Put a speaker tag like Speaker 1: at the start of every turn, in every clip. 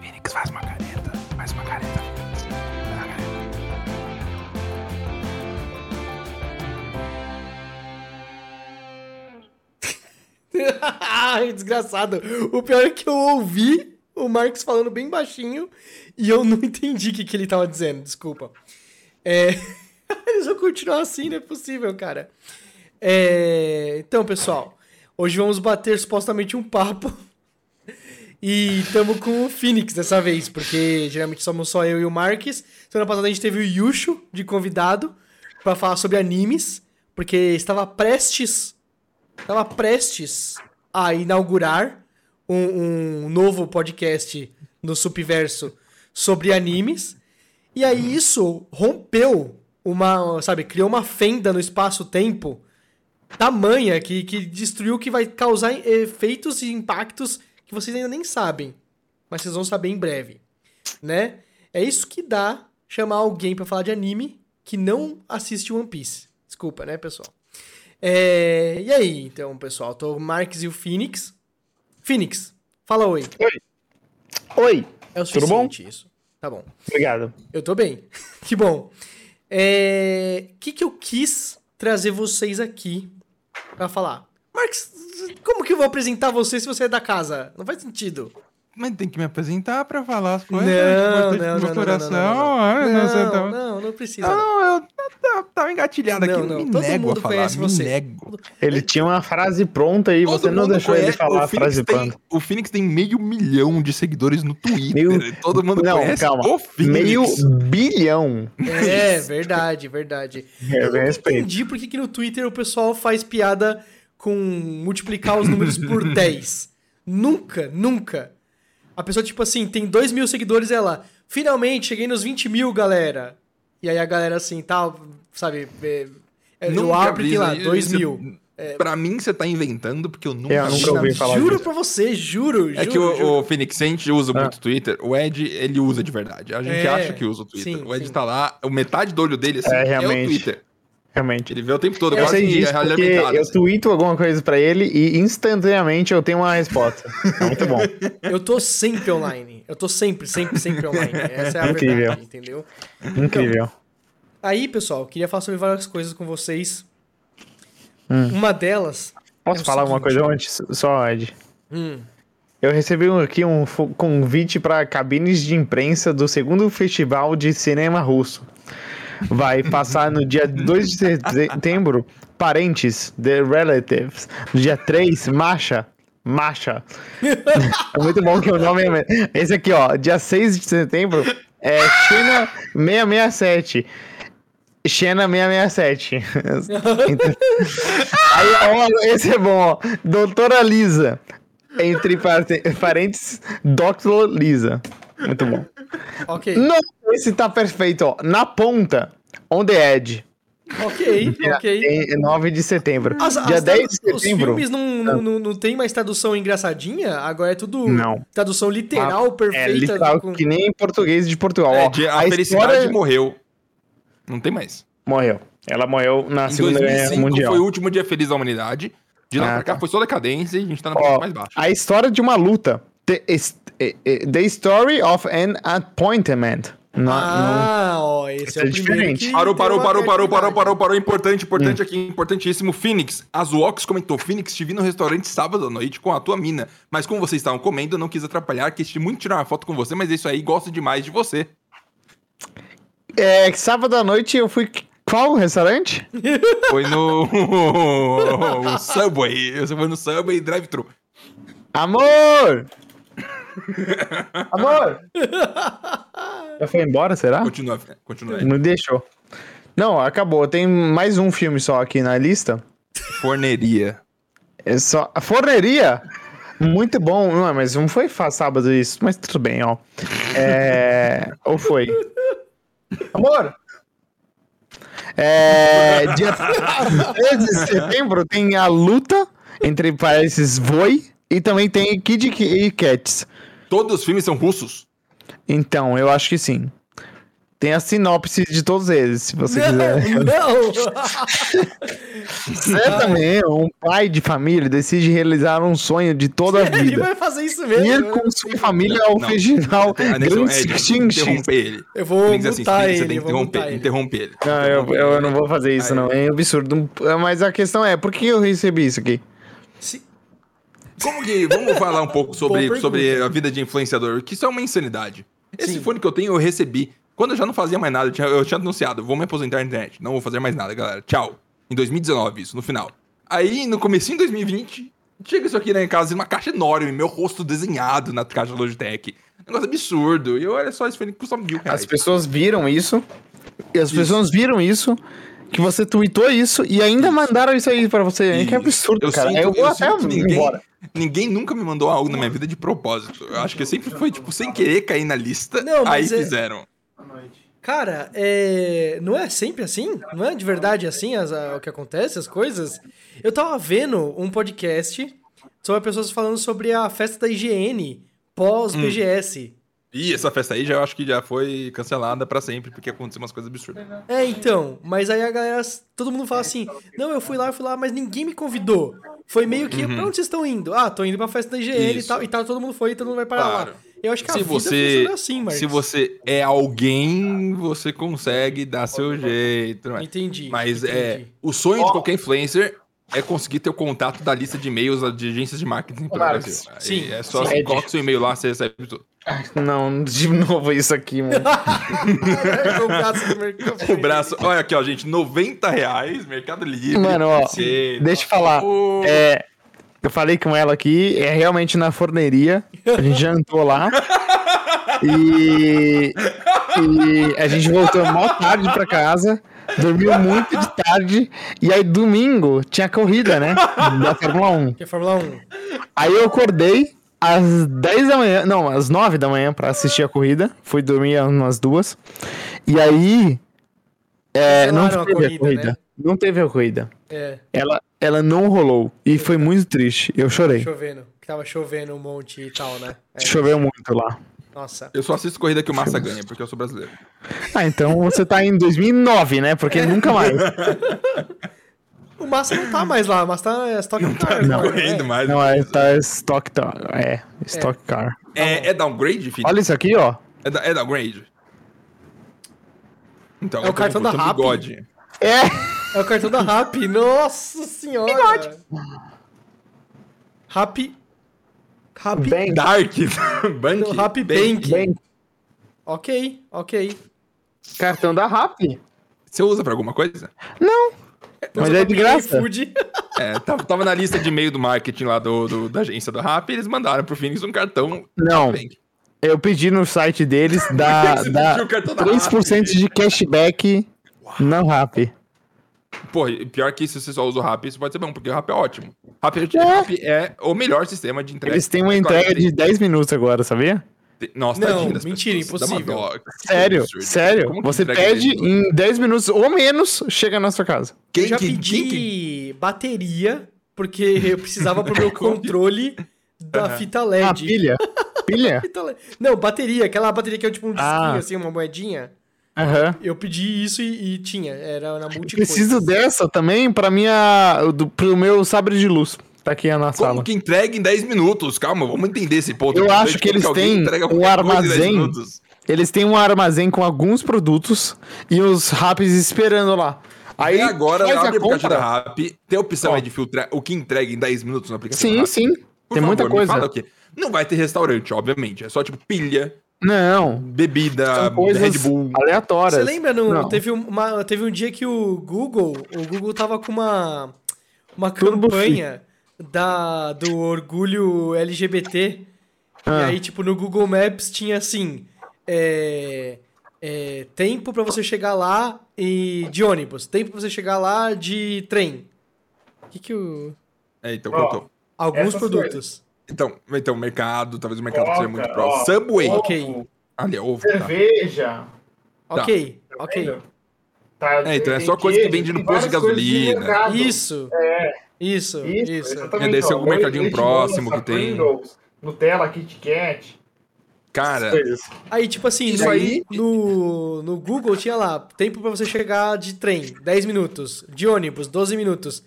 Speaker 1: Félix faz uma careta. Faz uma careta, Félix. Faz uma careta.
Speaker 2: Ai, desgraçado. O pior é que eu ouvi o Marx falando bem baixinho e eu não entendi o que, que ele tava dizendo, desculpa. É... Eles vão continuar assim, não é possível, cara. É, Então, pessoal, hoje vamos bater supostamente um papo. E estamos com o Phoenix dessa vez, porque geralmente somos só eu e o Marques. Semana passada a gente teve o Yusho de convidado para falar sobre animes, porque estava prestes estava prestes a inaugurar um, um novo podcast no Subverso sobre animes. E aí isso rompeu uma, sabe, criou uma fenda no espaço-tempo tamanha que, que destruiu que vai causar efeitos e impactos que vocês ainda nem sabem, mas vocês vão saber em breve, né? É isso que dá chamar alguém pra falar de anime que não assiste One Piece. Desculpa, né, pessoal? É, e aí, então, pessoal? Tô o Marques e o Phoenix. Phoenix, fala oi.
Speaker 3: Oi,
Speaker 2: É o
Speaker 3: Tudo bom?
Speaker 2: suficiente isso. Tá bom.
Speaker 3: obrigado.
Speaker 2: Eu tô bem. que bom. É, O que, que eu quis trazer vocês aqui pra falar? Marques, como que eu vou apresentar você se você é da casa? Não faz sentido.
Speaker 4: Mas tem que me apresentar pra falar as coisas.
Speaker 2: Não,
Speaker 4: né? Importante pro
Speaker 2: não, não,
Speaker 4: meu
Speaker 2: não, não,
Speaker 4: coração.
Speaker 2: não,
Speaker 4: Ah, eu não, sei, eu
Speaker 2: Não,
Speaker 4: tava-
Speaker 2: não, não precisa.
Speaker 4: Não, não, eu eu tava- tava engatilhado aqui.
Speaker 2: Não,
Speaker 4: eu
Speaker 2: não,
Speaker 4: Me
Speaker 2: todo
Speaker 4: nego
Speaker 2: mundo
Speaker 4: a falar,
Speaker 2: conhece
Speaker 4: me
Speaker 2: você.
Speaker 4: Nego.
Speaker 3: Ele tinha uma frase pronta e você
Speaker 4: Todo
Speaker 3: não
Speaker 4: mundo
Speaker 3: deixou ele
Speaker 4: conhece-
Speaker 3: falar
Speaker 4: o
Speaker 3: a frase
Speaker 4: Phoenix tem-
Speaker 3: pronta.
Speaker 4: O Phoenix tem meio milhão de seguidores no Twitter. né?
Speaker 3: Meio-
Speaker 4: Todo mundo
Speaker 3: Não,
Speaker 4: conhece
Speaker 3: calma.
Speaker 4: o Phoenix.
Speaker 3: Meio bilhão.
Speaker 2: É, verdade, verdade.
Speaker 3: É, bem respeito.
Speaker 2: entendi por que que no Twitter o pessoal faz piada com multiplicar os números por 10. Nunca, nunca. A pessoa, tipo assim, tem 2 mil seguidores ela, finalmente, cheguei nos 20 mil, galera. E aí a galera, assim, tal, sabe, é, é, eu
Speaker 4: Nunca
Speaker 2: abro e
Speaker 4: vi
Speaker 2: tem lá,
Speaker 4: isso.
Speaker 2: 2
Speaker 4: Isso-
Speaker 2: mil.
Speaker 4: Pra mim, você tá inventando, porque eu nunca,
Speaker 3: Eu nunca ouvi falar
Speaker 2: juro
Speaker 3: disso.
Speaker 2: pra você, juro,
Speaker 4: É
Speaker 2: juro,
Speaker 4: que
Speaker 2: juro.
Speaker 4: o, o Phoenix, se a gente usa
Speaker 3: Ah.
Speaker 4: muito o Twitter, o Ed, ele usa de verdade. A gente
Speaker 2: É,
Speaker 4: acha que usa o Twitter.
Speaker 2: sim,
Speaker 4: o Ed
Speaker 2: sim.
Speaker 4: tá lá, o metade do olho dele assim,
Speaker 3: É,
Speaker 4: é,
Speaker 3: realmente.
Speaker 4: o Twitter.
Speaker 3: Realmente.
Speaker 4: Ele vê o tempo todo,
Speaker 3: Eu sei disso
Speaker 4: é
Speaker 3: porque
Speaker 4: alimentado,
Speaker 3: eu
Speaker 4: assim.
Speaker 3: tuito alguma coisa pra ele e instantaneamente eu tenho uma resposta. É muito bom.
Speaker 2: Eu tô sempre online. Eu tô sempre, sempre, sempre online. Essa é a
Speaker 3: Incrível.
Speaker 2: verdade, entendeu?
Speaker 3: Incrível.
Speaker 2: Aí, pessoal, eu queria falar sobre várias coisas com vocês.
Speaker 3: Hum.
Speaker 2: Uma delas.
Speaker 3: Posso
Speaker 2: é o
Speaker 3: falar uma
Speaker 2: seguinte.
Speaker 3: coisa antes? Só, Ed.
Speaker 2: Hum.
Speaker 3: Eu recebi um- aqui um fo- convite para cabines de imprensa do segundo Festival de Cinema Russo. Vai passar no dia 2 de setembro, Parentes, The Relatives. No dia 3, Macha. Macha. É muito bom que o nome é. Esse aqui, ó, dia 6 de setembro, é China 667. Xena 667. Então- Aí, ó, esse é bom, ó. Doutora Lisa. Entre parte- parênteses, Dr. Lisa. Muito bom.
Speaker 2: Ok,
Speaker 3: Não, esse tá perfeito, ó. Na ponta, On The Edge.
Speaker 2: ok, ok.
Speaker 3: Em 9 de setembro.
Speaker 2: As- as
Speaker 3: Dia
Speaker 2: tra-
Speaker 3: 10 de
Speaker 2: Os
Speaker 3: setembro.
Speaker 2: filmes não, não, não, não tem mais tradução engraçadinha? Agora é tudo
Speaker 3: Não.
Speaker 2: tradução literal,
Speaker 3: É
Speaker 2: perfeita.
Speaker 3: literal
Speaker 2: com-
Speaker 3: que nem em português de Portugal.
Speaker 4: É,
Speaker 3: ó.
Speaker 4: de- a,
Speaker 3: a
Speaker 4: felicidade
Speaker 3: história
Speaker 4: morreu. Não tem mais.
Speaker 3: morreu. Ela morreu na
Speaker 4: Em
Speaker 3: Ah, Segunda Guerra
Speaker 4: 2005
Speaker 3: Mundial.
Speaker 4: foi o último dia feliz da humanidade. De lá
Speaker 3: Ah,
Speaker 4: pra cá
Speaker 3: tá.
Speaker 4: foi só decadência e a gente tá na parte
Speaker 3: Ó,
Speaker 4: mais baixa.
Speaker 3: a história de uma luta. The, is- eh, eh, the Story of an Appointment. Não,
Speaker 2: Ah, ó, esse
Speaker 3: Esse
Speaker 2: é o
Speaker 3: é
Speaker 2: primeiro
Speaker 3: diferente.
Speaker 2: que
Speaker 4: Parou,
Speaker 2: tem
Speaker 4: parou,
Speaker 2: uma
Speaker 4: parou, parou, parou,
Speaker 2: criatividade.
Speaker 4: parou, parou. Importante,
Speaker 3: Hum.
Speaker 4: importante aqui, importantíssimo. Phoenix, a Zuox comentou: Phoenix, te vi no restaurante sábado à noite com a tua mina. Mas como vocês estavam comendo, eu não quis atrapalhar, quis muito tirar uma foto com você, mas é isso aí, gosto demais de você.
Speaker 3: não. É, sábado à noite eu fui. Qual restaurante?
Speaker 4: Foi no o Subway. Você foi no Subway Drive-Thru.
Speaker 3: Amor! Amor! Já foi embora, será?
Speaker 4: Continua, Fê, continua aí.
Speaker 3: Não deixou. Não, acabou. Tem mais um filme só aqui na lista.
Speaker 4: Forneria.
Speaker 3: É só. A Forneria! Muito bom. Não, mas não foi fa- sábado isso, mas tudo bem, ó. É... Ou foi? Amor! É... Dia 13 de setembro tem a luta entre parênteses Voi e também tem Kid e Cats.
Speaker 4: Todos os filmes são russos.
Speaker 3: Então, eu acho que sim. Tem a sinopse de todos eles, se você
Speaker 4: né?
Speaker 3: quiser. Certamente, um pai de família decide realizar um sonho de toda a
Speaker 2: Não, ele
Speaker 3: vida.
Speaker 2: vai fazer isso
Speaker 3: Ir
Speaker 2: mesmo.
Speaker 3: com sua família ao festival
Speaker 4: Ah, Nelson,
Speaker 3: Grand
Speaker 4: é, tem que
Speaker 3: Sixteen X.
Speaker 4: interromper ele.
Speaker 2: Eu vou
Speaker 4: Tem que dizer assim,
Speaker 2: mutar
Speaker 4: você tem que
Speaker 2: ele, eu vou mutar
Speaker 4: interromper,
Speaker 2: ele.
Speaker 4: interromper ele.
Speaker 3: Não, eu, eu não vou fazer isso, não. É absurdo. Mas a questão é, por que eu recebi isso aqui?
Speaker 2: Se-
Speaker 4: Como que. Vamos falar um pouco
Speaker 2: Boa
Speaker 4: sobre,
Speaker 2: pergunta.
Speaker 4: sobre a vida de influenciador, que isso é uma insanidade. Esse
Speaker 2: Sim.
Speaker 4: fone que eu tenho, eu recebi. Quando eu já não fazia mais nada, eu tinha, eu tinha anunciado, vou me aposentar na internet. Não vou fazer mais nada, galera. Tchau. Em 2019, isso, no final. Aí, no comecinho de 2020, chega isso aqui na minha casa, uma caixa enorme, meu rosto desenhado na caixa da Logitech. Um Negócio absurdo. E eu, olha só, esse fone que custa mil
Speaker 3: As
Speaker 4: reais.
Speaker 3: pessoas viram isso. E as pessoas viram isso. Que você tweetou isso e ainda mandaram isso aí pra você. É Que absurdo, cara. eu vou até
Speaker 4: sinto que ninguém,
Speaker 3: embora.
Speaker 4: ninguém nunca me mandou algo na minha vida de propósito. Eu acho que sempre foi, tipo, sem querer cair na lista,
Speaker 2: Não,
Speaker 4: aí
Speaker 2: mas é-
Speaker 4: fizeram.
Speaker 2: Cara, é, não é sempre assim? Não é de verdade assim as- a- o que acontece, as coisas? Eu tava vendo um podcast sobre pessoas falando sobre a festa da higiene pós-BGS.
Speaker 4: Ih, essa festa aí já eu acho que já foi cancelada pra sempre, porque aconteceu umas coisas absurdas.
Speaker 2: É, então, mas aí a galera, todo mundo fala assim, não, eu fui lá, eu fui lá, mas ninguém me convidou. Foi meio que, pra onde vocês estão indo? Ah, tô indo pra festa da higiene e
Speaker 4: Uhum. Isso.
Speaker 2: tal, e tal, todo mundo foi, todo mundo vai parar
Speaker 4: Claro.
Speaker 2: lá. Eu acho que a
Speaker 4: Se
Speaker 2: vida
Speaker 4: você,
Speaker 2: funciona assim, Marcos.
Speaker 4: se você é alguém, você consegue dar seu jeito. né?
Speaker 2: Entendi.
Speaker 4: Mas é,
Speaker 2: entendi.
Speaker 4: o sonho de qualquer influencer é conseguir ter o contato da lista de e-mails de agências de marketing pelo
Speaker 3: Claro.
Speaker 4: Brasil. Aí
Speaker 2: Sim,
Speaker 4: É só
Speaker 3: sim.
Speaker 4: você coloca seu e-mail lá, você recebe tudo.
Speaker 3: Não, de novo isso aqui, mano.
Speaker 2: É o braço do mercado.
Speaker 4: O braço, olha aqui, ó, gente, 90 reais, Mercado Livre.
Speaker 3: Mano, ó,
Speaker 4: Sim.
Speaker 3: deixa eu falar.
Speaker 4: Ô,
Speaker 3: É, eu falei com ela aqui, é realmente na forneria. A gente jantou lá. E, e a gente voltou mó tarde pra casa. Dormiu muito de tarde. E aí, domingo, tinha corrida, né? Da Fórmula 1.
Speaker 2: Que é Fórmula 1.
Speaker 3: Aí eu acordei às 10 da manhã, não, às 9 da manhã pra assistir a corrida. Fui dormir umas duas. E aí. é, não teve
Speaker 2: Cancelaram a
Speaker 3: a corrida.
Speaker 2: corrida, né?
Speaker 3: Não teve a corrida.
Speaker 2: É,
Speaker 3: Ela, ela não rolou. E foi muito triste. Eu chorei.
Speaker 2: chovendo. Que tava chovendo um monte e tal, né? É,
Speaker 3: Choveu muito lá.
Speaker 2: Nossa.
Speaker 4: Eu só assisto corrida que o Massa ganha, porque eu sou brasileiro.
Speaker 3: Ah, então você tá em 2009, né?
Speaker 4: É.
Speaker 3: Porque nunca mais.
Speaker 2: O Massa não tá mais lá, o Massa tá é Stock Car.
Speaker 4: Não,
Speaker 2: agora,
Speaker 4: correndo
Speaker 2: né?
Speaker 4: mais.
Speaker 3: Não, é tá Stock Car. É, Stock Car.
Speaker 4: É, é downgrade, filho?
Speaker 3: Olha isso aqui, ó.
Speaker 4: É, da, é downgrade? Então,
Speaker 2: É o
Speaker 4: eu tô
Speaker 2: cartão da
Speaker 4: confuso,
Speaker 2: Rappi.
Speaker 4: bigode.
Speaker 3: É!
Speaker 2: É o cartão da Rap. Nossa senhora. Bigode. Rap. Rap.
Speaker 3: Bem,
Speaker 4: Dark. Bank.
Speaker 2: Não, Rappi Bank.
Speaker 3: bem.
Speaker 2: Ok, ok.
Speaker 3: Cartão da Rap?
Speaker 4: Você usa pra alguma coisa?
Speaker 3: Não.
Speaker 2: Então
Speaker 3: Mas
Speaker 4: tá
Speaker 3: é de graça.
Speaker 2: Food.
Speaker 4: É, tava, tava na lista de e-mail do marketing lá do, do- da agência do Rap, eles mandaram pro Phoenix um cartão
Speaker 3: Não.
Speaker 4: Bank.
Speaker 3: Eu pedi no site deles da,
Speaker 4: Você
Speaker 3: da
Speaker 4: pediu o cartão da
Speaker 3: 3% de cashback na Rap.
Speaker 4: Pô, e pior que se você só usa o Rap, isso pode ser bom, porque o Rap é ótimo. Rap é,
Speaker 3: É.
Speaker 4: Rappi é o melhor sistema de entrega.
Speaker 3: Eles têm uma entrega de 10 minutos agora, sabia?
Speaker 4: Nossa, tá
Speaker 2: Não,
Speaker 4: tadinho das
Speaker 2: mentira,
Speaker 4: pessoas, dá uma
Speaker 2: impossível.
Speaker 4: dó. Que
Speaker 3: Sério,
Speaker 4: absurdo.
Speaker 3: sério.
Speaker 4: Como que
Speaker 3: Você
Speaker 4: entrega
Speaker 3: pede
Speaker 4: desse jeito?
Speaker 3: em 10 minutos ou menos, chega na sua casa.
Speaker 4: Quem
Speaker 2: eu já
Speaker 4: que- quem
Speaker 2: pedi
Speaker 4: que-
Speaker 2: bateria, porque eu precisava pro meu controle da fita LED.
Speaker 3: Ah, pilha. Pilha?
Speaker 2: Fita LED. Não, bateria, aquela bateria que é tipo um disquinho,
Speaker 3: Ah.
Speaker 2: assim, uma moedinha.
Speaker 3: Aham.
Speaker 2: Eu pedi isso e, e tinha. Era na multi
Speaker 3: Preciso dessa também pra minha. Do, pro meu sabre de luz. Tá aqui na
Speaker 4: Como
Speaker 3: sala.
Speaker 4: que entrega em 10 minutos? Calma, vamos entender esse ponto.
Speaker 3: Eu
Speaker 4: importante,
Speaker 3: acho que
Speaker 4: como
Speaker 3: eles
Speaker 4: alguém
Speaker 3: têm
Speaker 4: entrega
Speaker 3: um
Speaker 4: qualquer coisa em 10
Speaker 3: armazém.
Speaker 4: minutos?
Speaker 3: Eles têm um armazém com alguns produtos e os raps esperando lá. Aí
Speaker 4: Aí agora,
Speaker 3: faz
Speaker 4: abre o
Speaker 3: a
Speaker 4: aplicativo da
Speaker 3: compra.
Speaker 4: Rap, tem a opção
Speaker 3: Ó.
Speaker 4: aí de filtrar o que entrega em 10 minutos no aplicativo da
Speaker 3: Sim,
Speaker 4: Rappi?
Speaker 3: sim.
Speaker 4: é Por
Speaker 3: Tem
Speaker 4: favor,
Speaker 3: muita
Speaker 4: me
Speaker 3: coisa.
Speaker 4: fala o quê? Não vai ter restaurante, obviamente. É só, tipo, pilha,
Speaker 3: Não.
Speaker 4: bebida,
Speaker 3: São coisas
Speaker 4: Ah, Red Bull.
Speaker 3: aleatórias.
Speaker 2: Você lembra? No,
Speaker 3: Não.
Speaker 2: Teve, uma, teve um dia que o Google, o Google tava com uma, uma
Speaker 3: Turbo
Speaker 2: campanha da, do orgulho LGBT. E
Speaker 3: Ah.
Speaker 2: aí, tipo, no Google Maps tinha assim. é, é, tempo pra você chegar lá e de ônibus. Tempo pra você chegar lá de trem. O que que o...
Speaker 4: É, então,
Speaker 3: Ó.
Speaker 4: contou.
Speaker 2: Alguns
Speaker 3: Essas
Speaker 2: produtos.
Speaker 4: Então, então, mercado, talvez o mercado
Speaker 3: Ó,
Speaker 4: seja muito
Speaker 3: cara,
Speaker 4: próximo.
Speaker 3: ó.
Speaker 4: Subway.
Speaker 2: Ó.
Speaker 4: Ali, é ovo, tá.
Speaker 3: Cerveja.
Speaker 4: Tá.
Speaker 2: Ok, ok.
Speaker 4: É, então é só coisa que vende no posto de gasolina.
Speaker 3: Tá
Speaker 2: Isso, isso, isso.
Speaker 4: É, deve ser algum mercadinho próximo que tem.
Speaker 5: Nutella, Kit Kat.
Speaker 4: Cara,
Speaker 3: coisas.
Speaker 2: Aí, tipo assim,
Speaker 4: Isso
Speaker 2: no,
Speaker 4: aí-
Speaker 2: no, no Google tinha lá, tempo pra você chegar de trem, 10 minutos, de ônibus, 12 minutos.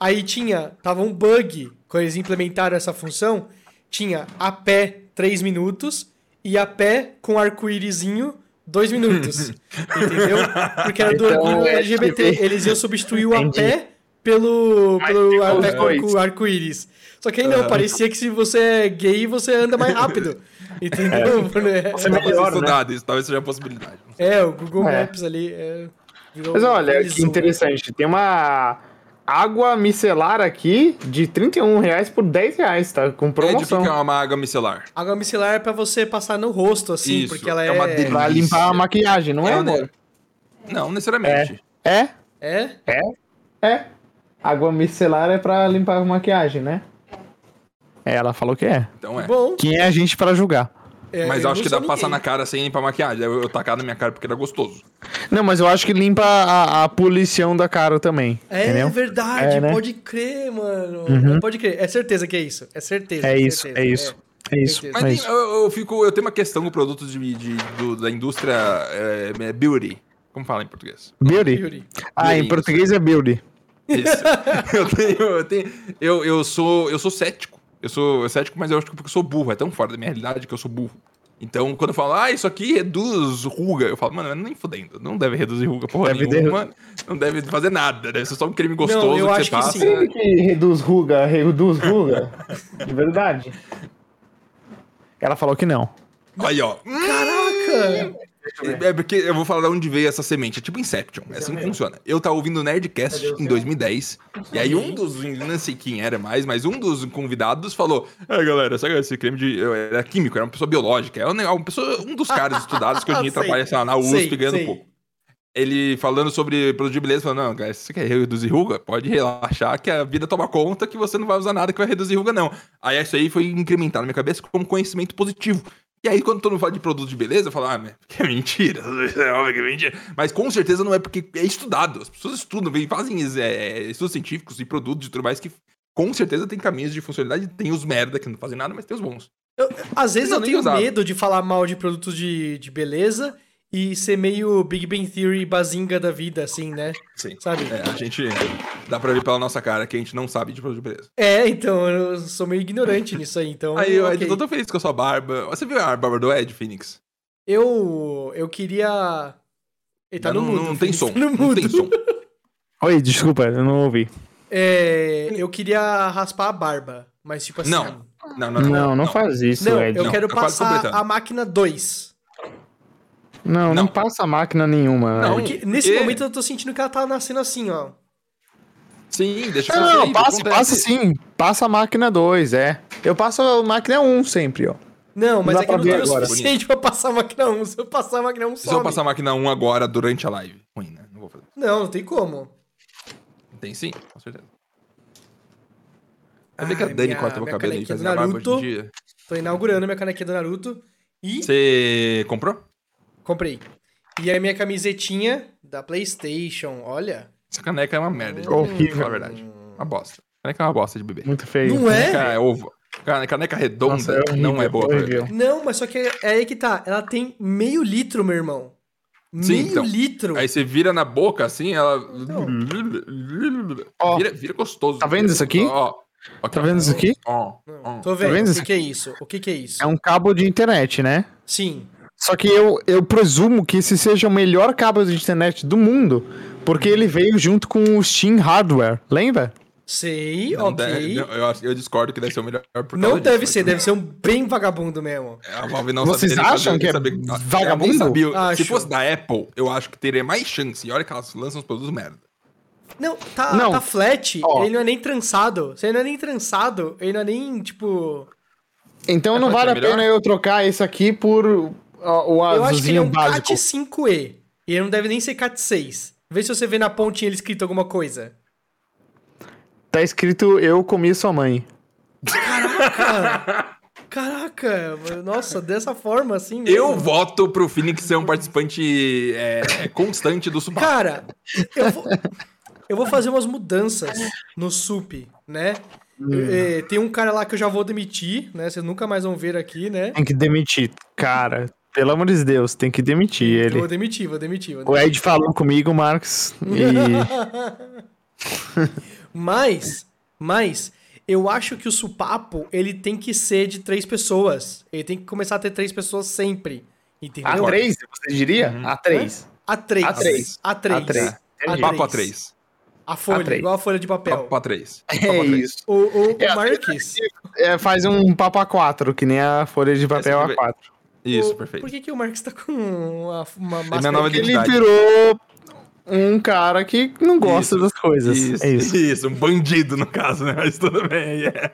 Speaker 2: Aí tinha, tava um bug, quando eles implementaram essa função, tinha a pé 3 minutos e a pé com arco-írisinho 2 minutos. entendeu? Porque era do
Speaker 3: Então,
Speaker 2: orgulho
Speaker 3: é que
Speaker 2: LGBT.
Speaker 3: veio-
Speaker 2: Eles iam substituir o a
Speaker 3: Entendi.
Speaker 2: pé pelo,
Speaker 3: Mas
Speaker 2: pelo
Speaker 3: ficou
Speaker 2: a
Speaker 3: os
Speaker 2: pé com-
Speaker 3: dois.
Speaker 2: com arco-íris. Só que aí não,
Speaker 4: Aham.
Speaker 2: parecia que se você é gay, você anda mais rápido. Entendeu? É,
Speaker 3: Você
Speaker 4: talvez
Speaker 3: melhor,
Speaker 4: isso
Speaker 3: né?
Speaker 4: dado, isso talvez seja uma possibilidade.
Speaker 2: é, o Google
Speaker 3: É.
Speaker 2: Maps ali. é, virou
Speaker 3: Mas
Speaker 4: Então, um, né?
Speaker 3: olha, que
Speaker 2: realizou.
Speaker 3: interessante. Tem uma água micelar aqui de 31 reais por 10 reais, tá? Com
Speaker 4: É de
Speaker 3: promoção.
Speaker 4: ficar uma água micelar.
Speaker 2: Água micelar é pra você passar no rosto, assim,
Speaker 4: Isso,
Speaker 2: porque ela é.
Speaker 4: é uma delícia.
Speaker 3: Pra limpar a maquiagem, não é,
Speaker 4: É, né?
Speaker 3: amor?
Speaker 4: Não, necessariamente.
Speaker 3: É?
Speaker 2: É?
Speaker 3: É. Água micelar é pra limpar a maquiagem, né? É, ela falou que é.
Speaker 4: Então é.
Speaker 2: Bom.
Speaker 3: Quem é a gente pra julgar?
Speaker 2: é,
Speaker 4: Mas
Speaker 2: eu
Speaker 4: eu acho
Speaker 2: não
Speaker 4: que dá
Speaker 2: sou
Speaker 4: pra passar na
Speaker 2: ninguém.
Speaker 4: cara sem limpar a maquiagem. Eu, eu tacar na minha cara porque era gostoso.
Speaker 3: Não, mas eu acho que limpa a, a poluição da cara também.
Speaker 2: É
Speaker 3: entendeu?
Speaker 2: verdade,
Speaker 3: É, né? Uhum.
Speaker 2: pode crer, mano. Pode crer. É certeza que é isso. É certeza.
Speaker 3: É isso,
Speaker 2: certeza,
Speaker 3: é isso. É isso.
Speaker 2: certeza.
Speaker 4: Mas
Speaker 3: é
Speaker 4: tem-
Speaker 3: isso.
Speaker 4: eu, eu fico, eu tenho uma questão com produtos de, de- do- da indústria é, é, beauty. Como fala em português?
Speaker 3: Beauty.
Speaker 2: Yuri.
Speaker 3: Ah, em
Speaker 4: Beauty.
Speaker 3: português é beauty.
Speaker 4: Isso. eu tenho, eu tenho, eu, eu sou, eu sou cético. Eu sou cético, mas eu acho que porque eu sou burro. É tão fora da minha realidade que eu sou burro. Então, quando eu falo, ah, isso aqui reduz ruga, eu falo, mano, mas nem fodendo. Não deve reduzir ruga porra
Speaker 3: Deve
Speaker 4: nenhuma. Não deve fazer nada, deve ser só um creme gostoso
Speaker 2: eu
Speaker 4: que
Speaker 2: acho
Speaker 4: você
Speaker 2: que
Speaker 4: passa.
Speaker 2: sim. Sim.
Speaker 3: que reduz ruga, reduz ruga. De verdade. Ela falou que não.
Speaker 4: Aí, ó.
Speaker 2: Hum! Caraca!
Speaker 4: É porque eu vou falar de onde veio essa semente. É tipo Inception. É assim que funciona. Eu tava ouvindo o Nerdcast em 2010. E aí um dos, não sei quem era mais, mas um dos convidados falou: É, galera, sabe esse creme de. eu- Era químico, era uma pessoa biológica. Era um negócio- uma pessoa, um dos caras estudados que hoje em dia
Speaker 2: Sei.
Speaker 4: trabalha sei lá, na USP
Speaker 2: Sei,
Speaker 4: ganhando
Speaker 2: sei.
Speaker 4: pouco. Ele falando sobre produto de beleza, falando, não, cara, se você quer reduzir ruga, pode relaxar que a vida toma conta que você não vai usar nada que vai reduzir ruga, não. Aí isso aí foi incrementar na minha cabeça como conhecimento positivo. E aí, quando todo mundo fala de produto de beleza, eu falo, ah, mas que é mentira, é óbvio que é mentira. Mas com certeza não é porque é estudado. As pessoas estudam, vem- fazem é, estudos científicos e produtos e tudo mais que com certeza tem caminhos de funcionalidade. Tem os merda que não fazem nada, mas tem os bons.
Speaker 2: Eu- às vezes
Speaker 4: Não,
Speaker 2: eu
Speaker 4: tem
Speaker 2: tenho
Speaker 4: usado.
Speaker 2: medo de falar mal de produtos de, de beleza e ser meio Big Bang Theory bazinga da vida, assim, né?
Speaker 4: Sim.
Speaker 2: Sabe?
Speaker 4: É, a gente dá pra ver pela nossa cara que a gente não sabe de produto de beleza.
Speaker 2: É, então, eu sou meio ignorante nisso aí, então.
Speaker 4: Aí eu,
Speaker 2: ok.
Speaker 4: Ed, eu tô tão feliz com a sua barba. Você viu a barba do Ed, Phoenix?
Speaker 2: eu, eu queria. Ele tá
Speaker 4: não,
Speaker 2: no mudo.
Speaker 4: não tem
Speaker 2: Felipe,
Speaker 4: som.
Speaker 2: tá No
Speaker 4: Não
Speaker 2: mudo.
Speaker 4: tem som.
Speaker 3: Oi, desculpa, eu não ouvi.
Speaker 2: É, eu queria raspar a barba, mas tipo assim.
Speaker 4: Não, Não, não,
Speaker 3: Não, não, faz isso, é
Speaker 2: não,
Speaker 3: Ed.
Speaker 2: eu
Speaker 4: Não,
Speaker 2: quero
Speaker 4: tá quase
Speaker 2: passar
Speaker 4: completando.
Speaker 2: a máquina 2.
Speaker 3: Não, não,
Speaker 4: Não.
Speaker 3: passa máquina nenhuma.
Speaker 4: Não,
Speaker 3: Ed.
Speaker 2: Que nesse
Speaker 4: Porque-
Speaker 2: momento eu tô sentindo que ela tá nascendo assim, ó.
Speaker 4: Sim, deixa eu
Speaker 3: Não,
Speaker 4: ver,
Speaker 3: passa,
Speaker 4: é acontece.
Speaker 3: passa sim. Passa a máquina 2, é. Eu passo a máquina 1 sempre, ó.
Speaker 2: Não, mas
Speaker 3: dá
Speaker 2: é que eu
Speaker 3: pra
Speaker 2: não
Speaker 3: ver
Speaker 2: tenho o
Speaker 3: agora.
Speaker 2: suficiente pra passar a máquina 1. Se eu passar a máquina 1,
Speaker 4: Se eu
Speaker 2: só.
Speaker 4: passar a máquina 1 agora durante a live. Ruim, né? Não vou fazer.
Speaker 2: Não, não tem como.
Speaker 4: Tem sim, com certeza. Sabia
Speaker 2: Ai,
Speaker 4: que a Dani
Speaker 2: minha-
Speaker 4: corta meu
Speaker 2: minha
Speaker 4: cabelo e
Speaker 2: canequinha
Speaker 4: faz
Speaker 2: do
Speaker 4: a barba hoje
Speaker 2: Naruto.
Speaker 4: em dia?
Speaker 2: Tô inaugurando minha canequinha do Naruto e
Speaker 4: Você comprou?
Speaker 2: comprei. E a minha camisetinha da PlayStation, olha.
Speaker 4: Essa caneca é uma merda. gente.
Speaker 3: Horrível.
Speaker 4: Fala a verdade. Uma bosta. Caneca é uma bosta de bebê.
Speaker 3: Muito feio.
Speaker 2: Não é?
Speaker 4: Caneca é ovo. Cara, Caneca redonda
Speaker 3: Nossa, é horrível,
Speaker 4: não é boa pra
Speaker 3: horrível.
Speaker 4: bebê.
Speaker 2: Não, mas só que é aí que tá. Ela tem meio litro, meu irmão.
Speaker 4: Sim,
Speaker 2: meio
Speaker 4: então.
Speaker 2: litro.
Speaker 4: Aí você vira na boca assim, ela.
Speaker 3: Ó.
Speaker 4: Vira, vira gostoso.
Speaker 3: Tá vendo isso aqui?
Speaker 4: Ó. Ó,
Speaker 3: Tá vendo isso aqui?
Speaker 4: Ó.
Speaker 2: Não,
Speaker 4: ó.
Speaker 2: tô vendo.
Speaker 3: vendo
Speaker 2: o
Speaker 3: isso
Speaker 2: que, que é isso? O que, que é isso?
Speaker 3: É um cabo de internet, né?
Speaker 2: Sim.
Speaker 3: Só que eu, eu presumo que esse seja o melhor cabo de internet do mundo, porque ele veio junto com o Steam Hardware, lembra?
Speaker 2: Sei,
Speaker 4: Não
Speaker 2: ok.
Speaker 4: deve- não, eu, acho- eu discordo que deve ser o melhor. Por
Speaker 2: não
Speaker 4: causa
Speaker 2: deve
Speaker 4: disso, né?
Speaker 2: ser,
Speaker 4: porque
Speaker 2: deve ser um bem vagabundo mesmo.
Speaker 4: A Valve não
Speaker 3: Vocês
Speaker 4: sabia nem fazer-
Speaker 3: acham que é
Speaker 4: saber- Ah,
Speaker 3: vagabundo?
Speaker 4: nem sabia.
Speaker 2: Acho.
Speaker 4: Se fosse da Apple, eu acho que teria mais chance. E olha que elas lançam os produtos merda.
Speaker 2: Não, tá,
Speaker 3: Não.
Speaker 2: tá flat,
Speaker 3: Ó.
Speaker 2: ele não é nem trançado. Se ele não é nem trançado, ele não é nem, tipo.
Speaker 3: Então
Speaker 4: É,
Speaker 3: não
Speaker 4: pode
Speaker 3: vale
Speaker 4: ser melhor?
Speaker 3: a pena eu trocar esse aqui por ó, o
Speaker 2: Eu acho que ele é
Speaker 3: azulzinho
Speaker 2: um
Speaker 3: básico.
Speaker 2: CAT 5E. E ele não deve nem ser CAT 6. Vê se você vê na pontinha ele escrito alguma coisa.
Speaker 3: Tá escrito Eu comi sua mãe.
Speaker 2: Caraca, nossa, dessa forma assim. mesmo.
Speaker 4: Eu voto pro Phoenix ser um participante é, constante do Subaru.
Speaker 2: Cara, eu vou, eu vou fazer umas mudanças no SUP, né?
Speaker 3: Hum.
Speaker 2: É, tem um cara lá que eu já vou demitir, né? Vocês nunca mais vão ver aqui, né?
Speaker 3: Tem que demitir. Cara, pelo amor de Deus, tem que demitir
Speaker 2: Eu vou
Speaker 3: ele.
Speaker 2: demitir, vou demitir. Vou
Speaker 3: O Ed falou comigo, Marcos, e
Speaker 2: mas, mas, eu acho que o supapo, ele tem que ser de três pessoas. Ele tem que começar a ter três pessoas sempre. Entendeu?
Speaker 3: A três, você diria? A três.
Speaker 2: A três.
Speaker 3: Ah, A três.
Speaker 2: A três.
Speaker 3: É? A três. Entendi.
Speaker 4: Papo a três.
Speaker 2: A folha,
Speaker 3: A três.
Speaker 2: igual a folha de papel.
Speaker 4: Papo a três.
Speaker 3: É isso.
Speaker 2: O, o,
Speaker 3: É,
Speaker 2: o Marques.
Speaker 3: É, faz um papo A4, que nem a folha de papel
Speaker 4: Essa que vai-
Speaker 3: A4.
Speaker 4: Isso,
Speaker 2: o-
Speaker 4: perfeito.
Speaker 2: Por que, que o Marques tá com uma, uma
Speaker 4: minha
Speaker 2: máscara?
Speaker 4: nova
Speaker 2: de-
Speaker 3: Ele
Speaker 4: Verdade.
Speaker 3: virou um cara que não gosta
Speaker 4: Isso,
Speaker 3: das coisas. É isso.
Speaker 4: um bandido no caso, né? Mas tudo bem. yeah.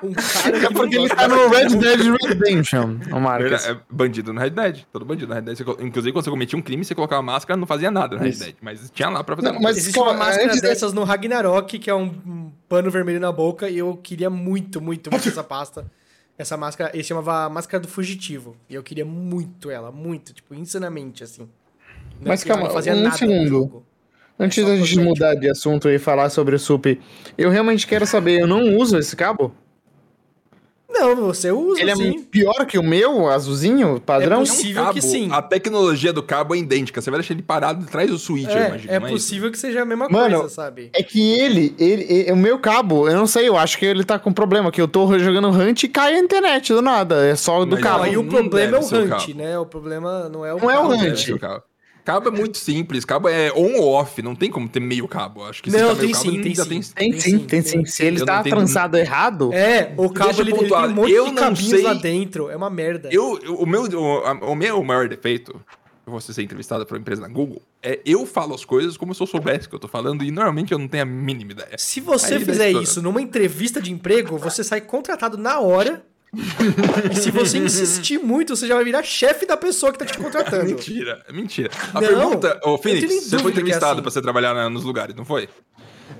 Speaker 2: Um cara
Speaker 3: É
Speaker 2: que
Speaker 3: porque
Speaker 2: não
Speaker 3: ele
Speaker 2: gosta
Speaker 3: tá
Speaker 2: de-
Speaker 3: no Red Dead Redemption, o Marcos.
Speaker 4: Verdade, É bandido na realidade. Todo bandido na realidade. Você col- Inclusive, quando você cometia um crime, você colocava máscara, não fazia nada na
Speaker 3: Isso.
Speaker 4: realidade. Mas tinha lá pra fazer um
Speaker 3: Não,
Speaker 4: alguma
Speaker 3: mas-
Speaker 2: Existe uma
Speaker 3: calma,
Speaker 2: máscara
Speaker 3: antes de-
Speaker 2: dessas no Ragnarok, que é um- um pano vermelho na boca, e eu queria muito, muito, muito essa pasta. Essa máscara, ele chamava a máscara do fugitivo. E eu queria muito ela, muito, tipo, insanamente, assim. Não
Speaker 3: Mas
Speaker 2: é que ela
Speaker 3: calma,
Speaker 2: não fazia
Speaker 3: um
Speaker 2: nada no
Speaker 3: segundo.
Speaker 2: jogo.
Speaker 3: Antes
Speaker 2: um
Speaker 3: da gente mudar de assunto e falar sobre o SUP, eu realmente quero saber, eu não uso esse cabo?
Speaker 2: Não, você usa,
Speaker 3: Ele é
Speaker 2: sim.
Speaker 3: pior que o meu, azulzinho, padrão?
Speaker 2: É possível que sim.
Speaker 4: A tecnologia do cabo é idêntica. Você vai deixar ele parado atrás do switch, eu imagino.
Speaker 2: É, é
Speaker 4: não
Speaker 2: possível que seja a mesma
Speaker 3: Mano,
Speaker 2: coisa, sabe?
Speaker 3: É que ele, ele, ele- é o meu cabo, eu não sei, eu acho que ele tá com problema, que eu tô jogando Hunt e cai a internet do nada, é só do
Speaker 4: Mas
Speaker 3: cabo.
Speaker 2: Não, aí o
Speaker 4: não
Speaker 2: problema é o
Speaker 4: deve ser o
Speaker 2: hunt,
Speaker 4: cabo.
Speaker 2: né? O problema não é o
Speaker 3: Não é o
Speaker 2: cabo, né?
Speaker 3: hunt.
Speaker 4: Isso, cabo. Cabo é muito simples, cabo é on ou off, não tem como ter meio cabo. Acho que se
Speaker 2: Não,
Speaker 4: tá meio
Speaker 2: tem
Speaker 4: cabo,
Speaker 2: sim,
Speaker 4: não-
Speaker 2: tem
Speaker 4: já
Speaker 2: sim.
Speaker 3: Tem
Speaker 2: Tem
Speaker 3: sim,
Speaker 2: sim,
Speaker 3: tem
Speaker 2: tem.
Speaker 3: sim. Se ele
Speaker 4: Eu
Speaker 3: tá
Speaker 4: não entendo-
Speaker 3: trançado errado,
Speaker 2: É, o
Speaker 4: Tipo,
Speaker 2: cabo
Speaker 4: Deixa eu
Speaker 2: ele, ele tem
Speaker 4: pontuar,
Speaker 2: um monte
Speaker 4: eu
Speaker 2: de
Speaker 4: não
Speaker 2: cabinhos
Speaker 4: sei-
Speaker 2: lá dentro. É uma merda.
Speaker 4: Eu, eu- o, meu, o, a- o meu maior defeito, eu vou ser entrevistado por uma empresa na Google, é eu falo as coisas como se eu soubesse o que eu tô falando e normalmente eu não tenho a mínima ideia.
Speaker 2: Se
Speaker 4: Aí
Speaker 2: você
Speaker 4: ele
Speaker 2: fizer
Speaker 4: vai
Speaker 2: isso numa entrevista de emprego, você sai contratado na hora. e se você insistir muito, você já vai virar chefe da pessoa que tá te contratando.
Speaker 4: Mentira, mentira. A
Speaker 2: Não,
Speaker 4: pergunta, ô
Speaker 2: eu tenho nem
Speaker 4: Phoenix, você
Speaker 2: dúvida
Speaker 4: foi
Speaker 2: que é
Speaker 4: entrevistado
Speaker 2: assim.
Speaker 4: pra você trabalhar na- nos lugares, não foi?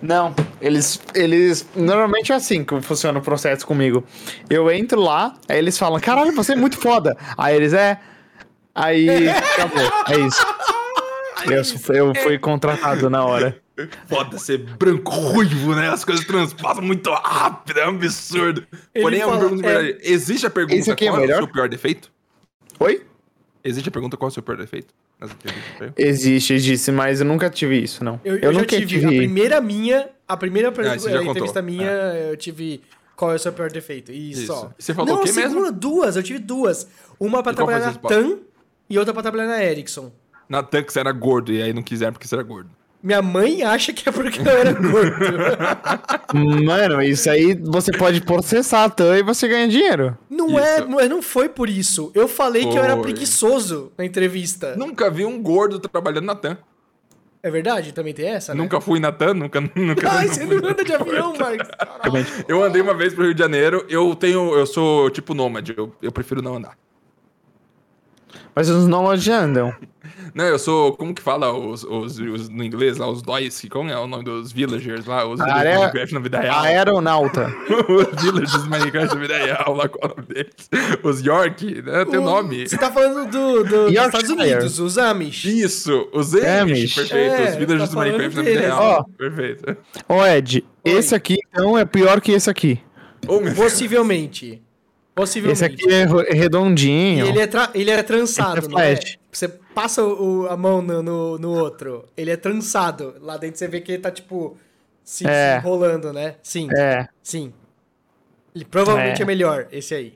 Speaker 3: Não, eles, eles. Normalmente é assim que funciona o processo comigo. Eu entro lá, aí eles falam: caralho, você é muito foda. Aí eles é. Aí acabou, é isso. Eu, su- eu fui contratado na hora.
Speaker 4: Foda ser branco ruivo, né? As coisas transpassam muito rápido, é um absurdo.
Speaker 2: Ele
Speaker 4: Porém, é uma
Speaker 2: fala,
Speaker 4: pergunta de
Speaker 2: é.
Speaker 4: verdade. Existe a pergunta
Speaker 3: Esse aqui é
Speaker 4: qual é o
Speaker 3: melhor?
Speaker 4: seu pior defeito?
Speaker 3: Oi?
Speaker 4: Existe a pergunta qual é o seu pior defeito? Nas entrevistas de emprego?
Speaker 3: Existe, existe, mas eu nunca tive isso, não. Eu, nunca tive.
Speaker 2: A primeira minha, a primeira per-
Speaker 4: Ah, você já
Speaker 2: eh,
Speaker 4: contou.
Speaker 2: entrevista
Speaker 4: Ah.
Speaker 2: minha, eu tive qual é o seu pior defeito. E
Speaker 4: Isso.
Speaker 2: só.
Speaker 4: E você falou
Speaker 2: Não,
Speaker 4: o quê
Speaker 2: a segunda, duas, eu tive duas. Uma pra
Speaker 4: E qual foi
Speaker 2: trabalhar
Speaker 4: a
Speaker 2: na
Speaker 4: principal?
Speaker 2: TAM e outra pra trabalhar na Ericsson.
Speaker 4: Na tanque você era gordo e aí não quiseram porque você era gordo.
Speaker 2: Minha mãe acha que é porque eu era gordo.
Speaker 3: Mano, isso aí você pode processar a TAM e você ganha dinheiro.
Speaker 2: Não
Speaker 4: Isso.
Speaker 2: é, não é, não foi por isso. Eu falei que eu era
Speaker 4: Foi.
Speaker 2: preguiçoso na entrevista.
Speaker 4: Nunca vi um gordo trabalhando na TAM.
Speaker 2: É verdade? Também tem essa, né?
Speaker 4: Nunca fui na TAM, nunca. nunca
Speaker 2: Ai,
Speaker 4: nunca
Speaker 2: você
Speaker 4: fui
Speaker 2: não anda de avião, Marcos. Caralho.
Speaker 4: Eu andei uma vez pro Rio de Janeiro, eu tenho. Eu sou tipo nômade, eu, eu prefiro não andar.
Speaker 3: Mas os nômades andam.
Speaker 4: Não, eu sou. Como que fala os, os, os- no inglês lá, os dois? que- Como é o nome dos villagers lá? Os
Speaker 3: Ah,
Speaker 4: villagers
Speaker 3: é?
Speaker 4: do Minecraft na vida real.
Speaker 3: Aeronauta.
Speaker 4: os villagers do Minecraft na vida real, lá qual é o nome deles? Os York, né? Tem o nome.
Speaker 2: Você tá falando do, do- dos
Speaker 3: Yorkshire.
Speaker 2: Estados Unidos, os Amish.
Speaker 4: Isso, os Amish,
Speaker 3: Amish.
Speaker 4: perfeito.
Speaker 2: É,
Speaker 4: os villagers
Speaker 2: tá
Speaker 4: do Minecraft
Speaker 2: falando
Speaker 4: na vida
Speaker 2: deles.
Speaker 4: real.
Speaker 3: Ó.
Speaker 4: Perfeito.
Speaker 3: Ô, Ed, esse aqui então é pior que esse aqui.
Speaker 4: Ô, meu
Speaker 2: Possivelmente. Possivelmente.
Speaker 3: Esse aqui é ro-
Speaker 2: E
Speaker 3: redondinho.
Speaker 2: ele é, tra- ele é trançado,
Speaker 3: Esse é
Speaker 2: não é?
Speaker 3: flash.
Speaker 2: Você passa o- o- a mão no, no, no outro. Ele é trançado. Lá dentro você vê que ele tá, tipo, se,
Speaker 3: É.
Speaker 2: se enrolando, né? Sim.
Speaker 3: É,
Speaker 2: Sim. Ele provavelmente
Speaker 3: É.
Speaker 2: é melhor, esse aí.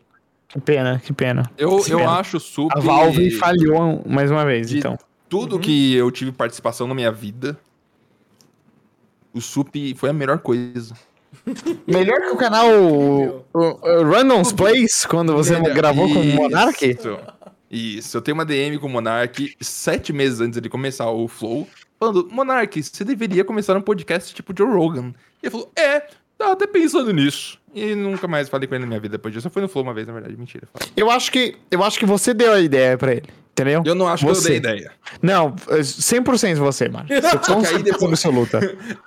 Speaker 3: que pena, que pena.
Speaker 4: Eu,
Speaker 3: Sim,
Speaker 4: eu
Speaker 3: mesmo.
Speaker 4: acho super.
Speaker 3: A Valve falhou mais uma vez,
Speaker 4: de
Speaker 3: então.
Speaker 4: Tudo que eu tive participação na minha vida, o SUP foi a melhor coisa.
Speaker 3: Melhor que o canal o, o- Randoms Plays, quando você
Speaker 4: Melhor.
Speaker 3: gravou com o
Speaker 4: Isso.
Speaker 3: Monark.
Speaker 4: Isso, eu tenho uma DM com o Monark sete meses antes de começar o Flow, falando: Monark, você deveria começar um podcast tipo Joe Rogan. E ele falou: É, tava até pensando nisso. E nunca mais falei com ele na minha vida depois disso. Eu fui no Flow uma vez, na verdade, mentira.
Speaker 3: Eu acho que eu acho que você deu a ideia pra ele, entendeu?
Speaker 4: Eu não acho
Speaker 3: Você.
Speaker 4: que eu dei ideia.
Speaker 3: Não, é 100% você, mano. Você com
Speaker 4: aí
Speaker 3: certeza
Speaker 4: depois-
Speaker 3: absoluta.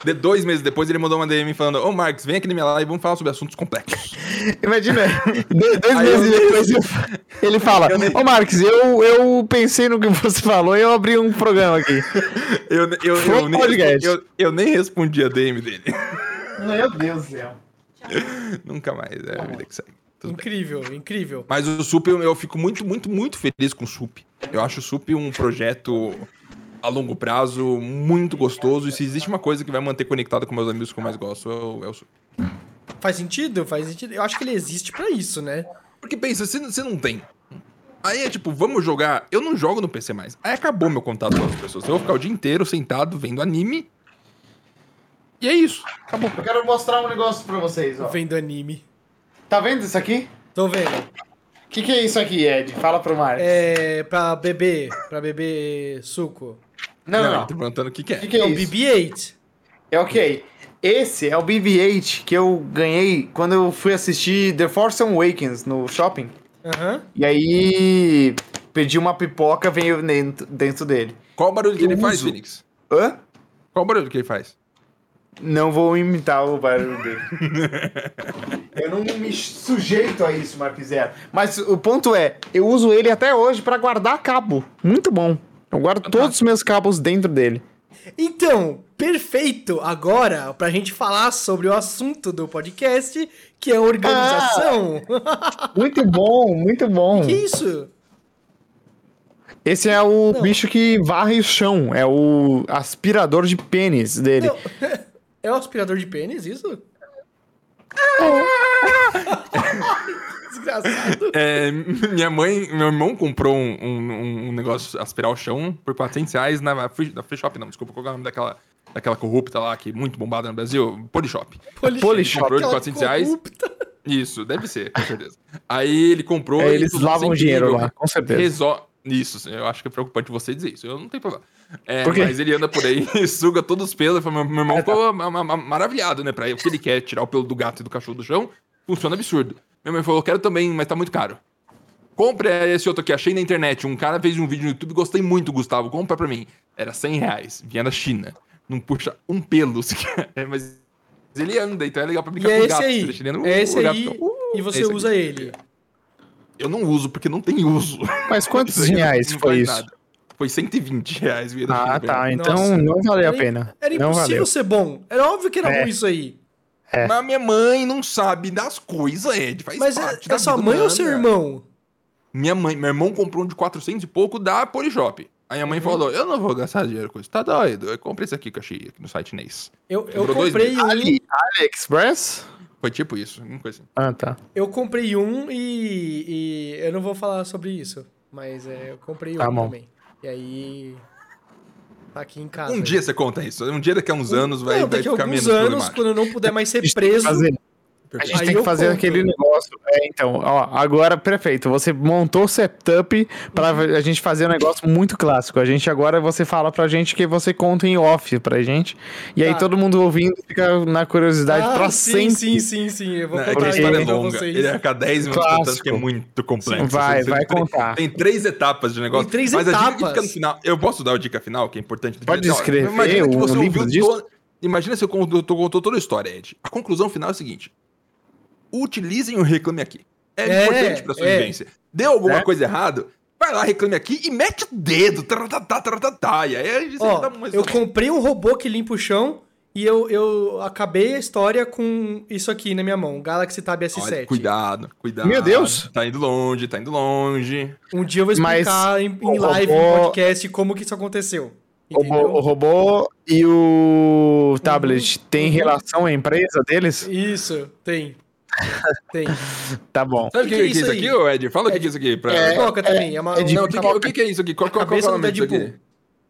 Speaker 4: De dois meses depois, ele mandou uma DM falando: Ô, Marcos, vem aqui na minha live e vamos falar sobre assuntos complexos.
Speaker 3: Imagina, do- dois
Speaker 4: Aí eu
Speaker 3: meses
Speaker 4: nem-
Speaker 3: depois eu- ele fala: Ô Marques, eu, eu pensei no que você falou e eu abri um programa aqui.
Speaker 4: Eu, eu, eu,
Speaker 3: Foi
Speaker 4: nem,
Speaker 3: podcast.
Speaker 4: eu, eu nem respondi a DM dele.
Speaker 3: Meu Deus do céu.
Speaker 4: Nunca mais, é
Speaker 3: Tá
Speaker 4: a vida que segue. Tudo bem.
Speaker 2: Incrível, incrível.
Speaker 4: Mas o SUP, eu eu fico muito, muito, muito feliz com o SUP. Eu acho o SUP um projeto a longo prazo muito gostoso. E se existe uma coisa que vai manter conectado com meus amigos que eu mais gosto, é o, é o SUP.
Speaker 2: Faz sentido? Faz sentido. Eu acho que ele existe pra isso, né?
Speaker 4: Porque pensa, você você não tem. Aí é tipo, vamos jogar. Eu não jogo no PC mais. Aí acabou meu contato com as pessoas. Eu vou ficar o dia inteiro sentado vendo anime. E é isso. Acabou.
Speaker 3: Eu quero mostrar um negócio pra vocês, ó.
Speaker 2: Vendo anime.
Speaker 3: Tá vendo isso aqui?
Speaker 2: Tô vendo.
Speaker 3: O que, que é isso aqui, Ed? Fala pro Marcos.
Speaker 2: É. Pra beber. Pra beber suco.
Speaker 3: Não, não,
Speaker 4: ele
Speaker 3: não.
Speaker 4: tá perguntando o que, que
Speaker 3: O que,
Speaker 4: é.
Speaker 3: que
Speaker 2: É
Speaker 3: é
Speaker 2: o
Speaker 3: isso?
Speaker 2: BB-8.
Speaker 3: É ok. Esse é o BB-8 que eu ganhei quando eu fui assistir The Force Awakens no shopping.
Speaker 2: Aham.
Speaker 3: E aí pedi uma pipoca, veio dentro, dentro dele.
Speaker 4: Qual o barulho que
Speaker 3: é? Eu
Speaker 4: ele faz,
Speaker 3: uso.
Speaker 4: Phoenix?
Speaker 3: Hã?
Speaker 4: Qual o barulho que ele faz?
Speaker 3: Não vou imitar o barulho dele. eu não me sujeito a isso, Mark Zero. Mas o ponto é, eu uso ele até hoje pra guardar cabo. Muito bom. Eu guardo todos os meus cabos dentro dele.
Speaker 2: Então, perfeito. Agora, pra gente falar sobre o assunto do podcast, que é organização.
Speaker 3: Ah! Muito bom, muito bom.
Speaker 2: que isso?
Speaker 3: Esse é o
Speaker 2: Não.
Speaker 3: bicho que varre o chão. É o aspirador de pênis dele.
Speaker 2: Não. É o aspirador de pênis, isso? Desgraçado.
Speaker 4: É, minha mãe, meu irmão comprou um, um, um negócio aspirar o chão por 400 reais na Free, na Free Shop, não, desculpa, qual é o nome daquela, daquela corrupta lá que é muito bombada no Brasil? Polishop.
Speaker 3: Polishop.
Speaker 4: Comprou de
Speaker 2: Aquela
Speaker 4: 400 reais.
Speaker 2: corrupta.
Speaker 4: Isso, deve ser, com certeza. Aí ele comprou.
Speaker 3: É,
Speaker 4: e
Speaker 3: eles
Speaker 4: tudo, isso
Speaker 3: lavam
Speaker 4: é
Speaker 3: dinheiro
Speaker 4: incrível.
Speaker 3: lá, com certeza.
Speaker 4: Resol... Isso, eu acho que é preocupante você dizer isso. Eu não tenho problema. É,
Speaker 3: Por quê?
Speaker 4: mas ele anda por aí e suga todos os pelos. Meu, meu
Speaker 2: Ah,
Speaker 4: irmão
Speaker 2: tá.
Speaker 4: ficou ma- ma- ma- maravilhado, né? Pra ele, porque ele quer tirar o pelo do gato e do cachorro do chão. Funciona absurdo. Minha mãe falou: quero também, mas tá muito caro. Compre esse outro aqui, achei na internet. Um cara fez um vídeo no YouTube, gostei muito, Gustavo. Compra pra mim. Era 100 reais, vinha da China. Não puxa um pelo sequer. É, mas ele anda, então é legal pra
Speaker 2: E
Speaker 4: brincar
Speaker 2: é
Speaker 4: com
Speaker 2: esse
Speaker 4: gato.
Speaker 2: aí.
Speaker 4: você deixa ele no-
Speaker 2: É esse
Speaker 4: o gato
Speaker 2: aí.
Speaker 4: fica, "Uh",
Speaker 2: E você
Speaker 4: esse aqui.
Speaker 2: usa ele.
Speaker 4: Eu não uso, porque não tem uso.
Speaker 3: Mas quantos
Speaker 4: Isso aí não-
Speaker 3: reais
Speaker 4: não
Speaker 3: Ah, foi
Speaker 4: faz
Speaker 3: isso?
Speaker 4: nada. Foi 120 reais. vinha da
Speaker 3: Ah,
Speaker 4: China pra mim.
Speaker 3: tá. Então
Speaker 2: Nossa.
Speaker 3: não valeu a
Speaker 2: Era-
Speaker 3: pena.
Speaker 2: Era
Speaker 3: não
Speaker 2: impossível
Speaker 3: valeu.
Speaker 2: ser bom. Era óbvio que era
Speaker 3: É.
Speaker 2: bom isso aí.
Speaker 4: Mas minha mãe não sabe das coisas, Ed. Faz
Speaker 2: Mas
Speaker 4: parte
Speaker 2: é,
Speaker 4: da
Speaker 2: é sua
Speaker 4: vida
Speaker 2: mãe ou seu
Speaker 4: humana.
Speaker 2: irmão?
Speaker 4: Minha mãe, meu irmão comprou um de 400 e pouco da Polishop. Aí a mãe
Speaker 2: Uhum.
Speaker 4: falou: Eu não vou gastar dinheiro com isso. Tá doido. Eu comprei esse aqui que eu achei aqui no site chinês.
Speaker 2: Eu, eu
Speaker 4: Comprou dois
Speaker 2: comprei um,
Speaker 3: Ali, AliExpress?
Speaker 4: Foi tipo isso, uma coisa assim.
Speaker 3: Ah, tá.
Speaker 2: eu comprei um e, e eu não vou falar sobre isso, mas é, eu comprei
Speaker 3: Tá
Speaker 2: um
Speaker 3: bom.
Speaker 2: também. E aí tá aqui em casa.
Speaker 4: um dia você conta isso. Um dia daqui a uns anos vai,
Speaker 2: não,
Speaker 4: vai
Speaker 2: daqui a
Speaker 4: ficar
Speaker 2: alguns
Speaker 4: menos
Speaker 2: anos,
Speaker 4: problemático.
Speaker 2: quando eu não puder mais ser preso,
Speaker 3: Fazer. A gente
Speaker 2: Aí
Speaker 3: tem
Speaker 2: eu
Speaker 3: que fazer
Speaker 2: compro.
Speaker 3: aquele negócio. É, então, ó, agora, perfeito. Você montou o setup pra
Speaker 2: Uhum.
Speaker 3: a gente fazer um negócio muito clássico. A gente agora você fala pra gente que você conta em off pra gente. E aí
Speaker 2: Tá.
Speaker 3: todo mundo ouvindo fica na curiosidade
Speaker 2: Ah,
Speaker 3: pra
Speaker 2: sim,
Speaker 3: sempre.
Speaker 2: sim, sim, sim. Eu vou
Speaker 4: Não, é que
Speaker 2: contar
Speaker 4: a
Speaker 2: a
Speaker 4: história é
Speaker 2: história pra
Speaker 4: longa.
Speaker 2: vocês.
Speaker 4: Ele é ficar 10 minutos contando,
Speaker 3: Clássico.
Speaker 4: que é muito complexo.
Speaker 3: Vai, vai
Speaker 4: tem-
Speaker 3: contar.
Speaker 4: Ah. Tem três etapas de negócio.
Speaker 2: Tem três
Speaker 4: mas a dica que
Speaker 2: etapas.
Speaker 4: fica no final. Eu posso dar a dica final, que é importante. do
Speaker 3: Pode
Speaker 4: dia? Não,
Speaker 3: escrever
Speaker 4: imagina que
Speaker 3: um
Speaker 4: você
Speaker 3: livro
Speaker 4: ouviu
Speaker 3: disso?
Speaker 4: toda- Imagina se eu conto- eu tô- contou toda a história, Ed. A conclusão final é a seguinte: utilizem o Reclame Aqui. É,
Speaker 2: É,
Speaker 4: importante pra sua
Speaker 2: é.
Speaker 4: vivência. Deu alguma
Speaker 3: É.
Speaker 4: coisa errada? Vai lá, reclame aqui e mete o dedo. Taratata, taratata, e aí você
Speaker 2: Ó,
Speaker 4: dá um
Speaker 2: eu
Speaker 4: resultado.
Speaker 2: comprei um robô que limpa o chão e eu, eu acabei a história com isso aqui na minha mão, um Galaxy Tab S7.
Speaker 4: Olha, Cuidado, cuidado.
Speaker 3: Meu Deus.
Speaker 4: Tá indo longe, tá indo longe.
Speaker 2: Um dia eu vou
Speaker 3: Mas
Speaker 2: explicar em, em
Speaker 3: o
Speaker 2: live,
Speaker 3: robô-
Speaker 2: em podcast, como que isso aconteceu.
Speaker 3: O,
Speaker 2: Entendeu?
Speaker 3: bo- o robô e o tablet tem
Speaker 2: uhum.
Speaker 3: relação à empresa deles?
Speaker 2: Isso, tem. Tem.
Speaker 3: Tá bom.
Speaker 4: Sabe o
Speaker 2: Que
Speaker 4: que,
Speaker 2: que é
Speaker 4: é
Speaker 2: isso
Speaker 4: isso
Speaker 2: aí?
Speaker 4: aqui, ô Ed? Fala o que que é isso aqui. Pra...
Speaker 2: É, pipoca também. É uma,
Speaker 3: é de-
Speaker 4: Não,
Speaker 2: uma
Speaker 4: o que, que-
Speaker 2: pipoca.
Speaker 4: o que, que é isso aqui? Qual, qual, qual é
Speaker 2: Cabeça
Speaker 4: o
Speaker 2: do
Speaker 4: nome disso
Speaker 2: Deadpool.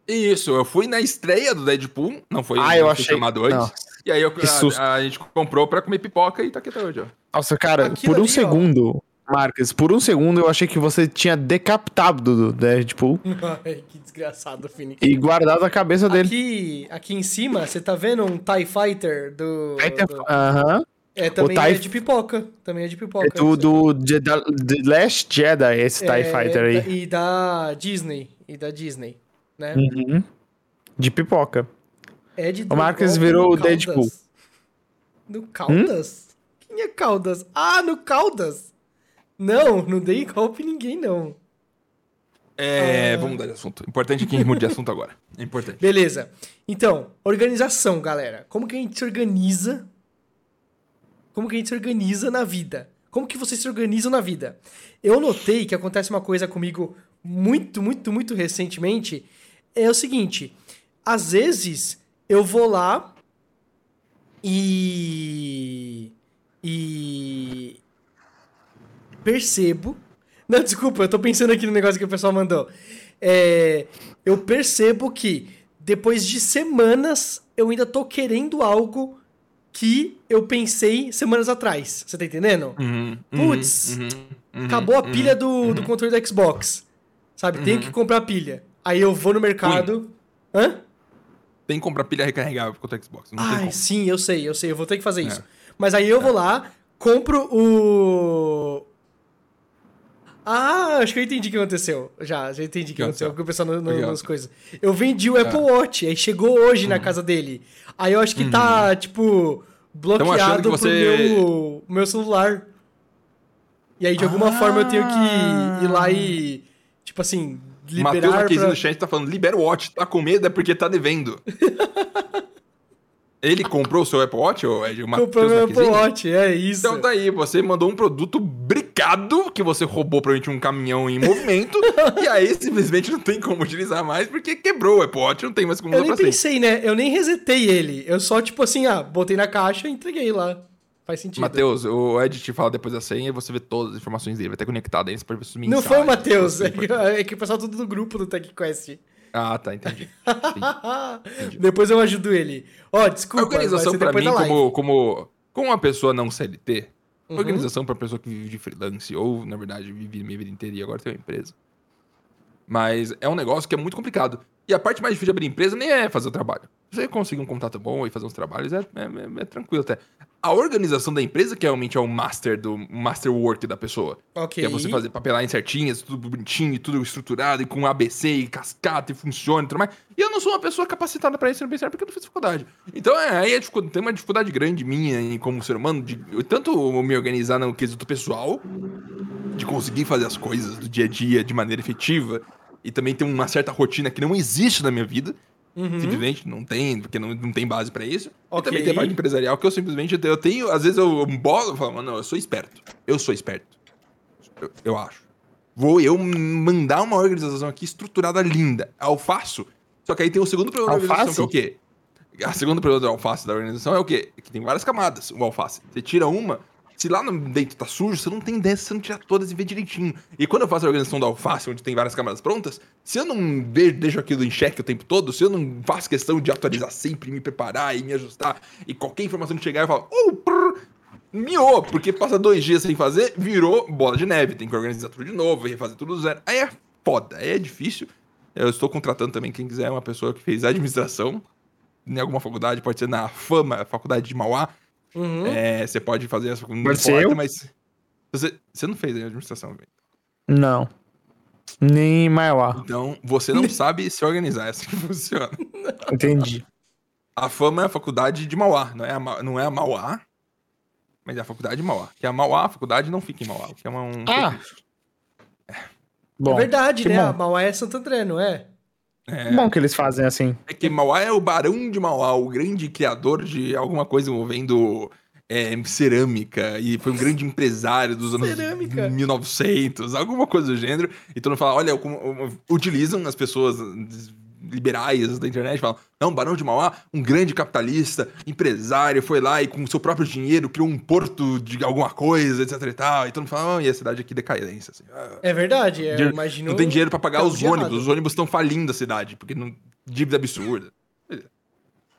Speaker 4: aqui? Isso, eu fui na estreia do Deadpool, não foi
Speaker 3: Ah,
Speaker 4: não
Speaker 3: eu
Speaker 4: fui
Speaker 3: achei-
Speaker 4: chamado antes.
Speaker 3: não.
Speaker 4: E aí eu-
Speaker 3: Que
Speaker 4: a-
Speaker 3: susto.
Speaker 4: a, gente comprou pra comer pipoca e tá aqui até hoje, ó.
Speaker 3: Nossa, cara,
Speaker 2: Aquilo
Speaker 3: por um
Speaker 2: ali, ó.
Speaker 3: segundo, Marcos, por um segundo eu achei que você tinha decapitado do Deadpool
Speaker 2: Ai, que desgraçado, Fini.
Speaker 3: e guardado a cabeça dele.
Speaker 2: Aqui, aqui em cima, você tá vendo um TIE Fighter do.
Speaker 3: Aí tem-
Speaker 2: do-
Speaker 3: Aham.
Speaker 2: é, também
Speaker 3: TIE
Speaker 2: é de pipoca. Também é de pipoca.
Speaker 3: É do, do Je- da- The Last Jedi, esse TIE
Speaker 2: É,
Speaker 3: Fighter aí.
Speaker 2: da- E da Disney. E da Disney. Né?
Speaker 3: Uhum. De pipoca.
Speaker 2: É de
Speaker 3: O Marcos
Speaker 2: Dragon
Speaker 3: virou
Speaker 2: no
Speaker 3: o Deadpool. Hum?
Speaker 2: Caldas. No Caldas? Quem é Caldas? Ah, no Caldas! Não, não dei golpe em ninguém, não. Ah.
Speaker 4: É, vamos mudar de assunto. Importante que a gente mude de assunto agora. É importante.
Speaker 2: Beleza. Então, organização, galera. Como que a gente se organiza Como que a gente se organiza na vida? Como que vocês se organizam na vida? Eu notei que acontece uma coisa comigo muito, muito, muito recentemente. É o seguinte: às vezes eu vou lá e. E. Percebo. Não, desculpa, eu tô pensando aqui no negócio que o pessoal mandou. É, eu percebo que depois de semanas eu ainda tô querendo algo que eu pensei semanas atrás. Você tá entendendo?
Speaker 4: Uhum,
Speaker 2: Putz,
Speaker 4: uhum, uhum,
Speaker 2: Acabou a
Speaker 4: uhum.
Speaker 2: pilha do, do controle do Xbox. Sabe? Tenho que comprar a pilha. Aí eu vou no mercado. Hã?
Speaker 4: Tem que comprar pilha recarregável contra o Xbox. Não tem
Speaker 2: Ai,
Speaker 4: como.
Speaker 2: sim, eu sei, eu sei, eu vou ter que fazer
Speaker 4: É.
Speaker 2: isso. Mas aí eu vou lá, compro o. Ah, acho que eu entendi o que aconteceu. Já, já entendi o que
Speaker 4: Já,
Speaker 2: aconteceu,
Speaker 4: já.
Speaker 2: porque o pessoal não- não-
Speaker 4: Obrigado.
Speaker 2: nas coisas. Eu vendi
Speaker 4: É.
Speaker 2: o Apple Watch, aí chegou hoje
Speaker 4: Uhum.
Speaker 2: na casa dele. Aí eu acho que tá, tipo,
Speaker 4: achando
Speaker 2: bloqueado
Speaker 4: que
Speaker 2: pro
Speaker 4: você-
Speaker 2: meu, meu celular. E aí, de alguma forma, eu tenho que ir lá e, tipo assim,
Speaker 4: Matheus
Speaker 2: liberar.
Speaker 4: Ah. Marquezine
Speaker 2: Pra...
Speaker 4: no chat tá falando, libera o Watch, tá com medo é porque tá devendo. Ele comprou o seu Apple Watch, ou é de Matheus
Speaker 2: Comprou meu Apple
Speaker 4: Marquezine?
Speaker 2: Watch, é isso.
Speaker 4: Então daí, você mandou um produto bricado, que você roubou provavelmente um caminhão em movimento, e aí simplesmente não tem como utilizar mais, porque quebrou o Apple Watch, não tem mais como usar
Speaker 2: Eu nem
Speaker 4: pra sempre.
Speaker 2: pensei, né? Eu nem resetei ele. Eu só, tipo assim, ah, botei na caixa e entreguei lá. Faz sentido.
Speaker 4: Matheus, o Ed te fala depois da senha e você vê todas as informações dele, vai estar conectado aí, você pode ver suas
Speaker 2: Não
Speaker 4: mensagens,
Speaker 2: foi o Matheus,
Speaker 4: tudo
Speaker 2: é
Speaker 4: que
Speaker 2: que,
Speaker 4: foi.
Speaker 2: é que o pessoal todo do grupo do TechQuest.
Speaker 4: Ah, tá, entendi.
Speaker 2: depois eu ajudo ele. Ó,
Speaker 4: A
Speaker 2: desculpa, vai
Speaker 4: organização
Speaker 2: ser
Speaker 4: pra
Speaker 2: depois
Speaker 4: mim,
Speaker 2: da live.
Speaker 4: como, como, como uma pessoa não CLT, organização pra pessoa que vive de freelance, ou na verdade vive minha vida inteira e agora tem uma empresa. Mas é um negócio que é muito complicado. E a parte mais difícil de abrir empresa nem é fazer o trabalho. Você conseguir um contato bom e fazer uns trabalhos é, é- é- é tranquilo até. A organização da empresa que realmente é o master do masterwork da pessoa.
Speaker 2: Ok.
Speaker 4: Que é você fazer papelagem certinha, tudo bonitinho, tudo estruturado, e com ABC e cascata e funciona e tudo mais. E eu não sou uma pessoa capacitada pra isso no PCR porque eu não fiz faculdade. Então é, aí é dificu- tem uma dificuldade grande minha em, como ser humano, de eu tanto me organizar no quesito pessoal, de conseguir fazer as coisas do dia a dia de maneira efetiva, e também ter uma certa rotina que não existe na minha vida. Simplesmente não tem, porque não, não tem base pra isso.
Speaker 2: Uhum.
Speaker 4: E
Speaker 2: Ok.
Speaker 4: também tem a parte empresarial que eu simplesmente eu tenho, às vezes eu bolo e falo, mano, eu sou esperto. Eu sou esperto. Eu, eu acho. Vou eu mandar uma organização aqui estruturada linda. Alfaço. Só que aí tem o segundo problema da
Speaker 3: Alface?
Speaker 4: organização, que é o quê? A segunda pergunta do alface da organização é o quê? Que tem várias camadas, o alface. Você tira uma, se lá no dentro tá sujo, você não tem ideia se você não tirar todas e ver direitinho. E quando eu faço a organização do alface, onde tem várias camadas prontas, se eu não vejo, deixo aquilo em xeque o tempo todo, se eu não faço questão de atualizar sempre, me preparar e me ajustar, e qualquer informação que chegar eu falo, oh, prrr, miou, porque passa dois dias sem fazer, virou bola de neve, tem que organizar tudo de novo, refazer tudo do zero. Aí é foda, aí é difícil. Eu estou contratando também, quem quiser, uma pessoa que fez administração, em alguma faculdade, pode ser na Fama, faculdade de Mauá.
Speaker 2: Uhum.
Speaker 4: É, você pode fazer essa não
Speaker 3: Hum? Pode ser
Speaker 4: importa,
Speaker 3: eu?
Speaker 4: mas. Você, você não fez administração, velho.
Speaker 3: Não. Nem Maior.
Speaker 4: Então, você não sabe se organizar, é assim que funciona.
Speaker 3: Entendi.
Speaker 4: A Fama é a faculdade de Mauá, não é a, Ma- não é a Mauá, mas é a faculdade de Mauá. Que a Mauá, a faculdade não fica em Mauá, que é uma- um
Speaker 3: Ah! Bom,
Speaker 2: é verdade,
Speaker 3: que
Speaker 2: né?
Speaker 3: bom.
Speaker 2: A Mauá é Santo André, não é?
Speaker 3: bom que eles fazem assim.
Speaker 4: É que Mauá é o barão de Mauá, o grande criador de alguma coisa envolvendo é, cerâmica, e foi um grande empresário dos anos
Speaker 2: Cerâmica.
Speaker 4: 1900, alguma coisa do gênero. E todo mundo fala, olha, como- como- utilizam as pessoas liberais da internet, falam, não, Barão de Mauá, um grande capitalista, empresário, foi lá e com o seu próprio dinheiro criou um porto de alguma coisa, etc e tal. E todo mundo fala, "Ah, e a cidade aqui decadência, assim. ah,
Speaker 2: É verdade, é, eu
Speaker 4: Dinheiro-
Speaker 2: imagino.
Speaker 4: não tem dinheiro pra pagar
Speaker 2: tá
Speaker 4: os
Speaker 2: de
Speaker 4: ônibus.
Speaker 2: errado.
Speaker 4: Os ônibus estão falindo a cidade, porque não... dívida absurda.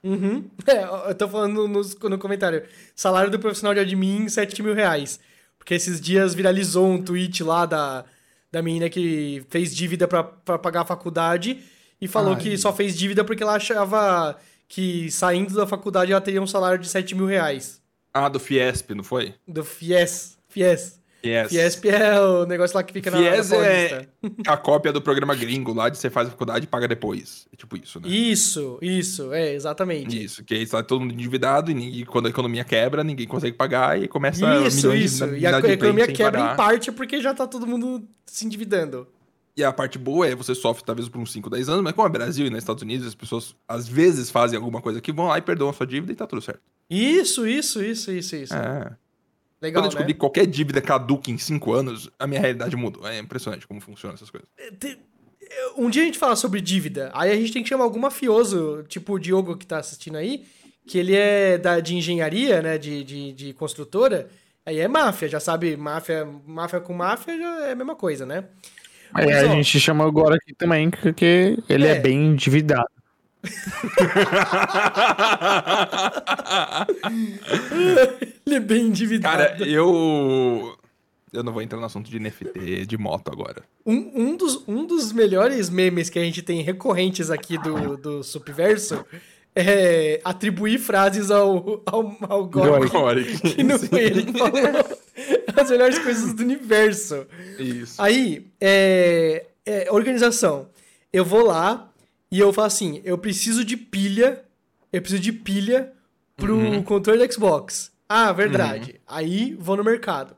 Speaker 2: Uhum. É, eu tô falando nos- no, comentário. Salário do profissional de admin, 7 mil reais. Porque esses dias viralizou um tweet lá da, da menina que fez dívida pra, pra pagar a faculdade e falou que só fez dívida porque ela achava que saindo da faculdade ela teria um salário de 7 mil reais.
Speaker 4: Ah, do Fiesp, não foi?
Speaker 2: Do Fies. Fies.
Speaker 4: Fiesp.
Speaker 2: Fiesp é o negócio lá que fica na, na
Speaker 4: Fies é
Speaker 2: Paulista.
Speaker 4: a cópia do programa gringo lá de você faz a faculdade e paga depois. É tipo isso, né?
Speaker 2: Isso, isso, é, exatamente.
Speaker 4: Isso, que aí está todo mundo endividado e ninguém- quando a economia quebra, ninguém consegue pagar e começa
Speaker 2: Isso,
Speaker 4: milhões de
Speaker 2: isso.
Speaker 4: na-
Speaker 2: E a
Speaker 4: inadimplentes
Speaker 2: economia
Speaker 4: sem
Speaker 2: quebra
Speaker 4: parar.
Speaker 2: em parte porque já tá todo mundo se endividando.
Speaker 4: E a parte boa é você sofre talvez por uns 5, 10 anos, mas como é Brasil e nos Estados Unidos, as pessoas às vezes fazem alguma coisa que vão lá e perdoam a sua dívida e tá tudo certo.
Speaker 2: Isso, isso, isso, isso, isso.
Speaker 4: É.
Speaker 2: Legal,
Speaker 4: Quando eu descobri
Speaker 2: né?
Speaker 4: que qualquer dívida caduca em 5 anos, a minha realidade mudou. É impressionante como funcionam essas coisas.
Speaker 2: né? Te- Um dia a gente fala sobre dívida, aí a gente tem que chamar algum mafioso, tipo o Diogo que tá assistindo aí, que ele é da, de engenharia, né, de, de, de construtora, aí é máfia, já sabe, máfia, máfia com máfia já é a mesma coisa, né?
Speaker 3: É,
Speaker 2: Mas,
Speaker 3: a
Speaker 2: ó,
Speaker 3: gente chama agora aqui também, porque ele é,
Speaker 2: É.
Speaker 3: bem endividado.
Speaker 2: Ele é bem endividado.
Speaker 4: Cara, eu. Eu não vou entrar no assunto de NFT de moto agora.
Speaker 2: Um, um, dos, um dos melhores memes que a gente tem recorrentes aqui do, do Subverso é atribuir frases ao, ao, ao Gore,
Speaker 4: Agora.
Speaker 2: que não foi ele que falou É as melhores coisas do universo.
Speaker 4: Isso.
Speaker 2: Aí, é, é, organização. Eu vou lá e eu falo assim: eu preciso de pilha. Eu preciso de pilha pro
Speaker 4: Uhum.
Speaker 2: controle do Xbox. Ah, verdade. Aí vou no mercado.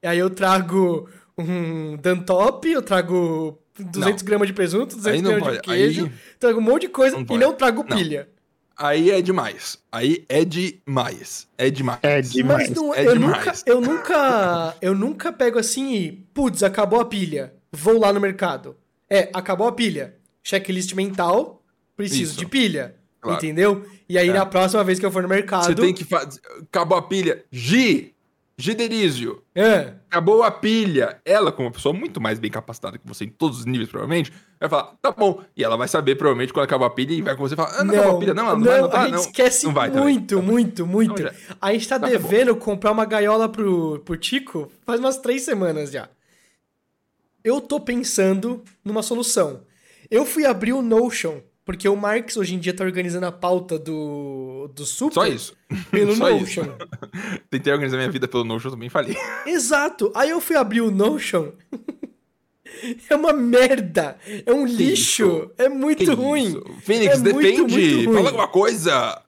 Speaker 2: E aí eu trago um Dantop, eu trago 200 gramas de presunto, 200
Speaker 4: Aí não
Speaker 2: gramas de
Speaker 4: pode. Aí-
Speaker 2: queijo, trago um monte de coisa
Speaker 4: Não
Speaker 2: e
Speaker 4: pode.
Speaker 2: não trago
Speaker 4: Não.
Speaker 2: pilha.
Speaker 4: Aí é demais. Aí é demais. É demais.
Speaker 3: É demais.
Speaker 2: Mas não,
Speaker 4: É
Speaker 2: eu,
Speaker 4: demais.
Speaker 2: nunca, eu nunca. Eu nunca pego assim e. Putz, acabou a pilha. Vou lá no mercado. É, acabou a pilha. Checklist mental, preciso
Speaker 4: Isso.
Speaker 2: de pilha.
Speaker 4: Claro. É.
Speaker 2: Entendeu? E aí, na próxima vez que eu for no mercado.
Speaker 4: Você tem que fazer. Acabou a pilha. Gi! Gi Derizio.
Speaker 2: É,
Speaker 4: Acabou a pilha. Ela, como uma pessoa muito mais bem capacitada que você em todos os níveis, provavelmente, vai falar, tá bom. E ela vai saber, provavelmente, quando acabar a pilha e vai com você e falar, ah, não, acabou a pilha. Não, ela não, vai anotar,
Speaker 2: a gente
Speaker 4: não.
Speaker 2: esquece
Speaker 4: não vai tá também.
Speaker 2: muito, muito, muito.
Speaker 4: Então
Speaker 2: A gente tá
Speaker 4: Tá bom.
Speaker 2: devendo comprar uma gaiola pro, pro Tico faz umas três semanas já. Eu tô pensando numa solução. Eu fui abrir o Notion, porque o Marx hoje em dia tá organizando a pauta do, do Super
Speaker 4: Só isso.
Speaker 2: pelo
Speaker 4: Só
Speaker 2: Notion.
Speaker 4: isso. Tentei organizar minha vida pelo Notion, também falei.
Speaker 2: Exato. Aí eu fui abrir o Notion. é uma merda. É um lixo. É muito ruim.
Speaker 4: Phoenix,
Speaker 2: É muito,
Speaker 4: depende.
Speaker 2: muito ruim.
Speaker 4: Fala alguma coisa.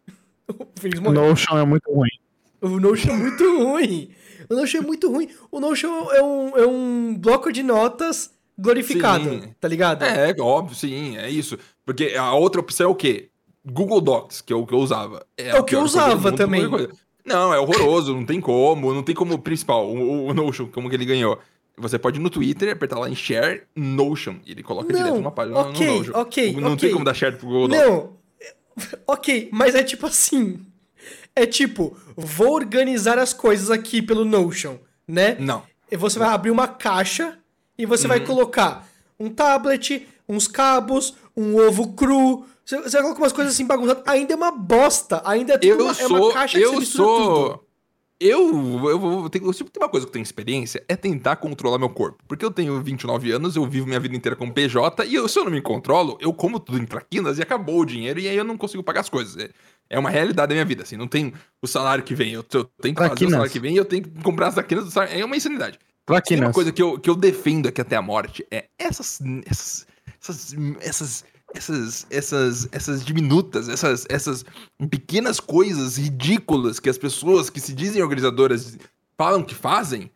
Speaker 2: O Feliz
Speaker 3: O
Speaker 2: morreu.
Speaker 3: Notion é muito ruim.
Speaker 2: O Notion é muito ruim. O Notion é muito ruim. O Notion é um, é um bloco de notas glorificado,
Speaker 4: Sim.
Speaker 2: tá ligado?
Speaker 4: É, é óbvio, sim, é isso. Porque a outra opção é o quê? Google Docs, que é um o que eu usava.
Speaker 2: É o
Speaker 4: a
Speaker 2: que eu
Speaker 4: pior coisa do
Speaker 2: usava
Speaker 4: mundo,
Speaker 2: também.
Speaker 4: qualquer coisa. Não, é horroroso, não tem como, não tem como principal. O, o Notion, como que ele ganhou? Você pode ir no Twitter, apertar lá em Share Notion, e ele coloca
Speaker 2: Não,
Speaker 4: direto numa página no-
Speaker 2: ok,
Speaker 4: no Notion.
Speaker 2: ok,
Speaker 4: não
Speaker 2: ok.
Speaker 4: tem como dar share pro Google Docs.
Speaker 2: Não, ok, mas é tipo assim. É tipo, vou organizar as coisas aqui pelo Notion, né?
Speaker 4: Não. Uhum.
Speaker 2: E você vai abrir uma caixa e você vai colocar um tablet, uns cabos, um ovo cru. Você, você vai colocar umas coisas assim bagunçadas. Ainda é uma bosta. Ainda é, tudo
Speaker 4: Eu
Speaker 2: uma, é
Speaker 4: sou.
Speaker 2: uma caixa que você
Speaker 4: eu
Speaker 2: mistura tudo.
Speaker 4: sou. Eu, eu vou. Tem, se tem uma coisa que eu tenho experiência, é tentar controlar meu corpo. Porque eu tenho 29 anos, eu vivo minha vida inteira com PJ, e eu- se eu não me controlo, eu como tudo em traquinas e acabou o dinheiro, e aí eu não consigo pagar as coisas. É, é uma realidade da minha vida, assim. Não tem o salário que vem, eu, eu tenho que fazer o
Speaker 3: Traquinas.
Speaker 4: salário que vem, eu tenho que comprar as traquinas do salário. É uma insanidade. Tem
Speaker 3: Traquinas.
Speaker 4: uma coisa que eu, que eu defendo aqui até a morte é essas. essas. essas. essas. essas, essas, essas diminutas, essas, essas pequenas coisas ridículas que as pessoas que se dizem organizadoras falam que fazem.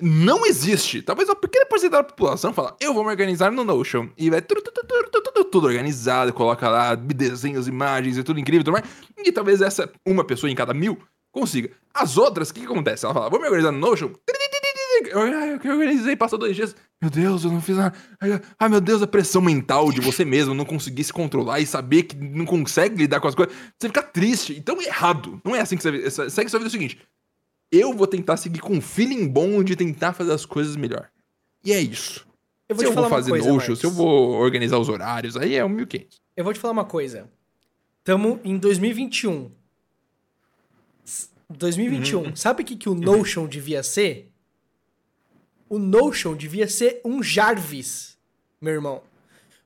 Speaker 4: Não existe. Talvez uma pequena porcentagem da população fala, eu vou me organizar no Notion. E vai tudo, tudo, tudo, tudo, tudo, tudo organizado, coloca lá desenhos, imagens e tudo incrível e tudo mais. E talvez essa, uma pessoa em cada mil, consiga. As outras, o que, que acontece? Ela fala, vou me organizar no Notion. Eu, eu, eu organizei, passou dois dias. Meu Deus, eu não fiz nada. Ai, Ai, meu Deus, a pressão mental de você mesmo não conseguir se controlar e saber que não consegue lidar com as coisas. Você fica triste. Então é errado. Não é assim que você. vê- essa- Segue sua vida o seguinte: eu vou tentar seguir com um feeling bom de tentar fazer as coisas melhor. E é isso.
Speaker 2: Eu vou
Speaker 4: se
Speaker 2: te
Speaker 4: eu
Speaker 2: falar
Speaker 4: vou
Speaker 2: uma
Speaker 4: fazer
Speaker 2: coisa,
Speaker 4: notion,
Speaker 2: Marcos.
Speaker 4: se eu vou organizar os horários, aí é um 1500.
Speaker 2: Eu vou te falar uma coisa. Tamo em 2021. S- 2021.
Speaker 3: Uhum.
Speaker 2: Sabe o que, que o Notion devia ser? O Notion devia ser um Jarvis, meu irmão.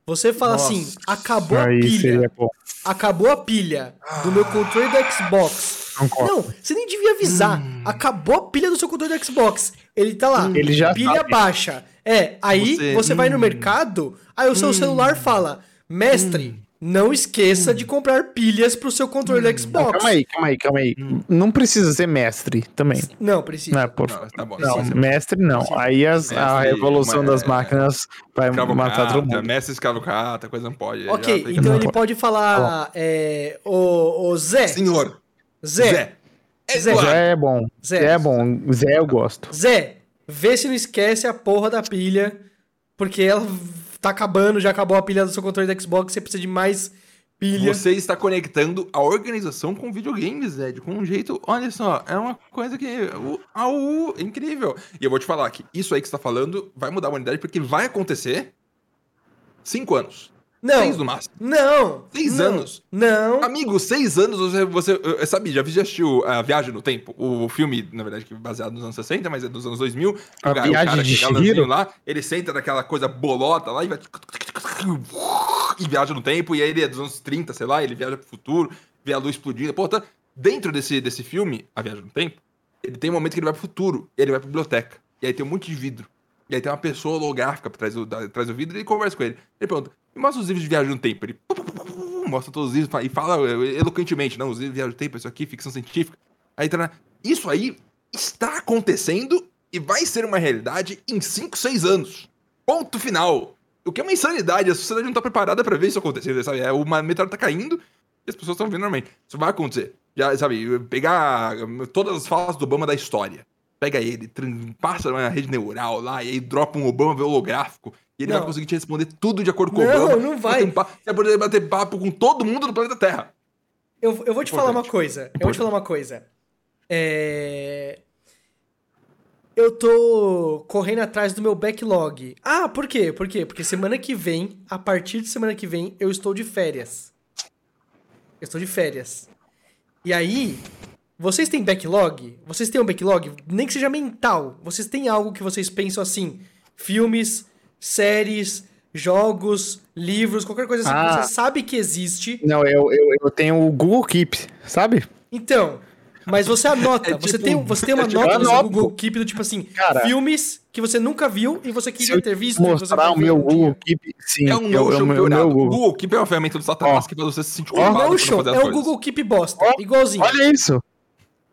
Speaker 2: Você fala assim, acabou a
Speaker 3: Aí
Speaker 2: pilha.
Speaker 3: seria bom.
Speaker 2: Acabou a pilha do meu controle do Xbox.
Speaker 3: Concordo.
Speaker 2: Não, você nem devia avisar. Acabou a pilha do seu controle do Xbox. Ele tá lá.
Speaker 3: Hum. Ele já
Speaker 2: pilha
Speaker 3: sabe. Hum.
Speaker 2: baixa. É, aí você,
Speaker 4: Você-
Speaker 2: vai no mercado, aí o seu celular fala:
Speaker 3: Hum.
Speaker 2: "Mestre, não esqueça de comprar pilhas pro seu controle do Xbox".
Speaker 3: Calma aí, calma aí, calma aí. Não precisa ser mestre também.
Speaker 2: Não, precisa.
Speaker 3: Né, por...
Speaker 4: Não, tá bom.
Speaker 3: Não,
Speaker 4: Sim, sim.
Speaker 3: mestre não. Aí as- a
Speaker 4: Mestre,
Speaker 3: revolução
Speaker 4: mas-
Speaker 3: das máquinas vai é um matar todo
Speaker 4: Escravocrata,
Speaker 3: mundo.
Speaker 4: mestre escravocrata, coisa não pode.
Speaker 2: OK,
Speaker 4: já tem que-
Speaker 3: Tá
Speaker 2: então ele
Speaker 3: Não.
Speaker 2: pode falar é, o, o Zé,
Speaker 4: Senhor,
Speaker 2: Zé,
Speaker 4: Zé,
Speaker 2: Zé,
Speaker 3: Zé é bom.
Speaker 2: Zé.
Speaker 3: Zé é bom. Zé eu gosto.
Speaker 2: Zé, vê se não esquece a porra da pilha, porque ela tá acabando, já acabou a pilha do seu controle do Xbox, você precisa de mais pilha.
Speaker 4: Você está conectando a organização com videogames, Zed, com um jeito. Olha só, é uma coisa que. u- Au, é incrível. E eu vou te falar que isso aí que você está falando vai mudar a humanidade, porque vai acontecer. Cinco anos.
Speaker 2: Não.
Speaker 4: Seis no máximo.
Speaker 2: Não.
Speaker 4: Seis
Speaker 2: não,
Speaker 4: anos.
Speaker 2: Não.
Speaker 4: Amigo, seis anos você. você eh, sabe, já, já assistiu a Viagem no Tempo? O filme, na verdade, que é baseado nos anos 60, mas é dos anos 2000. que
Speaker 3: A
Speaker 4: o cara- o
Speaker 3: Viagem
Speaker 4: cara
Speaker 3: de
Speaker 4: que é galãzinho
Speaker 3: Chihiro?
Speaker 4: lá, ele senta naquela coisa bolota lá e vai. E viaja no tempo, e aí ele é dos anos 30, sei lá, ele viaja pro futuro, vê a luz explodindo. Pô, tá. Dentro desse, desse filme, A Viagem no Tempo, ele tem um momento que ele vai pro futuro, e ele vai pra biblioteca. E aí tem um monte de vidro. E aí tem uma pessoa holográfica por trás do, da- atrás do vidro e ele conversa com ele. Ele pergunta: me mostra os livros de viagem no tempo. Ele pu- pu- pu- pu- pu- mostra todos os livros fa- e fala eh, eloquentemente: não, os livros de viagem no tempo, isso aqui, ficção científica. Aí tá na... Isso aí está acontecendo e vai ser uma realidade em 5, 6 anos. Ponto final. O que é uma insanidade, a sociedade não tá preparada pra ver isso acontecer, sabe? É, uma meteoro tá caindo e as pessoas estão vendo normalmente. Isso vai acontecer. Já, sabe, pegar hum, todas as falas do Obama da história. Pega ele, tran- passa na rede neural lá e aí dropa um Obama holográfico. E ele
Speaker 2: Não.
Speaker 4: vai conseguir te responder tudo de acordo com o
Speaker 2: Não,
Speaker 4: Obama. um
Speaker 2: não vai.
Speaker 4: Você vai poder bater papo com todo mundo do planeta Terra.
Speaker 2: Eu, eu vou te falar uma
Speaker 4: Importante.
Speaker 2: coisa. Eu vou te falar uma coisa. É... Eu tô correndo atrás do meu backlog. Ah, por quê? Por quê? Porque semana que vem, a partir de semana que vem, eu estou de férias. Eu estou de férias. E aí, vocês têm backlog? Vocês têm um backlog? Nem que seja mental. Vocês têm algo que vocês pensam assim? Filmes, séries, jogos, livros, qualquer coisa assim
Speaker 3: Ah.
Speaker 2: que você sabe que existe.
Speaker 3: Não, eu, eu, eu tenho o Google Keep, sabe?
Speaker 2: Então, mas você anota.
Speaker 4: É
Speaker 2: você,
Speaker 4: tipo-
Speaker 2: tem, um, você tem uma
Speaker 3: é tipo,
Speaker 2: nota no seu
Speaker 3: anoto.
Speaker 2: Google Keep do tipo assim,
Speaker 3: Cara,
Speaker 2: filmes que você nunca viu e você
Speaker 3: Se
Speaker 2: queria
Speaker 3: eu
Speaker 2: ter visto. e você
Speaker 3: mostrar
Speaker 2: vai
Speaker 3: o
Speaker 2: ver
Speaker 3: meu
Speaker 2: um dia.
Speaker 3: Google Keep, sim,
Speaker 4: É
Speaker 3: eu,
Speaker 4: um
Speaker 3: eu,
Speaker 4: Notion
Speaker 3: eu, meu um
Speaker 4: piorado.
Speaker 3: Google.
Speaker 4: Google Keep é uma ferramenta do Satanás que faz você se sentir
Speaker 2: O
Speaker 4: culpado por não
Speaker 2: Notion
Speaker 4: fazer as
Speaker 2: é o
Speaker 4: coisas.
Speaker 2: Google Keep bosta.
Speaker 3: Ó,
Speaker 2: igualzinho.
Speaker 3: Olha isso,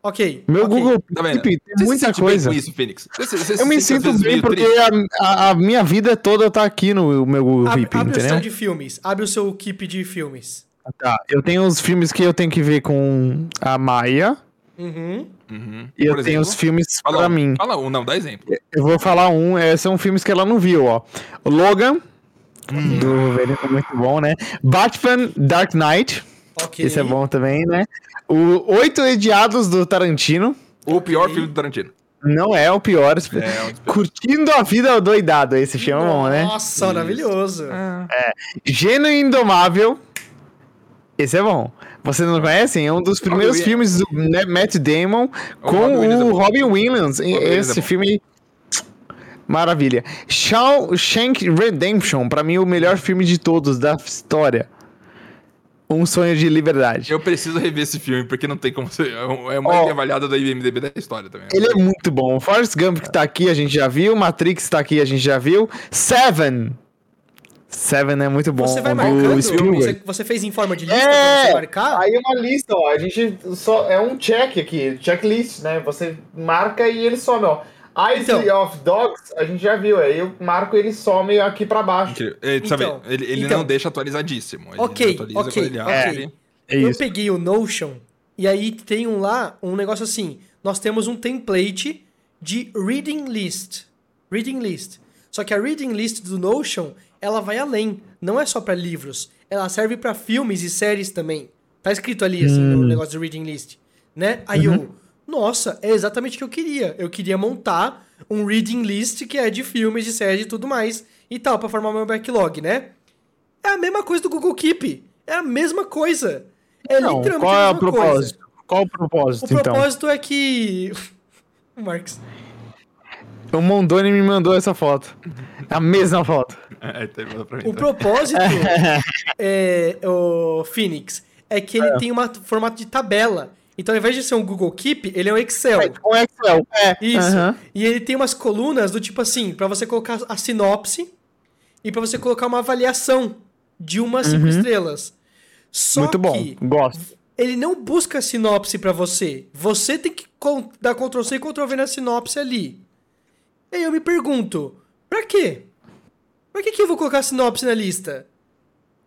Speaker 2: Ok.
Speaker 3: meu
Speaker 2: ok.
Speaker 3: Google
Speaker 4: Tá vendo?
Speaker 3: Keep tem
Speaker 4: Você se
Speaker 3: muita
Speaker 4: sente
Speaker 3: coisa.
Speaker 4: Bem com isso, Phoenix? Você- você- você
Speaker 3: Eu me
Speaker 4: se sente, às
Speaker 3: sinto
Speaker 4: vezes,
Speaker 3: bem
Speaker 4: meio
Speaker 3: porque
Speaker 4: triste?
Speaker 3: a, a- a minha vida toda tá aqui no meu Google
Speaker 2: Abre,
Speaker 3: Keep,
Speaker 2: abre o seu
Speaker 3: entendeu?
Speaker 2: de filmes. Abre o seu Keep de filmes.
Speaker 3: Tá, eu tenho os filmes que eu tenho que ver com a Maia
Speaker 2: Uhum.
Speaker 4: Uhum.
Speaker 3: e eu
Speaker 4: Por
Speaker 3: tenho
Speaker 4: exemplo,
Speaker 3: os filmes
Speaker 4: fala
Speaker 3: pra
Speaker 4: um,
Speaker 3: mim.
Speaker 4: Fala um, não, dá exemplo.
Speaker 3: Eu vou falar um, é, são filmes que ela não viu, ó. Logan, do Venom, muito bom, né? Batman Dark Knight,
Speaker 2: Ok.
Speaker 3: esse é bom também, né? O Oito Ediados do Tarantino,
Speaker 4: O pior filme do Tarantino.
Speaker 3: não é o pior.
Speaker 4: É, um dos
Speaker 3: Curtindo a vida doidado, esse filme é bom, né?
Speaker 2: Nossa, maravilhoso.
Speaker 3: Gênio Indomável. Esse é bom. Vocês não conhecem? É um dos primeiros
Speaker 4: Wi-
Speaker 3: filmes do né, Matt Damon com
Speaker 4: Robin Williams é
Speaker 3: o
Speaker 4: bom.
Speaker 3: Robin Williams. E-
Speaker 4: Williams é
Speaker 3: Esse
Speaker 4: bom.
Speaker 3: filme. Maravilha. Shawshank Redemption, pra mim, o melhor filme de todos da história. Um sonho de liberdade.
Speaker 4: Eu preciso rever esse filme, porque não tem como ser. É um- é uma
Speaker 3: Ó.
Speaker 4: avaliada da IMDB da história também.
Speaker 3: Ele é muito bom. Forrest Gump que tá aqui, a gente já viu. Matrix tá aqui, a gente já viu. Seven. Seven é muito bom.
Speaker 2: Você vai
Speaker 3: do
Speaker 2: marcando?
Speaker 3: Spielberg.
Speaker 2: Você, você fez em forma de lista pra
Speaker 5: É!
Speaker 2: você marcar?
Speaker 5: Aí uma lista, ó. A gente só. É um check aqui, checklist, né? Você marca e ele some, ó. Eyes
Speaker 2: Então.
Speaker 5: of Dogs, a gente já viu, aí eu marco e ele some aqui pra baixo.
Speaker 4: Incrível. Ele, sabe,
Speaker 2: Então,
Speaker 4: ele, ele
Speaker 2: então.
Speaker 4: não deixa atualizadíssimo. Ele
Speaker 2: Ok,
Speaker 4: atualiza
Speaker 2: ok,
Speaker 4: quando ele abre.
Speaker 2: ok.
Speaker 3: É
Speaker 2: eu
Speaker 3: isso.
Speaker 2: peguei o Notion e aí tem um lá, um negócio assim. Nós temos um template de reading list. Reading list. Só que a reading list do Notion, ela vai além. Não é só pra livros. Ela serve pra filmes e séries também. Tá escrito ali, assim,
Speaker 3: Hum.
Speaker 2: no negócio de reading list. Né? Aí
Speaker 3: Uhum.
Speaker 2: eu, nossa, é exatamente o que eu queria. Eu queria montar um reading list que é de filmes, de séries e tudo mais. E tal, pra formar meu backlog, né? É a mesma coisa do Google Keep. É a mesma coisa. É
Speaker 3: Não,
Speaker 2: literalmente
Speaker 3: qual
Speaker 2: a
Speaker 3: é o
Speaker 2: mesma coisa.
Speaker 3: propósito? Qual o propósito,
Speaker 2: O
Speaker 3: então?
Speaker 2: propósito é que. O Marx.
Speaker 3: O Então, Mondoni me mandou essa foto. A mesma foto.
Speaker 4: É, tá, manda pra mim,
Speaker 2: O
Speaker 4: tá.
Speaker 2: propósito é o Phoenix é que ele tem um formato de tabela. Então, ao invés de ser um Google Keep, ele é um Excel.
Speaker 3: Com Excel. É.
Speaker 2: Isso.
Speaker 3: aham.
Speaker 2: E ele tem umas colunas do tipo assim, pra você colocar a sinopse e pra você colocar uma avaliação de umas cinco estrelas. Só
Speaker 3: Uhum. Muito bom.
Speaker 2: que
Speaker 3: Gosto.
Speaker 2: ele não busca sinopse pra você. Você tem que con- dar Ctrl C e Ctrl V na sinopse ali. E aí eu me pergunto, pra quê? Pra que, que eu vou colocar sinopse na lista?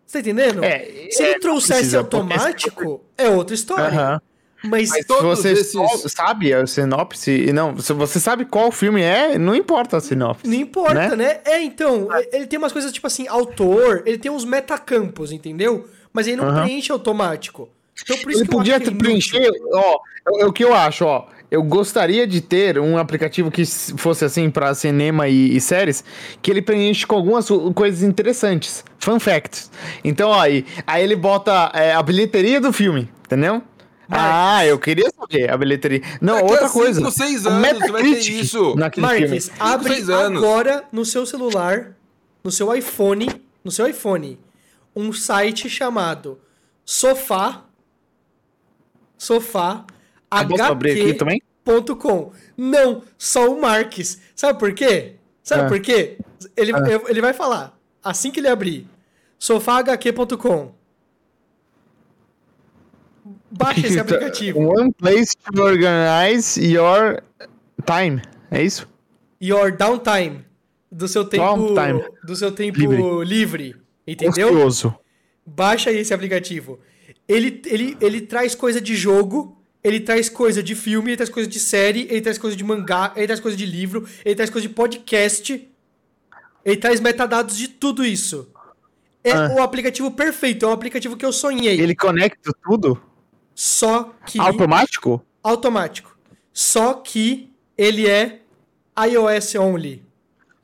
Speaker 2: Você tá entendendo?
Speaker 3: É,
Speaker 2: Se
Speaker 3: é,
Speaker 2: ele
Speaker 3: não
Speaker 2: trouxesse
Speaker 3: precisa, porque-
Speaker 2: automático, é outra história.
Speaker 3: Aham.
Speaker 2: Mas,
Speaker 4: Mas
Speaker 3: Se
Speaker 4: todos
Speaker 3: você
Speaker 4: esses.
Speaker 3: só sabe a sinopse, não, se você sabe qual filme é, não importa a sinopse.
Speaker 2: não importa,
Speaker 3: né?
Speaker 2: né? É, então, ele tem umas coisas tipo assim, autor, ele tem uns metacampos, entendeu? Mas ele não
Speaker 3: Aham.
Speaker 2: preenche automático. Então por isso
Speaker 3: Ele
Speaker 2: que eu
Speaker 3: podia
Speaker 2: acho que
Speaker 3: ter
Speaker 2: ele
Speaker 3: preencher, ó, é o que eu acho, ó. Eu gostaria de ter um aplicativo que s- fosse assim pra cinema e, e séries, que ele preenche com algumas o- coisas interessantes, fun facts. Então, ó, aí, aí ele bota é, a bilheteria do filme, entendeu? Ah, eu queria saber a bilheteria. Não,
Speaker 4: Daqui a
Speaker 3: outra
Speaker 4: cinco,
Speaker 3: coisa.
Speaker 4: seis
Speaker 3: o
Speaker 4: anos vai ter
Speaker 3: Metacritic
Speaker 4: isso.
Speaker 3: Naquele filme.
Speaker 2: Marques, abre
Speaker 4: seis anos.
Speaker 2: agora no seu celular, no seu iPhone, no seu iPhone, um site chamado Sofá Sofá
Speaker 3: Ah, posso abrir aqui
Speaker 2: HQ
Speaker 3: também?
Speaker 2: Ponto com. Não, só o Marques. Sabe por quê? Sabe
Speaker 3: Ah.
Speaker 2: por quê? Ele, eu- ele vai falar, assim que ele abrir, sofahq.com. Baixa
Speaker 3: Tá,
Speaker 2: esse aplicativo.
Speaker 3: One place to organize your time. É isso?
Speaker 2: Your downtime. Do seu tempo,
Speaker 3: Downtime.
Speaker 2: do seu tempo livre.
Speaker 3: Livre.
Speaker 2: Entendeu?
Speaker 3: Ocioso.
Speaker 2: Baixa aí esse aplicativo. Ele, ele, ele traz coisa de jogo, ele traz coisa de filme, ele traz coisa de série, ele traz coisa de mangá, ele traz coisa de livro, ele traz coisa de podcast. Ele traz metadados de tudo isso. É
Speaker 3: Ah.
Speaker 2: o aplicativo perfeito, é o aplicativo que eu sonhei.
Speaker 3: Ele conecta tudo?
Speaker 2: Só que
Speaker 3: Automático?
Speaker 2: automático. Só que ele é iOS only.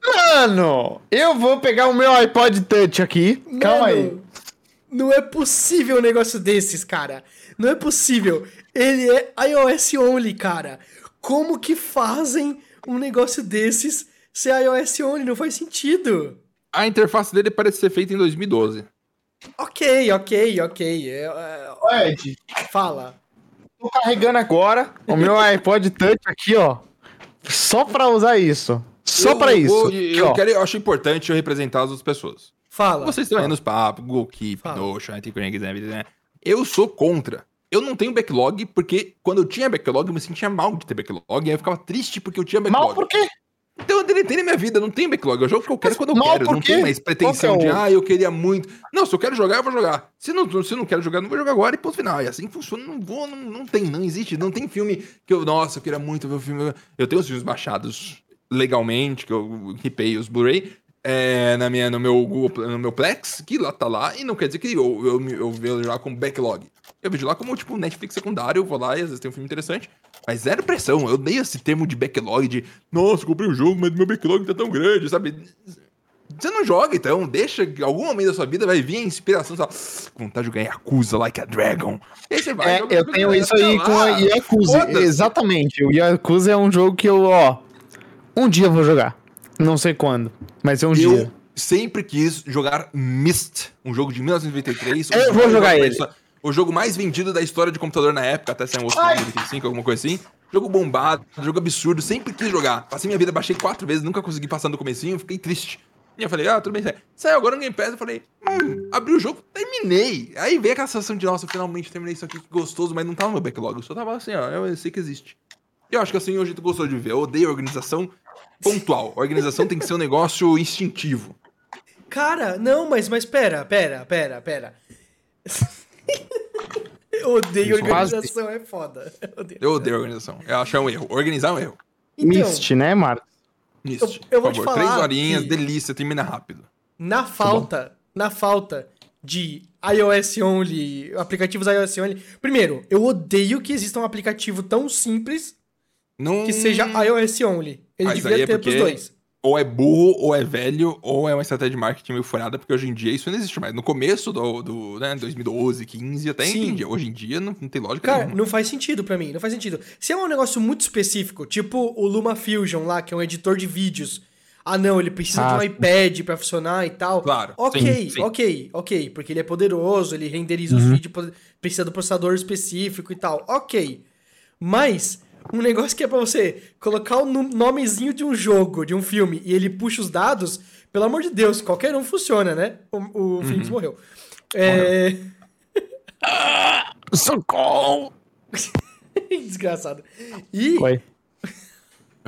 Speaker 3: Mano, eu vou pegar o meu iPod Touch aqui. Calma aí.
Speaker 2: Mano, Não é possível um negócio desses, cara. Não é possível. Ele é iOS only, cara. Como que fazem um negócio desses ser iOS only? Não faz sentido.
Speaker 4: A interface dele parece ser feita em 2012.
Speaker 2: Ok, ok, ok. É, é,
Speaker 3: Ô, Ed,
Speaker 2: fala.
Speaker 3: tô carregando agora o meu iPod Touch aqui, ó. Só pra usar isso. Só
Speaker 4: Eu
Speaker 3: pra isso.
Speaker 4: vou-
Speaker 3: Aqui,
Speaker 4: eu,
Speaker 3: ó.
Speaker 4: quero, eu acho importante eu representar as outras pessoas.
Speaker 2: Fala.
Speaker 4: Vocês estão aí nos papos, Goalkeep,
Speaker 2: Fala.
Speaker 4: Notion, Antiquinix, né? Eu sou contra. Eu não tenho backlog, porque quando eu tinha backlog, eu me sentia mal de ter backlog, e aí eu ficava triste porque eu tinha backlog.
Speaker 3: Mal por quê?
Speaker 4: Então eu deletei na minha vida, não tem backlog. Eu jogo o que eu quero
Speaker 3: Mas
Speaker 4: quando eu
Speaker 3: mal
Speaker 4: quero.
Speaker 3: por
Speaker 4: Não
Speaker 3: quê?
Speaker 4: tem mais pretensão
Speaker 3: Qual que
Speaker 4: de,
Speaker 3: é o-
Speaker 4: ah, eu queria muito. Não, se eu quero jogar, eu vou jogar. Se não, se eu não quero jogar, eu não vou jogar agora e ponto final. E assim funciona, não vou, não, não tem, não existe. Não tem filme que eu, nossa, eu queria muito ver o filme. Eu tenho os filmes baixados legalmente, que eu ripei os Blu-ray. é, na minha, no, meu, Google- no meu Plex, que lá tá lá, e não quer dizer que eu, eu, me- eu vejo lá como backlog. Eu vejo lá como, tipo, Netflix secundário, eu vou lá e às vezes tem um filme interessante, mas zero pressão. Eu odeio esse termo de backlog, de, nossa, comprei o jogo, mas meu backlog tá tão grande, sabe? Você não joga, então. Deixa que algum momento da sua vida vai vir a inspiração. Você fala, "Que vontade de jogar Yakuza Like a Dragon. E aí você vai
Speaker 3: É,
Speaker 4: joga
Speaker 3: eu
Speaker 4: Yakuza,
Speaker 3: tenho
Speaker 4: vai
Speaker 3: isso aí
Speaker 4: lá.
Speaker 3: com a Yakuza.
Speaker 4: Foda-se.
Speaker 3: Exatamente. O Yakuza é um jogo que eu, ó. Um dia eu vou jogar. Não sei quando, mas é um
Speaker 4: Eu
Speaker 3: dia.
Speaker 4: sempre quis jogar Myst, um jogo de 1993. um
Speaker 3: Eu
Speaker 4: jogo
Speaker 3: vou
Speaker 4: que
Speaker 3: jogar
Speaker 4: foi
Speaker 3: ele.
Speaker 4: isso- O jogo mais vendido da história de computador na época, até ser um outro em 95, alguma coisa assim. Jogo bombado, jogo absurdo, sempre quis jogar. Passei minha vida, baixei quatro vezes, nunca consegui passar no comecinho, fiquei triste. E eu falei, ah, tudo bem, sai. saiu agora no Game Pass, eu falei, hum, abri o jogo, terminei. Aí veio aquela sensação de, nossa, finalmente terminei isso aqui, que gostoso, mas não tava no meu backlog, eu só tava assim, ó, eu sei que existe. Eu acho que assim hoje tu gostou de ver. Eu odeio organização pontual. Organização tem que ser um negócio instintivo.
Speaker 2: Cara, não, mas, mas pera, pera, pera, pera. eu odeio
Speaker 3: Quase.
Speaker 2: organização, é foda. Eu odeio. Então,
Speaker 4: Eu odeio organização. Eu acho que é um erro. Organizar é um erro.
Speaker 3: Mist, né, Marcos?
Speaker 4: Isso.
Speaker 2: Eu- eu vou te falar
Speaker 4: Três horinhas,
Speaker 2: que-
Speaker 4: delícia, termina rápido.
Speaker 2: Na falta, na falta de iOS only, aplicativos iOS only. Primeiro, eu odeio que exista um aplicativo tão simples
Speaker 4: Não...
Speaker 2: que seja iOS only.
Speaker 4: Hum. Mas
Speaker 2: Ele
Speaker 4: aí
Speaker 2: devia
Speaker 4: é
Speaker 2: ter
Speaker 4: porque-
Speaker 2: pros dois.
Speaker 4: Ou é burro, ou é velho, ou é uma estratégia de marketing meio furada, porque hoje em dia isso não existe mais. No começo do, do né, 2012, 15, até
Speaker 2: Sim.
Speaker 4: entendia. Hoje em dia não, não tem lógica
Speaker 2: Cara,
Speaker 4: nenhuma.
Speaker 2: não faz sentido pra mim, não faz sentido. Se é um negócio muito específico, tipo o LumaFusion lá, que é um editor de vídeos. Ah, não, ele precisa de um
Speaker 3: Ah.
Speaker 2: iPad pra funcionar e tal.
Speaker 4: Claro,
Speaker 2: Ok,
Speaker 4: sim, sim.
Speaker 2: ok, ok. Porque ele é poderoso, ele renderiza os vídeos, po- precisa do processador específico e tal. Ok. Mas um negócio que é pra você colocar o nu- nomezinho de um jogo, de um filme, e ele puxa os dados, pelo amor de Deus, qualquer um funciona, né? O, o Phoenix morreu. É...
Speaker 3: Socorro!
Speaker 2: Desgraçado. E
Speaker 3: Oi.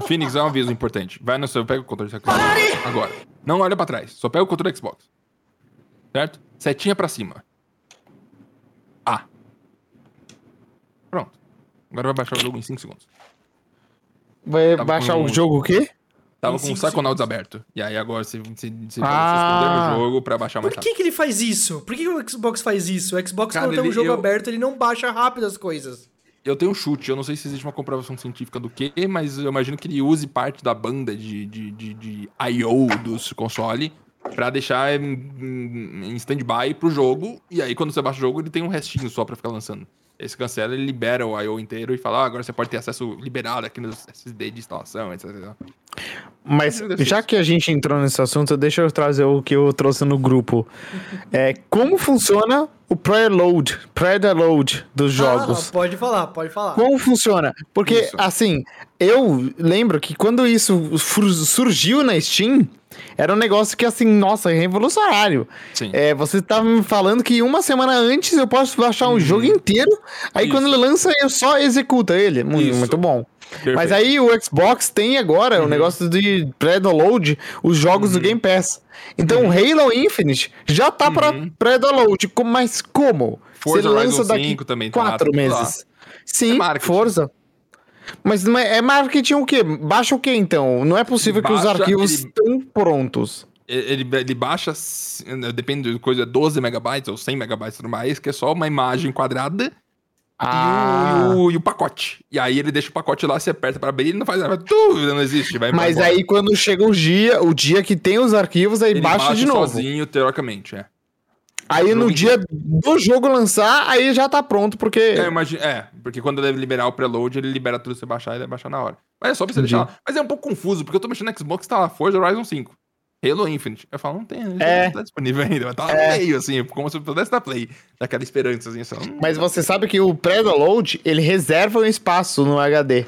Speaker 4: Phoenix, é um aviso importante. Vai no seu, pega o controle do Xbox. Agora. Não olha pra trás. Só pega o controle do Xbox. Certo? Setinha pra cima. A. Pronto. Agora vai baixar o jogo em 5 segundos.
Speaker 3: Vai
Speaker 4: Tá
Speaker 3: baixar
Speaker 4: bom.
Speaker 3: o jogo o quê?
Speaker 4: Tava
Speaker 2: Em
Speaker 4: com
Speaker 2: cinco
Speaker 4: o Psychonauts aberto. E aí agora você, você, você,
Speaker 3: Ah.
Speaker 4: você escondeu o jogo pra baixar mais
Speaker 2: Por
Speaker 4: rápido.
Speaker 2: que, que ele faz isso? Por que, que o Xbox faz isso? O Xbox,
Speaker 4: Cara,
Speaker 2: quando tem um
Speaker 4: ele-
Speaker 2: jogo
Speaker 4: eu-
Speaker 2: aberto, ele não baixa rápido as coisas.
Speaker 4: Eu tenho um chute, eu não sei se existe uma comprovação científica do que, mas eu imagino que ele use parte da banda de, de, de, de I.O. dos console pra deixar em, em- em stand-by pro jogo, e aí quando você baixa o jogo, ele tem um restinho só pra ficar lançando. Esse cancela, ele libera o I.O. inteiro e fala, ah, agora você pode ter acesso liberado aqui nos SSD de instalação, etc. etc."
Speaker 3: Mas
Speaker 4: Eu defendo.
Speaker 3: já que a gente entrou nesse assunto, deixa eu trazer o que eu trouxe no grupo. É como funciona o pré-load, pré-download dos jogos.
Speaker 2: Ah, pode falar, pode falar.
Speaker 3: Como funciona? Porque,
Speaker 4: Isso.
Speaker 3: assim, eu lembro que quando isso fru- surgiu na Steam, era um negócio que, assim, nossa, é revolucionário.
Speaker 4: Sim.
Speaker 3: É, você tava me falando que uma semana antes eu posso baixar um jogo inteiro,
Speaker 4: Uhum.
Speaker 3: aí
Speaker 4: Isso.
Speaker 3: quando ele lança, eu só executo ele. Mu-
Speaker 4: Isso.
Speaker 3: Muito bom. Mas
Speaker 4: Perfeito. Uhum.
Speaker 3: aí o Xbox tem agora o negócio de pré-download os jogos do Game Pass. Então
Speaker 4: Uhum.
Speaker 3: o Halo Infinite já tá pra pré-download, co- mas como?
Speaker 4: Forza
Speaker 3: Você
Speaker 4: Horizon
Speaker 3: lança daqui
Speaker 4: 5 também tá
Speaker 3: quatro
Speaker 4: lá, tá lá.
Speaker 3: meses. Sim,
Speaker 4: marketing.
Speaker 3: Forza. Mas não é é marketing o quê? Baixa o quê então? Não é possível que os
Speaker 4: Baixa,
Speaker 3: arquivos
Speaker 4: ele-
Speaker 3: estão prontos.
Speaker 4: Ele, ele baixa, s- depende de coisa, 12 megabytes ou 100 megabytes no mais, que é só uma imagem quadrada e o-
Speaker 3: Ah.
Speaker 4: e, o, e o pacote. E aí ele deixa o pacote lá, você aperta pra abrir, ele não faz nada, tu, não existe. Vai
Speaker 3: Mas
Speaker 4: embora.
Speaker 3: aí quando chega o dia, o dia que tem os arquivos, aí
Speaker 4: Ele
Speaker 3: baixa, de novo.
Speaker 4: sozinho, teoricamente, é.
Speaker 3: Aí
Speaker 4: Jogo
Speaker 3: no dia do jogo lançar, aí já tá pronto, porque.
Speaker 4: É, imagi- é, porque quando ele liberar o preload, ele libera tudo, você baixar, ele vai baixar na hora. Mas é só pra você deixar lá. Mas é um pouco confuso, porque eu tô mexendo no Xbox, tá lá, Forza Horizon 5. Halo Infinite. Eu falo, não tem, ele
Speaker 3: É.
Speaker 4: não tá disponível ainda. Mas tá lá no meio, assim, como se eu pudesse dar play. Daquela esperança, assim, só. hum,
Speaker 3: Mas você sabe que o pré-download, ele reserva um espaço no HD.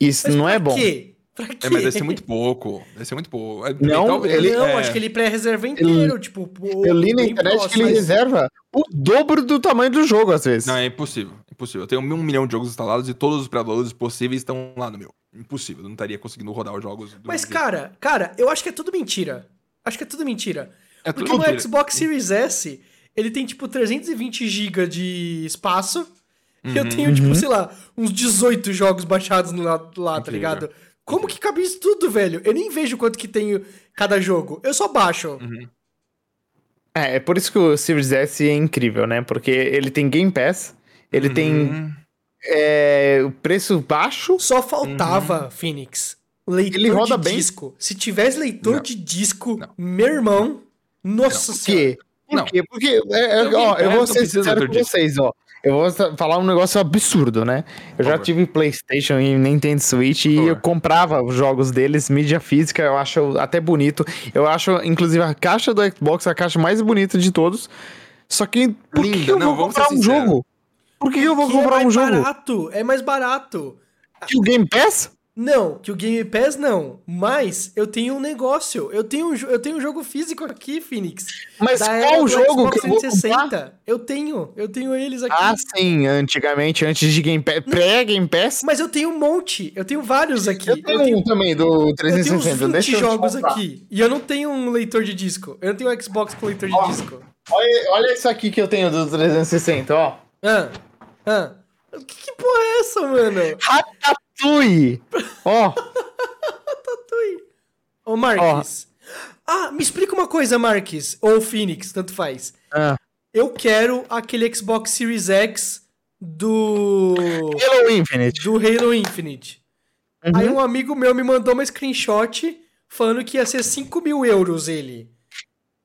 Speaker 3: Isso
Speaker 2: Mas
Speaker 3: não é
Speaker 2: pra
Speaker 3: bom.
Speaker 2: quê? Pra quê?
Speaker 4: É, mas deve ser muito pouco. Deve ser muito pouco. É,
Speaker 3: Não, ele-
Speaker 2: Não,
Speaker 4: é,
Speaker 2: acho que ele pré-reserva inteiro, tipo... pô,
Speaker 3: Eu li na
Speaker 2: bem
Speaker 3: internet que
Speaker 2: próximo,
Speaker 3: ele
Speaker 2: mas-
Speaker 3: reserva o dobro do tamanho do jogo, às vezes.
Speaker 4: Não, é impossível. Impossível. Eu tenho um milhão de jogos instalados e todos os pré-downloads possíveis estão lá no meu. Impossível. Eu não estaria conseguindo rodar os jogos. do-
Speaker 2: Mas,
Speaker 4: do-
Speaker 2: cara, cara, eu acho que é tudo mentira. Acho que é tudo mentira.
Speaker 4: É
Speaker 2: Porque
Speaker 4: tudo
Speaker 2: o
Speaker 4: mentira.
Speaker 2: Xbox Series S, ele tem, tipo, 320 GB de espaço. E eu tenho,
Speaker 3: Uhum.
Speaker 2: tipo, sei lá, uns 18 jogos baixados no lado lá, tá
Speaker 4: Incrível.
Speaker 2: ligado? Como que cabe isso tudo, velho? Eu nem vejo quanto que tenho cada jogo. Eu só baixo.
Speaker 3: É, é por isso que o Series S é incrível, né? Porque ele tem Game Pass, ele tem
Speaker 4: Hum,
Speaker 3: é, o preço baixo.
Speaker 2: Só faltava, Phoenix, leitor
Speaker 3: Ele roda
Speaker 2: de
Speaker 3: bem?
Speaker 2: disco. Se tivesse leitor
Speaker 4: Não.
Speaker 2: de disco,
Speaker 4: Não.
Speaker 2: meu irmão, nossa
Speaker 3: Por
Speaker 2: senhora.
Speaker 3: quê? Por
Speaker 4: Não.
Speaker 3: quê? Porque, é, é,
Speaker 4: Não, Game
Speaker 3: ó, eu
Speaker 4: Pass
Speaker 3: vou
Speaker 4: não
Speaker 3: ser
Speaker 4: precisa
Speaker 3: sincero com
Speaker 4: outro disco.
Speaker 3: vocês, ó. Eu vou sa- falar um negócio absurdo, né? Eu já
Speaker 4: favor.
Speaker 3: tive PlayStation e Nintendo Switch e
Speaker 4: favor.
Speaker 3: eu comprava os jogos deles, mídia física, eu acho até bonito. Eu acho, inclusive, a caixa do Xbox a caixa mais bonita de todos. Só que, por que
Speaker 4: Linda,
Speaker 3: que eu
Speaker 4: não,
Speaker 3: vou
Speaker 4: vamos ser
Speaker 3: comprar um
Speaker 4: sinceros.
Speaker 3: jogo? Por que que eu vou
Speaker 2: Que
Speaker 3: comprar
Speaker 2: é
Speaker 3: um
Speaker 2: mais
Speaker 3: jogo?
Speaker 2: barato, é mais barato.
Speaker 3: Que o Game Pass?
Speaker 2: Não, que o Game Pass não. Mas eu tenho um negócio. Eu tenho um, jo- eu tenho um jogo físico aqui, Phoenix.
Speaker 3: Mas
Speaker 2: Da
Speaker 3: qual
Speaker 2: era do
Speaker 3: jogo
Speaker 2: Xbox
Speaker 3: que eu vou
Speaker 2: Eu tenho. Eu tenho eles aqui.
Speaker 3: Ah, sim, antigamente, antes de Game Pass, pré-Game Pass.
Speaker 2: Mas eu tenho um monte. Eu tenho vários aqui.
Speaker 3: Eu tenho um também do
Speaker 2: eu tenho uns
Speaker 3: 360,
Speaker 2: 20
Speaker 3: deixa eu te
Speaker 2: jogos
Speaker 3: contar.
Speaker 2: aqui. E eu não tenho um leitor de disco. Eu não tenho um Xbox com leitor de
Speaker 3: Ó.
Speaker 2: disco.
Speaker 3: Olha, olha isso aqui que eu tenho do 360, ó.
Speaker 2: Ah, ah. Que, que porra é essa, mano?
Speaker 3: Ratatouille! Ó,
Speaker 2: Ui. Ô, Marques. Ah, me explica uma coisa, Marques. Ou Phoenix, tanto faz.
Speaker 3: Ah.
Speaker 2: Eu quero aquele Xbox Series X do.
Speaker 3: Halo Infinite.
Speaker 2: do Halo Infinite.
Speaker 3: Uhum.
Speaker 2: Aí um amigo meu me mandou uma screenshot falando que ia ser 5 mil euros ele.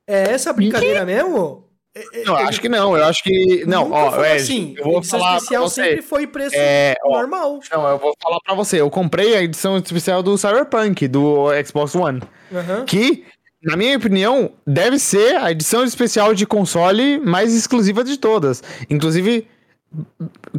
Speaker 2: É essa a brincadeira mesmo? É- é-
Speaker 3: Não, eu acho que não, eu acho que. Não,
Speaker 2: nunca
Speaker 3: ó,
Speaker 2: foi
Speaker 3: é,
Speaker 2: assim.
Speaker 3: eu vou
Speaker 2: edição
Speaker 3: falar pra
Speaker 2: especial sempre
Speaker 3: você.
Speaker 2: foi preço
Speaker 3: É, ó.
Speaker 2: normal.
Speaker 3: Não, eu vou falar pra você. Eu comprei a edição especial do Cyberpunk, do Xbox One.
Speaker 2: Aham.
Speaker 3: Que, na minha opinião, deve ser a edição especial de console mais exclusiva de todas. Inclusive,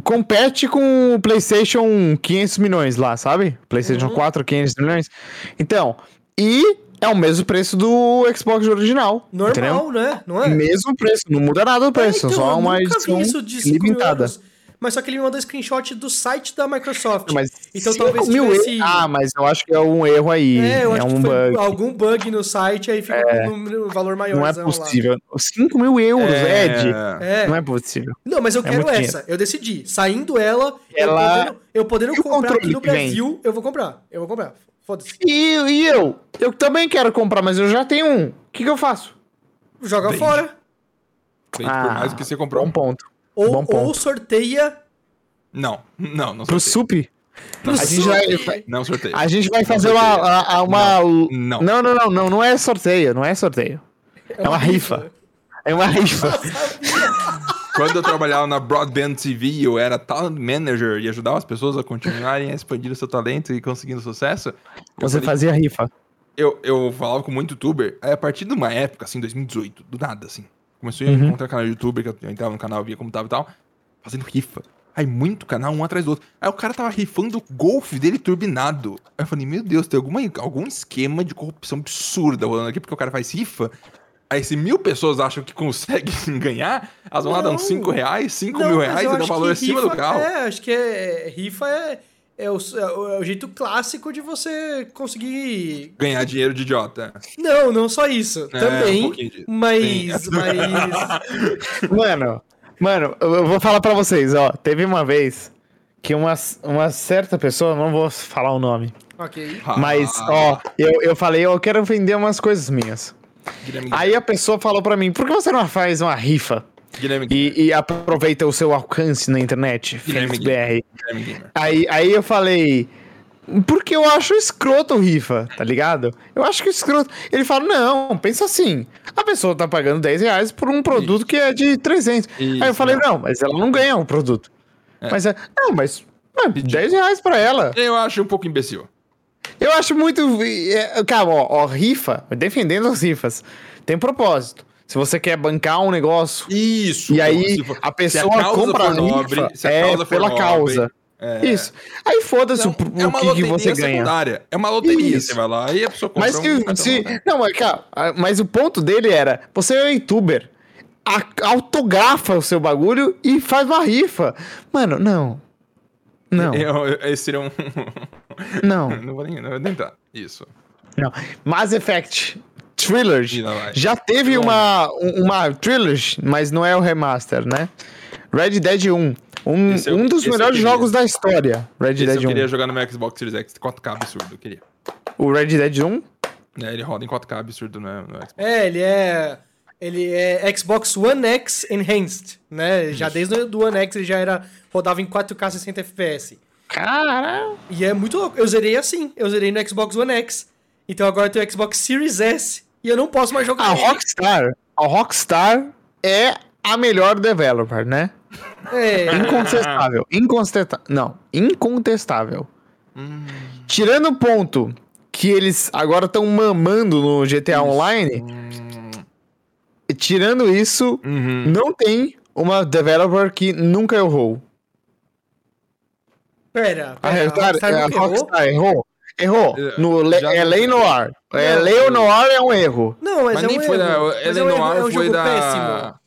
Speaker 3: compete com o PlayStation 500 milhões lá, sabe?
Speaker 2: Uhum.
Speaker 3: PlayStation 4, 500 milhões. Então, e é o mesmo preço do Xbox original. entendeu?
Speaker 2: Normal, né? Não é?
Speaker 3: Mesmo preço, não muda nada o preço,
Speaker 2: É, então,
Speaker 3: só
Speaker 2: eu
Speaker 3: uma
Speaker 2: nunca vi
Speaker 3: edição
Speaker 2: isso de cinco mil
Speaker 3: limitada.
Speaker 2: euros. mas só que ele me mandou screenshot do site da Microsoft.
Speaker 3: Mas
Speaker 2: então
Speaker 3: cinco
Speaker 2: talvez
Speaker 3: mil
Speaker 2: tivesse.
Speaker 3: erros- Ah, mas eu acho que é um erro aí.
Speaker 2: é, eu
Speaker 3: É,
Speaker 2: acho
Speaker 3: um
Speaker 2: que foi
Speaker 3: bug. É.
Speaker 2: algum bug no site, aí fica com um número- um valor maior.
Speaker 3: Não é possível. 5 mil euros, Ed.
Speaker 2: É.
Speaker 3: Não é possível.
Speaker 2: Não, mas eu quero
Speaker 3: muito
Speaker 2: essa.
Speaker 3: dinheiro.
Speaker 2: Eu decidi. Saindo ela,
Speaker 3: Ela-
Speaker 2: eu podendo, eu podendo
Speaker 3: E o
Speaker 2: comprar aqui
Speaker 3: controle
Speaker 2: no
Speaker 3: que vem?
Speaker 2: Brasil, eu vou comprar. Eu vou comprar. Foda-se.
Speaker 3: E, e eu? Eu também quero comprar, mas eu já tenho um. O que, que eu faço?
Speaker 2: Joga
Speaker 4: Vende.
Speaker 2: fora.
Speaker 4: Vende
Speaker 3: Ah.
Speaker 4: por mais do que você comprou.
Speaker 3: Bom ponto. Bom
Speaker 2: Ou,
Speaker 3: ponto.
Speaker 2: ou sorteia
Speaker 4: Não, não, não
Speaker 3: Pro
Speaker 4: sorteio.
Speaker 3: sup?
Speaker 2: pro É
Speaker 3: A gente,
Speaker 2: Sul.
Speaker 4: é,
Speaker 3: vai,
Speaker 4: Não sorteio.
Speaker 3: a gente vai
Speaker 4: Não
Speaker 3: fazer
Speaker 4: sorteio.
Speaker 3: uma. a- a- uma...
Speaker 4: Não.
Speaker 3: não, não, não, não. Não é sorteio. Não é sorteio. É uma rifa. É uma rifa.
Speaker 4: Quando eu trabalhava na Broadband TV, eu era talent manager e ajudava as pessoas a continuarem a expandir o seu talento e conseguindo sucesso. Eu
Speaker 3: Você
Speaker 4: falei-
Speaker 3: fazia rifa.
Speaker 4: eu, eu falava com muito youtuber, aí a partir de uma época, assim, 2018, do nada, assim. Comecei a
Speaker 2: Uhum.
Speaker 4: encontrar canal de youtuber, que eu entrava no canal, via como tava e tal, fazendo rifa. Aí muito canal, um atrás do outro. Aí o cara tava rifando o golfe dele turbinado. Aí eu falei, meu Deus, tem alguma, algum esquema de corrupção absurda rolando aqui, porque o cara faz rifa. Aí se mil pessoas acham que conseguem ganhar, elas vão lá dar uns
Speaker 2: Não.
Speaker 4: 5 reais, 5
Speaker 2: Não,
Speaker 4: mil
Speaker 2: mas eu
Speaker 4: reais e dá
Speaker 2: acho
Speaker 4: um valor
Speaker 2: que
Speaker 4: acima
Speaker 2: rifa-
Speaker 4: do carro.
Speaker 2: É, acho que é, é- rifa é, é, o, é o jeito clássico de você conseguir.
Speaker 4: Ganhar dinheiro de idiota.
Speaker 2: Não, não só isso.
Speaker 4: É, um
Speaker 2: também.
Speaker 4: pouquinho disso.
Speaker 2: mas.
Speaker 4: Sim.
Speaker 2: mas...
Speaker 3: Mano, mano, eu eu vou falar pra vocês, ó. Teve uma vez que uma, uma certa pessoa, não vou falar o nome,
Speaker 2: ok.
Speaker 3: mas,
Speaker 4: Ah,
Speaker 3: ó, eu, eu falei, eu quero vender umas coisas minhas.
Speaker 4: Guilherme,
Speaker 3: Aí a pessoa falou pra mim, por que você não faz uma rifa
Speaker 4: Guilherme,
Speaker 3: e, e aproveita o seu alcance na internet, Feliz
Speaker 4: Guilherme.
Speaker 3: BR?
Speaker 4: Guilherme Gamer.
Speaker 3: Aí, aí eu falei. Porque eu acho escroto rifa, tá ligado? Eu acho que escroto. Ele fala, não, pensa assim. A pessoa tá pagando 10 reais por um produto que é de 300. aí eu
Speaker 4: Isso,
Speaker 3: falei,
Speaker 4: né?
Speaker 3: não, mas ela não ganha o produto. Mas, é, não, mas é, 10 reais pra ela.
Speaker 4: Eu acho um pouco imbecil.
Speaker 3: Eu acho muito. é, Cara, ó, ó, rifa, defendendo as rifas, tem propósito. Se você quer bancar um negócio,
Speaker 4: Isso.
Speaker 3: E aí,
Speaker 4: Tipo, se for-
Speaker 3: a
Speaker 4: se
Speaker 3: pessoa
Speaker 4: causa
Speaker 3: compra
Speaker 4: for
Speaker 3: a rifa
Speaker 4: se a
Speaker 3: é
Speaker 4: causa for
Speaker 3: pela
Speaker 4: nobre,
Speaker 3: causa.
Speaker 4: é.
Speaker 3: isso. Aí foda-se
Speaker 4: Então,
Speaker 3: o, pro-
Speaker 4: é
Speaker 3: o
Speaker 4: uma
Speaker 3: que, que
Speaker 4: loteria
Speaker 3: você ganha.
Speaker 4: secundária. É uma loteria,
Speaker 3: Isso.
Speaker 4: você vai lá e a pessoa compra
Speaker 3: Mas
Speaker 4: um
Speaker 3: que
Speaker 4: cartão,
Speaker 3: se.
Speaker 4: né?
Speaker 3: Não, mas, cara, ah, mas o ponto dele era: você é youtuber, a- autografa o seu bagulho e faz uma rifa. Mano, não. Não,
Speaker 4: Eu, eu- esse seria um...
Speaker 3: não,
Speaker 4: não, vou nem, não vou nem entrar. Isso.
Speaker 3: não. Mass Effect Trilogy.
Speaker 4: E lá vai.
Speaker 3: Já teve uma, um- uma Trilogy, mas não é o remaster, né? Red Dead 1. Um,
Speaker 4: Esse eu-
Speaker 3: um dos
Speaker 4: esse eu
Speaker 3: melhores
Speaker 4: queria.
Speaker 3: jogos da história. Red
Speaker 4: Esse eu
Speaker 3: Dead 1.
Speaker 4: queria jogar no meu Xbox Series X 4K absurdo, eu queria.
Speaker 3: O Red Dead 1?
Speaker 4: É, ele roda em 4K absurdo no, no Xbox.
Speaker 2: É, ele é. Ele é Xbox One X Enhanced, né? Já desde o One X ele já era, rodava em 4K 60 FPS.
Speaker 3: Caralho.
Speaker 2: E é muito louco. Eu zerei assim. Eu zerei no Xbox One X. Então agora eu tenho o Xbox Series S e eu não posso mais
Speaker 4: Ah,
Speaker 2: jogar.
Speaker 3: A
Speaker 2: ele.
Speaker 3: Rockstar, a Rockstar é a melhor developer, né?
Speaker 2: É.
Speaker 3: Incontestável, incontestável, não, incontestável. Tirando o ponto que eles agora estão mamando no GTA Online, tirando isso,
Speaker 4: Uhum.
Speaker 3: não tem uma developer que nunca errou.
Speaker 2: Pera. pera
Speaker 4: Ah,
Speaker 3: A, Rockstar,
Speaker 2: É, não
Speaker 3: é, a
Speaker 2: ferrou?
Speaker 3: Rockstar errou, errou.
Speaker 4: É,
Speaker 3: No Le,
Speaker 4: já-
Speaker 3: é Lenoir, é
Speaker 2: Não.
Speaker 3: Lenoir é um erro.
Speaker 2: Não, mas,
Speaker 4: Mas
Speaker 2: é um
Speaker 4: nem foi da...
Speaker 2: erro. Mas é um erro,
Speaker 4: Eleanor
Speaker 2: é um
Speaker 4: foi
Speaker 2: jogo
Speaker 4: da...
Speaker 2: péssimo.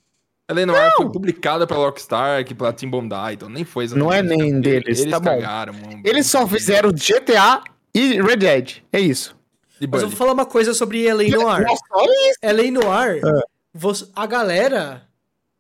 Speaker 4: Eleanor foi publicada pela Rockstar, que pela Team Bondi, então nem foi
Speaker 3: Não é
Speaker 4: exatamente
Speaker 3: nem
Speaker 4: isso.
Speaker 3: deles,
Speaker 4: Eles
Speaker 3: tá bom.
Speaker 4: cagaram, mano.
Speaker 3: Eles só fizeram GTA e Red Dead. É isso.
Speaker 4: E
Speaker 2: Mas
Speaker 4: Bully.
Speaker 2: eu vou falar uma coisa sobre Eleanor.
Speaker 3: Nossa, olha isso.
Speaker 2: É Eleanor,
Speaker 3: É.
Speaker 2: você, a galera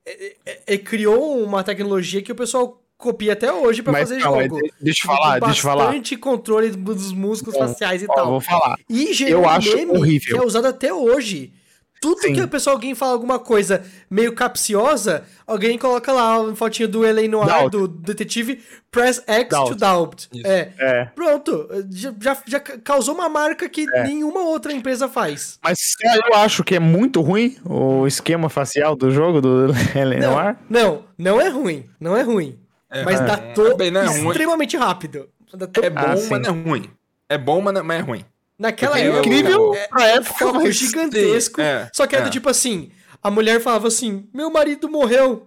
Speaker 2: é, é, é, criou uma tecnologia que o pessoal copia até hoje pra
Speaker 3: Mas
Speaker 2: fazer
Speaker 3: calma aí,
Speaker 2: jogo.
Speaker 3: de- deixa eu falar,
Speaker 2: Com
Speaker 3: deixa eu falar.
Speaker 2: Bastante controle dos músculos
Speaker 3: Bom,
Speaker 2: faciais e
Speaker 3: Ó,
Speaker 2: tal.
Speaker 3: vou falar.
Speaker 2: E
Speaker 3: Eu
Speaker 2: gerou
Speaker 3: acho horrível.
Speaker 2: que é usado até hoje. Tudo
Speaker 3: Sim.
Speaker 2: que o pessoal, alguém fala alguma coisa meio capciosa, alguém coloca lá uma fotinho do Eleanor,
Speaker 3: Doubt.
Speaker 2: do detetive, press X to
Speaker 3: Doubt.
Speaker 2: doubt.
Speaker 4: Isso.
Speaker 2: É.
Speaker 3: É.
Speaker 2: Pronto, já, já- já causou uma marca que nenhuma outra empresa faz.
Speaker 3: Mas só eu acho que é muito ruim o esquema facial do jogo do Eleanor.
Speaker 2: Não, não é ruim. Não é ruim. mas
Speaker 4: é,
Speaker 2: datou
Speaker 4: bem, não é ruim.
Speaker 2: extremamente rápido. Datou-
Speaker 4: É bom,
Speaker 3: Ah, sim.
Speaker 4: mas não é ruim. É bom, mas não mas é ruim.
Speaker 2: Naquela
Speaker 4: É
Speaker 3: É
Speaker 2: época.
Speaker 3: incrível
Speaker 2: é-
Speaker 3: pra
Speaker 2: um
Speaker 3: época,
Speaker 2: foco
Speaker 3: mas...
Speaker 2: gigantesco.
Speaker 4: sim, é,
Speaker 2: só que era
Speaker 4: é.
Speaker 2: do tipo assim: a mulher falava assim: meu marido morreu.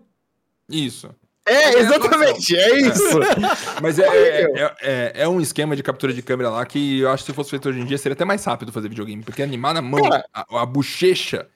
Speaker 4: Isso.
Speaker 3: É, exatamente, é isso.
Speaker 4: Mas é, é,
Speaker 3: Horrível.
Speaker 4: é- é- é um esquema de captura de câmera lá que eu acho que se fosse feito hoje em dia seria até mais rápido fazer videogame. Porque animar na mão,
Speaker 3: Cara.
Speaker 4: a, a bochecha,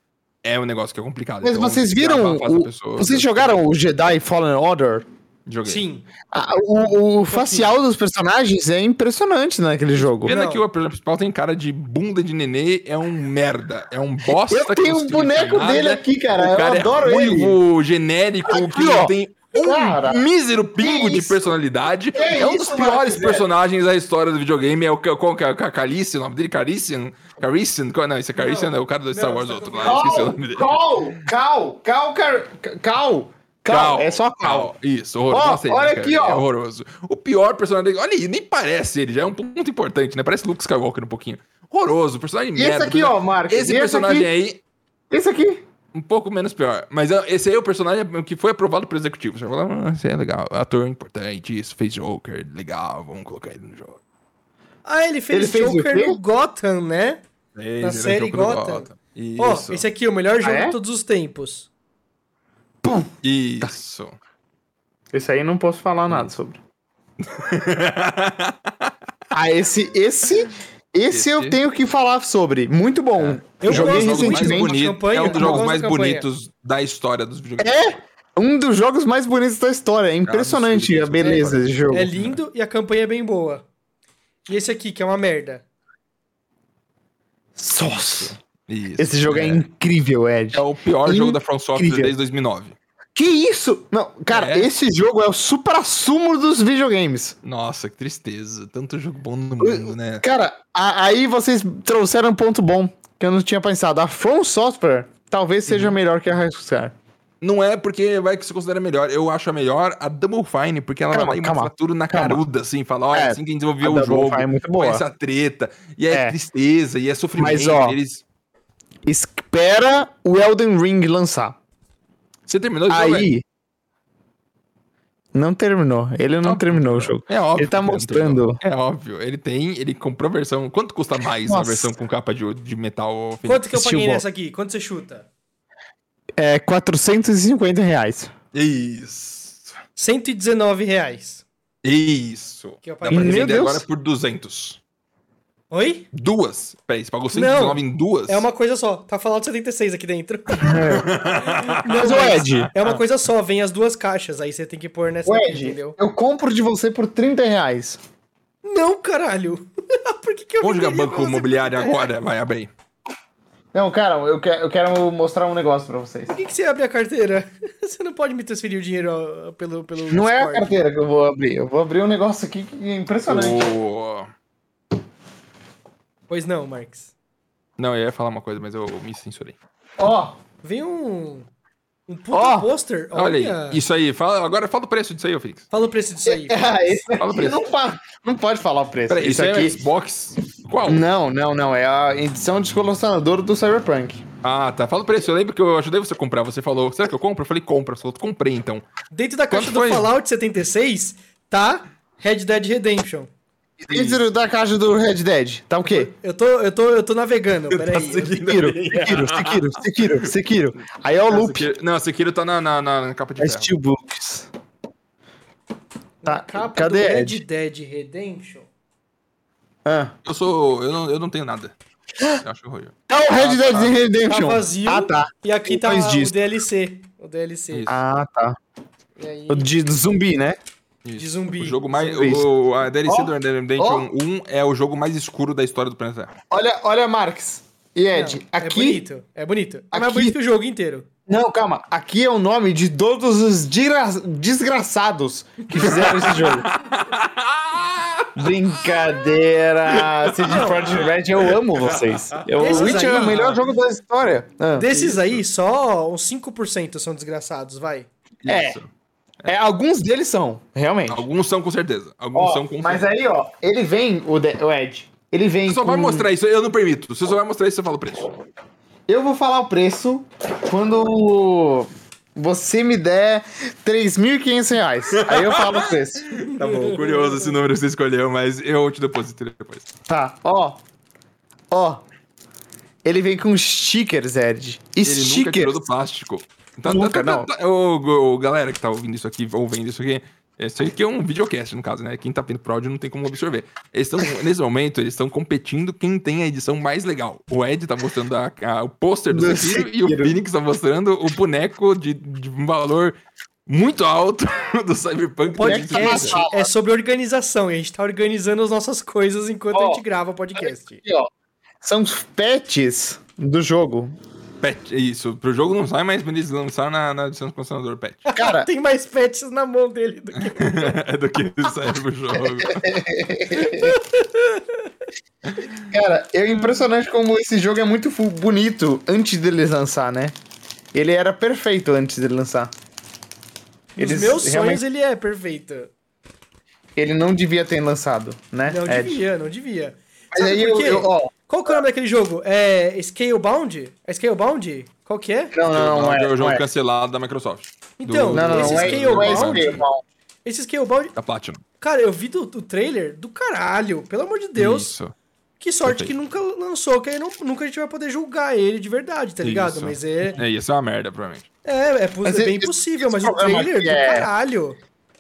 Speaker 4: é um negócio que é complicado.
Speaker 3: Mas
Speaker 4: Então,
Speaker 3: vocês
Speaker 4: gravar
Speaker 3: viram...
Speaker 4: faz a
Speaker 3: o-
Speaker 4: pessoa-
Speaker 3: Vocês jogaram o Jedi Fallen Order?
Speaker 4: Joguei.
Speaker 2: Sim.
Speaker 3: Ah, o, o facial dos personagens é impressionante naquele jogo.
Speaker 4: Pena
Speaker 2: Não.
Speaker 4: que o personagem principal tem cara de bunda de nenê, é um merda, é um bosta.
Speaker 3: Eu
Speaker 4: que
Speaker 3: tenho
Speaker 4: não
Speaker 3: um
Speaker 4: significa
Speaker 3: boneco
Speaker 4: nada,
Speaker 3: dele aqui, cara.
Speaker 4: o cara
Speaker 3: eu adoro
Speaker 4: é
Speaker 3: ele.
Speaker 4: ruivo, genérico, que
Speaker 3: Aqui,
Speaker 4: não
Speaker 3: ó.
Speaker 4: tem um
Speaker 3: Cara,
Speaker 4: mísero pingo de
Speaker 3: isso?
Speaker 4: personalidade. é um dos
Speaker 3: isso,
Speaker 4: piores
Speaker 3: Marcos, velho?
Speaker 4: personagens da história do videogame. É o Ca- qual que é? Ca- Calice, o nome dele? Carician? Carician? Qual- Não, esse é Carician, é o cara do Star
Speaker 2: não,
Speaker 4: Wars
Speaker 2: você tá
Speaker 4: outro
Speaker 2: com-
Speaker 4: lá. eu Esqueci o
Speaker 3: Cal,
Speaker 4: nome dele.
Speaker 3: cal, cal, cal, car- cal, cal. É só cal.
Speaker 4: Isso, horroroso.
Speaker 3: Ó,
Speaker 4: Nossa, ele,
Speaker 3: olha
Speaker 4: cara,
Speaker 3: aqui, ó.
Speaker 4: É horroroso. O pior personagem. Olha aí, nem parece ele, já é um ponto muito importante, né? Parece Luke Skywalker um pouquinho. Horroroso, personagem
Speaker 3: E esse
Speaker 4: merda. né?
Speaker 3: aqui, ó, Marcos.
Speaker 4: Esse
Speaker 3: e
Speaker 4: personagem
Speaker 3: aqui,
Speaker 4: aí,
Speaker 3: Esse aqui.
Speaker 4: um pouco menos pior. Mas ó, esse aí é o personagem que foi aprovado pelo executivo. Você vai falar, ah, esse é legal, ator importante, isso, fez Joker, legal, vamos colocar ele no jogo.
Speaker 2: Ah, ele fez,
Speaker 3: Ele fez o
Speaker 2: Joker
Speaker 3: quê?
Speaker 2: no Gotham, né?
Speaker 4: Ele
Speaker 2: Na
Speaker 4: era
Speaker 2: série
Speaker 4: Joker do
Speaker 2: Gotham.
Speaker 4: Isso.
Speaker 2: Ó, esse aqui é o melhor jogo
Speaker 3: Ah, é?
Speaker 2: de todos os tempos. Tá.
Speaker 4: Isso.
Speaker 6: Esse aí não posso
Speaker 3: Uhum.
Speaker 6: falar nada sobre.
Speaker 3: Ah, esse, esse, esse,
Speaker 4: Esse.
Speaker 3: eu tenho que falar sobre. Muito bom.
Speaker 2: Eu
Speaker 3: joguei
Speaker 2: gosto muito
Speaker 3: recentemente.
Speaker 2: bonito.
Speaker 4: bonito,
Speaker 2: campanha,
Speaker 4: é um
Speaker 2: eu
Speaker 4: dos jogos
Speaker 2: gosto
Speaker 4: mais
Speaker 2: da campanha.
Speaker 4: bonitos da história dos videogames.
Speaker 3: É um dos jogos mais bonitos da história. É impressionante
Speaker 4: absurdo,
Speaker 3: a beleza
Speaker 4: absurdo.
Speaker 3: desse jogo. né?
Speaker 2: É lindo e a campanha é bem boa. E esse aqui, que é uma merda.
Speaker 3: Sós.
Speaker 4: Isso.
Speaker 3: Esse jogo é, incrível, Ed.
Speaker 4: É o pior jogo da From Software
Speaker 3: Incrível.
Speaker 4: desde 2009.
Speaker 3: Que isso? Não, cara,
Speaker 4: É.
Speaker 3: esse jogo é o supra-sumo dos videogames.
Speaker 4: Nossa, que tristeza. Tanto jogo bom no mundo, né?
Speaker 3: Cara, a- aí vocês trouxeram um ponto bom que eu não tinha pensado. A From Software talvez seja melhor que a Rockstar.
Speaker 4: Não é porque vai que se considera melhor. Eu acho a melhor a Double Fine, porque ela
Speaker 3: Calma,
Speaker 4: vai dar uma
Speaker 3: calma,
Speaker 4: fratura na
Speaker 3: calma.
Speaker 4: caruda, assim. Fala, olha,
Speaker 3: É,
Speaker 4: assim que a gente desenvolveu
Speaker 3: a
Speaker 4: o
Speaker 3: Double
Speaker 4: jogo,
Speaker 3: Fine é muito
Speaker 4: com
Speaker 3: boa.
Speaker 4: essa tristeza. E é,
Speaker 3: É.
Speaker 4: tristeza, e é sofrimento.
Speaker 3: Mas, ó,
Speaker 4: eles...
Speaker 3: Espera o Elden Ring lançar.
Speaker 4: Você terminou de
Speaker 3: Aí. Não terminou. Ele não
Speaker 4: Óbvio,
Speaker 3: terminou o jogo.
Speaker 4: É óbvio.
Speaker 3: Ele tá
Speaker 4: que não
Speaker 3: mostrando.
Speaker 4: terminou. É óbvio. Ele tem, ele comprou a versão. Quanto custa mais uma
Speaker 3: Nossa.
Speaker 4: versão com capa de, de metal? Felipe?
Speaker 2: Quanto que eu paguei
Speaker 3: Steelbook.
Speaker 2: nessa aqui? Quanto você chuta?
Speaker 3: É R$ 450 reais.
Speaker 4: Isso.
Speaker 2: 119 reais.
Speaker 4: Isso.
Speaker 2: Que eu
Speaker 4: Dá pra
Speaker 2: paguei.
Speaker 3: Meu
Speaker 4: vender
Speaker 3: Deus.
Speaker 4: agora por 200.
Speaker 2: Oi?
Speaker 4: Duas? Peraí, você pagou 119 em duas?
Speaker 2: É uma coisa só. Tá falando 76 aqui dentro.
Speaker 4: Ah,
Speaker 3: Mas, ô Ed,
Speaker 2: É uma coisa só. Vem as duas caixas. Aí você tem que pôr nessa
Speaker 3: ô
Speaker 2: aqui,
Speaker 3: Ed,
Speaker 2: entendeu?
Speaker 3: eu compro de você por 30 reais.
Speaker 2: Não, caralho. Por que que eu
Speaker 4: Vamos jogar
Speaker 2: venderia
Speaker 4: é banco
Speaker 2: pra você?
Speaker 4: imobiliário agora? Vai, abre aí.
Speaker 3: Não, cara, eu, que- eu quero mostrar um negócio pra vocês.
Speaker 2: Por que, que você abre a carteira? Você não pode me transferir o dinheiro ó, pelo, pelo
Speaker 3: Não é a
Speaker 2: Discord.
Speaker 3: carteira que eu vou abrir. Eu vou abrir um negócio aqui que é impressionante.
Speaker 4: O-
Speaker 2: Pois não, Marx.
Speaker 4: Não, eu ia falar uma coisa, mas eu me censurei.
Speaker 3: Ó,
Speaker 2: Vem um... Um puta
Speaker 3: Ó,
Speaker 2: pôster.
Speaker 4: Olha,
Speaker 2: Olha,
Speaker 4: aí, isso aí. Fala, agora fala o preço disso aí, ô Félix.
Speaker 2: Fala o preço disso aí.
Speaker 3: ah, esse
Speaker 4: Fala o
Speaker 3: aqui
Speaker 4: preço.
Speaker 3: não, fa- não pode falar o preço.
Speaker 4: Peraí,
Speaker 3: Isso
Speaker 4: isso aí é
Speaker 3: aqui.
Speaker 4: um Xbox? Qual?
Speaker 3: Não, não, não. É a edição descolacionadora do Cyberpunk.
Speaker 4: Ah, tá. Fala o preço. Eu lembro que eu ajudei você a comprar. Você falou, será que eu compro? Eu falei, compra. Você falou, comprei então.
Speaker 2: Dentro da caixa
Speaker 4: Quanto
Speaker 2: do
Speaker 4: foi?
Speaker 2: Fallout 76 tá Red Dead Redemption.
Speaker 3: Dentro da caixa do Red Dead. Tá o quê? Tá
Speaker 2: Eu tô, eu tô, eu tô navegando, peraí.
Speaker 4: assim.
Speaker 3: Sekiro, Sekiro, Sekiro, Sekiro, Sekiro. Aí é o loop.
Speaker 4: Sekiro- Não, Sekiro tá na, na, na- na capa de
Speaker 3: É
Speaker 4: ferro.
Speaker 3: Steelbooks. Tá,
Speaker 2: Capa
Speaker 3: cadê
Speaker 2: do
Speaker 3: Ed?
Speaker 2: Red Dead Redemption.
Speaker 3: Ah.
Speaker 4: Eu sou... Eu não, eu não tenho nada. Eu acho horrível.
Speaker 3: Tá o Red Dead
Speaker 2: Tá
Speaker 3: Redemption.
Speaker 2: vazio.
Speaker 3: Ah, tá.
Speaker 2: E aqui tá
Speaker 3: Depois disso.
Speaker 2: o DLC. O DLC.
Speaker 4: Isso.
Speaker 3: Ah, tá.
Speaker 2: E aí,
Speaker 3: O de zumbi, né?
Speaker 4: Isso.
Speaker 2: De zumbi.
Speaker 4: O jogo mais...
Speaker 3: Zumbi.
Speaker 4: O, a DLC do Red Dead Redemption
Speaker 3: Ó.
Speaker 4: 1 é o jogo mais escuro da história do planeta Terra.
Speaker 3: Olha, olha, Marx. E Ed,
Speaker 2: Não, É
Speaker 3: aqui.
Speaker 2: bonito, é bonito. É mais
Speaker 3: Aqui-
Speaker 2: bonito que o jogo inteiro.
Speaker 3: Não, calma. Aqui é o nome de todos os dira- desgraçados que fizeram esse jogo. Brincadeira! CD Projekt Red, é eu amo vocês. Eu,
Speaker 2: Esses
Speaker 3: o Witcher é
Speaker 2: aí-
Speaker 3: o melhor jogo da história. Ah.
Speaker 2: Desses aí, só uns 5% são desgraçados, vai.
Speaker 3: É. É, alguns deles são, realmente.
Speaker 4: Alguns são com certeza. Alguns
Speaker 3: Ó,
Speaker 4: são com
Speaker 3: mas
Speaker 4: certeza.
Speaker 3: aí, ó, ele vem, o, de- o Ed. Ele vem.
Speaker 4: Você só vai
Speaker 3: com-
Speaker 4: mostrar isso, eu não permito. Você só vai mostrar isso, você fala o preço.
Speaker 3: Eu vou falar o preço quando você me der 3.500 reais. Aí eu falo o preço.
Speaker 4: Tá bom, curioso esse número que você escolheu, mas eu te deposito depois.
Speaker 3: Tá, ó. Ó. Ele vem com stickers, Ed.
Speaker 4: Ele nunca tirou
Speaker 3: Stickers.
Speaker 4: do plástico. Tá, tá-
Speaker 3: Nunca,
Speaker 4: tá-
Speaker 3: não.
Speaker 4: tá- ô, ô, galera que tá ouvindo isso aqui, ou vendo isso aqui, isso aqui é um videocast, no caso, né? Quem tá vendo pro áudio não tem como absorver. Eles estão, nesse momento, eles estão competindo quem tem a edição mais legal. O Ed tá mostrando a- a- o pôster do
Speaker 3: Do
Speaker 4: Sekiro e o
Speaker 3: Sekiro.
Speaker 4: Phoenix tá mostrando o boneco de, de um valor muito alto do Cyberpunk.
Speaker 2: Podcast
Speaker 4: 2077.
Speaker 2: é sobre organização e a gente tá organizando as nossas coisas enquanto a
Speaker 5: Ó,
Speaker 2: gente grava o podcast.
Speaker 5: Aqui, ó.
Speaker 3: São os patches do jogo.
Speaker 4: Patch, é isso. Pro jogo não sai, mas eles lançaram na, na edição do colecionador patch.
Speaker 3: Cara,
Speaker 2: Tem mais patches na mão dele do que.
Speaker 4: É do que sai pro jogo.
Speaker 3: cara,
Speaker 2: Hum.
Speaker 3: é impressionante como esse jogo é muito fu- bonito antes dele lançar, né? Ele era perfeito antes dele lançar.
Speaker 2: Nos
Speaker 3: Eles
Speaker 2: meus
Speaker 3: realmente-
Speaker 2: sonhos ele é perfeito.
Speaker 3: Ele não devia ter lançado, né?
Speaker 2: Não
Speaker 3: Ed?
Speaker 2: devia, não devia.
Speaker 3: Mas
Speaker 2: Sabe por
Speaker 3: aí eu,
Speaker 2: quê?
Speaker 3: eu- ó.
Speaker 2: Qual que é o nome daquele jogo? É Scalebound? É Scalebound? Qual que é?
Speaker 3: Não, não, não, não
Speaker 4: é,
Speaker 3: é.
Speaker 4: o jogo
Speaker 3: Não, é.
Speaker 4: cancelado da Microsoft.
Speaker 2: Então,
Speaker 4: do,
Speaker 3: não, não,
Speaker 2: esse
Speaker 3: não é,
Speaker 2: Scalebound-
Speaker 3: não é Scalebound.
Speaker 2: Esse Scalebound...
Speaker 4: da Platinum.
Speaker 2: Cara, eu vi do, do trailer do caralho. Pelo amor de Deus.
Speaker 4: Isso.
Speaker 2: Que sorte
Speaker 4: Perfeito.
Speaker 2: que nunca lançou, que aí não- nunca a gente vai poder julgar ele de verdade, tá ligado?
Speaker 4: Isso.
Speaker 2: Mas é...
Speaker 4: É, isso é uma merda, provavelmente.
Speaker 2: É, é, pos-
Speaker 3: Mas
Speaker 2: é bem
Speaker 3: esse-
Speaker 2: possível,
Speaker 3: esse
Speaker 2: mas o
Speaker 3: programa
Speaker 2: trailer
Speaker 3: aqui
Speaker 2: do
Speaker 3: é-
Speaker 2: caralho.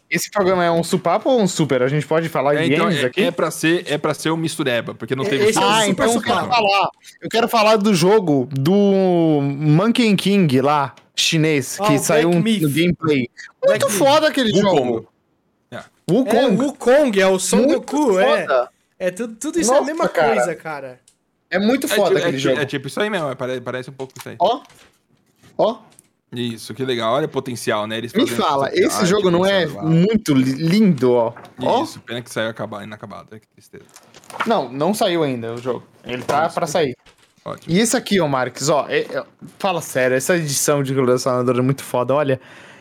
Speaker 3: Esse programa é um supapo ou um super? A gente pode falar
Speaker 4: É,
Speaker 3: em
Speaker 4: então,
Speaker 3: Tá games
Speaker 4: é,
Speaker 3: aqui?
Speaker 4: é pra ser, é pra ser o mistureba, porque não
Speaker 2: É,
Speaker 4: teve...
Speaker 2: esse é o
Speaker 3: Ah,
Speaker 2: super
Speaker 3: então eu quero
Speaker 2: supapo.
Speaker 3: falar. Eu quero falar do jogo do Monkey King lá, chinês,
Speaker 2: Ah,
Speaker 3: que
Speaker 2: o
Speaker 3: saiu
Speaker 2: Black
Speaker 3: um
Speaker 2: Myth.
Speaker 3: no gameplay.
Speaker 2: Black
Speaker 3: Muito
Speaker 2: Myth.
Speaker 3: foda aquele
Speaker 4: Wukong.
Speaker 3: jogo. Wukong.
Speaker 2: É, o Wukong, é o Son
Speaker 3: Muito
Speaker 2: Goku, é.
Speaker 3: foda.
Speaker 2: É tudo, tudo isso é a
Speaker 3: Nossa,
Speaker 2: mesma
Speaker 3: cara.
Speaker 2: coisa, cara.
Speaker 3: É muito foda
Speaker 4: é, tipo- é,
Speaker 3: aquele
Speaker 4: tipo-
Speaker 3: jogo.
Speaker 4: é tipo isso aí mesmo, é, pare- parece um pouco isso aí.
Speaker 3: Ó, ó,
Speaker 4: Isso, que legal. Olha o potencial, né? Eles
Speaker 3: me
Speaker 4: fazendo
Speaker 3: fala,
Speaker 4: potencial,
Speaker 3: esse
Speaker 4: arte,
Speaker 3: jogo não é
Speaker 4: potencial,
Speaker 3: muito li- lindo, ó?
Speaker 4: uau.
Speaker 3: Ó,
Speaker 4: Isso, pena que saiu acabado, inacabado. né, Que tristeza.
Speaker 3: não, não saiu ainda o jogo. Ele tá pra sair.
Speaker 4: Ótimo.
Speaker 3: E esse aqui, ó, Marques, ó, é- é- fala sério, essa edição de colecionador é muito foda, olha.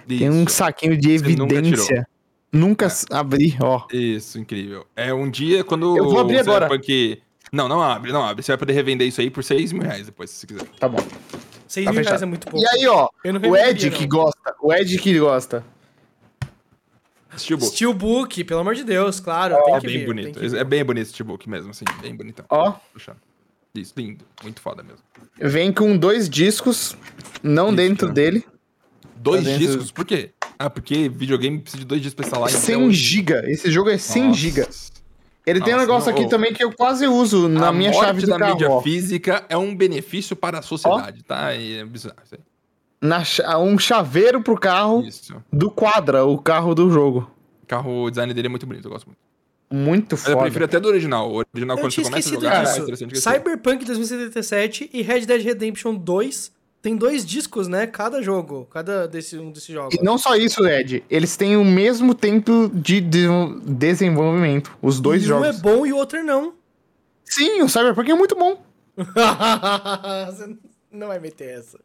Speaker 3: Tem um
Speaker 4: Isso.
Speaker 3: saquinho de
Speaker 4: Você nunca
Speaker 3: evidência. Nunca, s- abri, ó.
Speaker 4: Isso, incrível. É um dia quando.
Speaker 3: Eu vou abrir
Speaker 4: o
Speaker 3: agora.
Speaker 4: Cyberpunk- Não, não abre, não abre. Você vai poder revender isso aí por 6 mil reais depois, se você quiser.
Speaker 3: Tá bom.
Speaker 2: 6
Speaker 3: Tá
Speaker 2: mil reais
Speaker 3: fechado.
Speaker 2: é muito pouco.
Speaker 3: E aí, ó,
Speaker 2: Eu não
Speaker 3: o Ed
Speaker 2: revenderia,
Speaker 3: que
Speaker 2: não.
Speaker 3: gosta, o Ed que gosta.
Speaker 4: Steelbook.
Speaker 2: Steelbook, pelo amor de Deus, claro. tem
Speaker 4: É
Speaker 2: que
Speaker 4: bem
Speaker 2: vir,
Speaker 4: bonito.
Speaker 2: tem que vir.
Speaker 4: É bem bonito esse Steelbook mesmo, assim. Bem bonitão.
Speaker 3: Ó,
Speaker 4: Puxando. Isso, lindo. Muito foda mesmo.
Speaker 3: Tá vem com dois discos, não
Speaker 4: Isso,
Speaker 3: dentro
Speaker 4: né?
Speaker 3: dele,
Speaker 4: Dois
Speaker 3: dentro-
Speaker 4: discos? Por quê? Ah, porque videogame precisa de dois discos pra instalar. então-
Speaker 3: 100 GB. Esse jogo é 100
Speaker 4: Nossa.
Speaker 3: GB. Ele tem um
Speaker 4: Nossa,
Speaker 3: negócio
Speaker 4: não,
Speaker 3: aqui
Speaker 4: ô.
Speaker 3: também que eu quase uso na
Speaker 4: A
Speaker 3: minha
Speaker 4: morte
Speaker 3: chave do
Speaker 4: da mídia
Speaker 3: carro. ó.
Speaker 4: física é um benefício para a sociedade, tá? E é bizarro. isso aí.
Speaker 3: Na cha- um chaveiro pro carro
Speaker 4: Isso.
Speaker 3: do Quadra, o carro do jogo.
Speaker 4: O carro, o design dele é muito bonito, eu gosto muito.
Speaker 3: Muito
Speaker 4: Mas eu
Speaker 3: foda.
Speaker 4: prefiro até do original. O original,
Speaker 2: Eu
Speaker 4: quando você
Speaker 2: tinha
Speaker 4: começa a
Speaker 2: esquecido
Speaker 4: jogar, é mais
Speaker 2: disso.
Speaker 4: interessante que esse.
Speaker 2: Cyberpunk 2077 e Red Dead Redemption 2 tem dois discos, né? Cada jogo, cada desse, um desses jogos.
Speaker 3: E não só isso, Ed. Eles têm o mesmo tempo de desenvol- desenvolvimento, os dois
Speaker 2: E Um é
Speaker 3: jogos.
Speaker 2: bom e o outro não.
Speaker 3: Sim, o Cyberpunk é muito bom.
Speaker 2: Você não vai meter essa.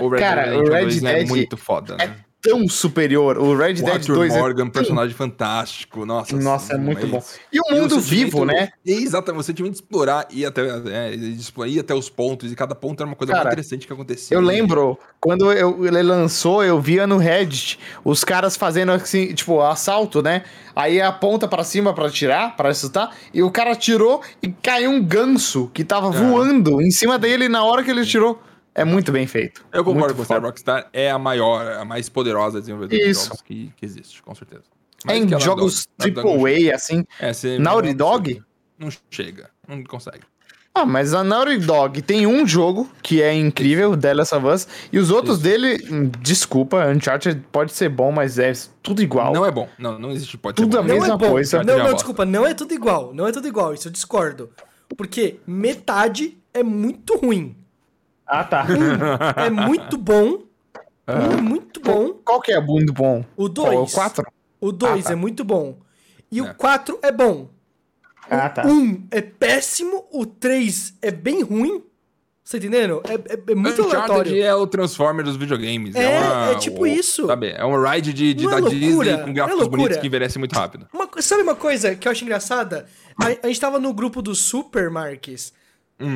Speaker 4: O Red
Speaker 3: Cara,
Speaker 4: Dead Redemption
Speaker 3: o Red
Speaker 4: 2 né, é
Speaker 3: Dead
Speaker 4: muito foda,
Speaker 3: É
Speaker 4: né?
Speaker 3: tão superior. O Red Dead
Speaker 4: Arthur
Speaker 3: 2 é...
Speaker 4: Morgan, personagem fantástico. Nossa,
Speaker 3: Nossa, é
Speaker 4: sim,
Speaker 3: muito
Speaker 4: mas-
Speaker 3: bom. E
Speaker 4: E
Speaker 3: o
Speaker 4: o é
Speaker 3: mundo
Speaker 4: sentimento-
Speaker 3: vivo, né?
Speaker 4: Exatamente, você tinha que um explorar e até, é, explorar, ir até os pontos, e cada ponto era uma coisa muito
Speaker 3: Cara,
Speaker 4: interessante que acontecia.
Speaker 3: Eu lembro, quando eu- ele lançou, eu via no Reddit os caras fazendo assim, tipo, assalto, né? Aí aponta pra cima pra atirar, pra assustar, e o cara atirou e caiu um ganso que tava voando em cima dele na hora que ele atirou. É muito bem feito.
Speaker 4: Eu concordo
Speaker 3: Muito
Speaker 4: com você, a
Speaker 3: foda.
Speaker 4: Rockstar é a maior, a mais poderosa desenvolvedora de
Speaker 3: Isso.
Speaker 4: jogos que, que existe, com certeza.
Speaker 3: É
Speaker 4: Mais que a
Speaker 3: em
Speaker 4: Naughty
Speaker 3: jogos
Speaker 4: Dog. Naughty Dog não
Speaker 3: AAA, assim.
Speaker 4: chega. É, você-
Speaker 3: Naughty
Speaker 4: não-
Speaker 3: Dog?
Speaker 4: Não chega, não consegue.
Speaker 3: Ah, mas a Naughty Dog tem um jogo que é incrível, The Last of Us, e os outros
Speaker 4: Isso.
Speaker 3: dele, hum, desculpa, Uncharted pode ser bom, mas é tudo igual.
Speaker 4: Não é bom, não, não existe, pode
Speaker 3: Tudo
Speaker 4: ser
Speaker 3: a
Speaker 4: bom.
Speaker 2: Não
Speaker 3: mesma
Speaker 2: é bom.
Speaker 3: coisa.
Speaker 2: Não,
Speaker 4: Já
Speaker 2: não,
Speaker 4: bosta.
Speaker 2: desculpa, não é tudo igual. Não é tudo igual, isso eu discordo. Porque metade é muito ruim.
Speaker 3: Ah, tá.
Speaker 2: Um é muito bom. Um é muito bom.
Speaker 3: Qual que é muito bom?
Speaker 2: O
Speaker 3: Qual é o
Speaker 2: 2.
Speaker 3: 4?
Speaker 2: O 2
Speaker 3: Ah, tá.
Speaker 2: é muito bom. E
Speaker 4: É.
Speaker 2: o 4 é bom.
Speaker 3: Ah, tá.
Speaker 2: O 1 um é péssimo. O 3 é bem ruim. Você tá entendendo? É, é- é muito
Speaker 4: Uncharted
Speaker 2: aleatório.
Speaker 4: é o Transformer dos videogames.
Speaker 2: É,
Speaker 4: uma-
Speaker 2: é tipo isso.
Speaker 4: Sabe, é um ride de, de
Speaker 2: Não é
Speaker 4: da
Speaker 2: loucura?
Speaker 4: Disney com
Speaker 2: Não é
Speaker 4: gráficos
Speaker 2: loucura?
Speaker 4: bonitos que envelhecem muito rápido.
Speaker 2: Uma co- sabe uma coisa que eu acho engraçada? A, a gente tava no grupo do Super Marques
Speaker 4: Hum.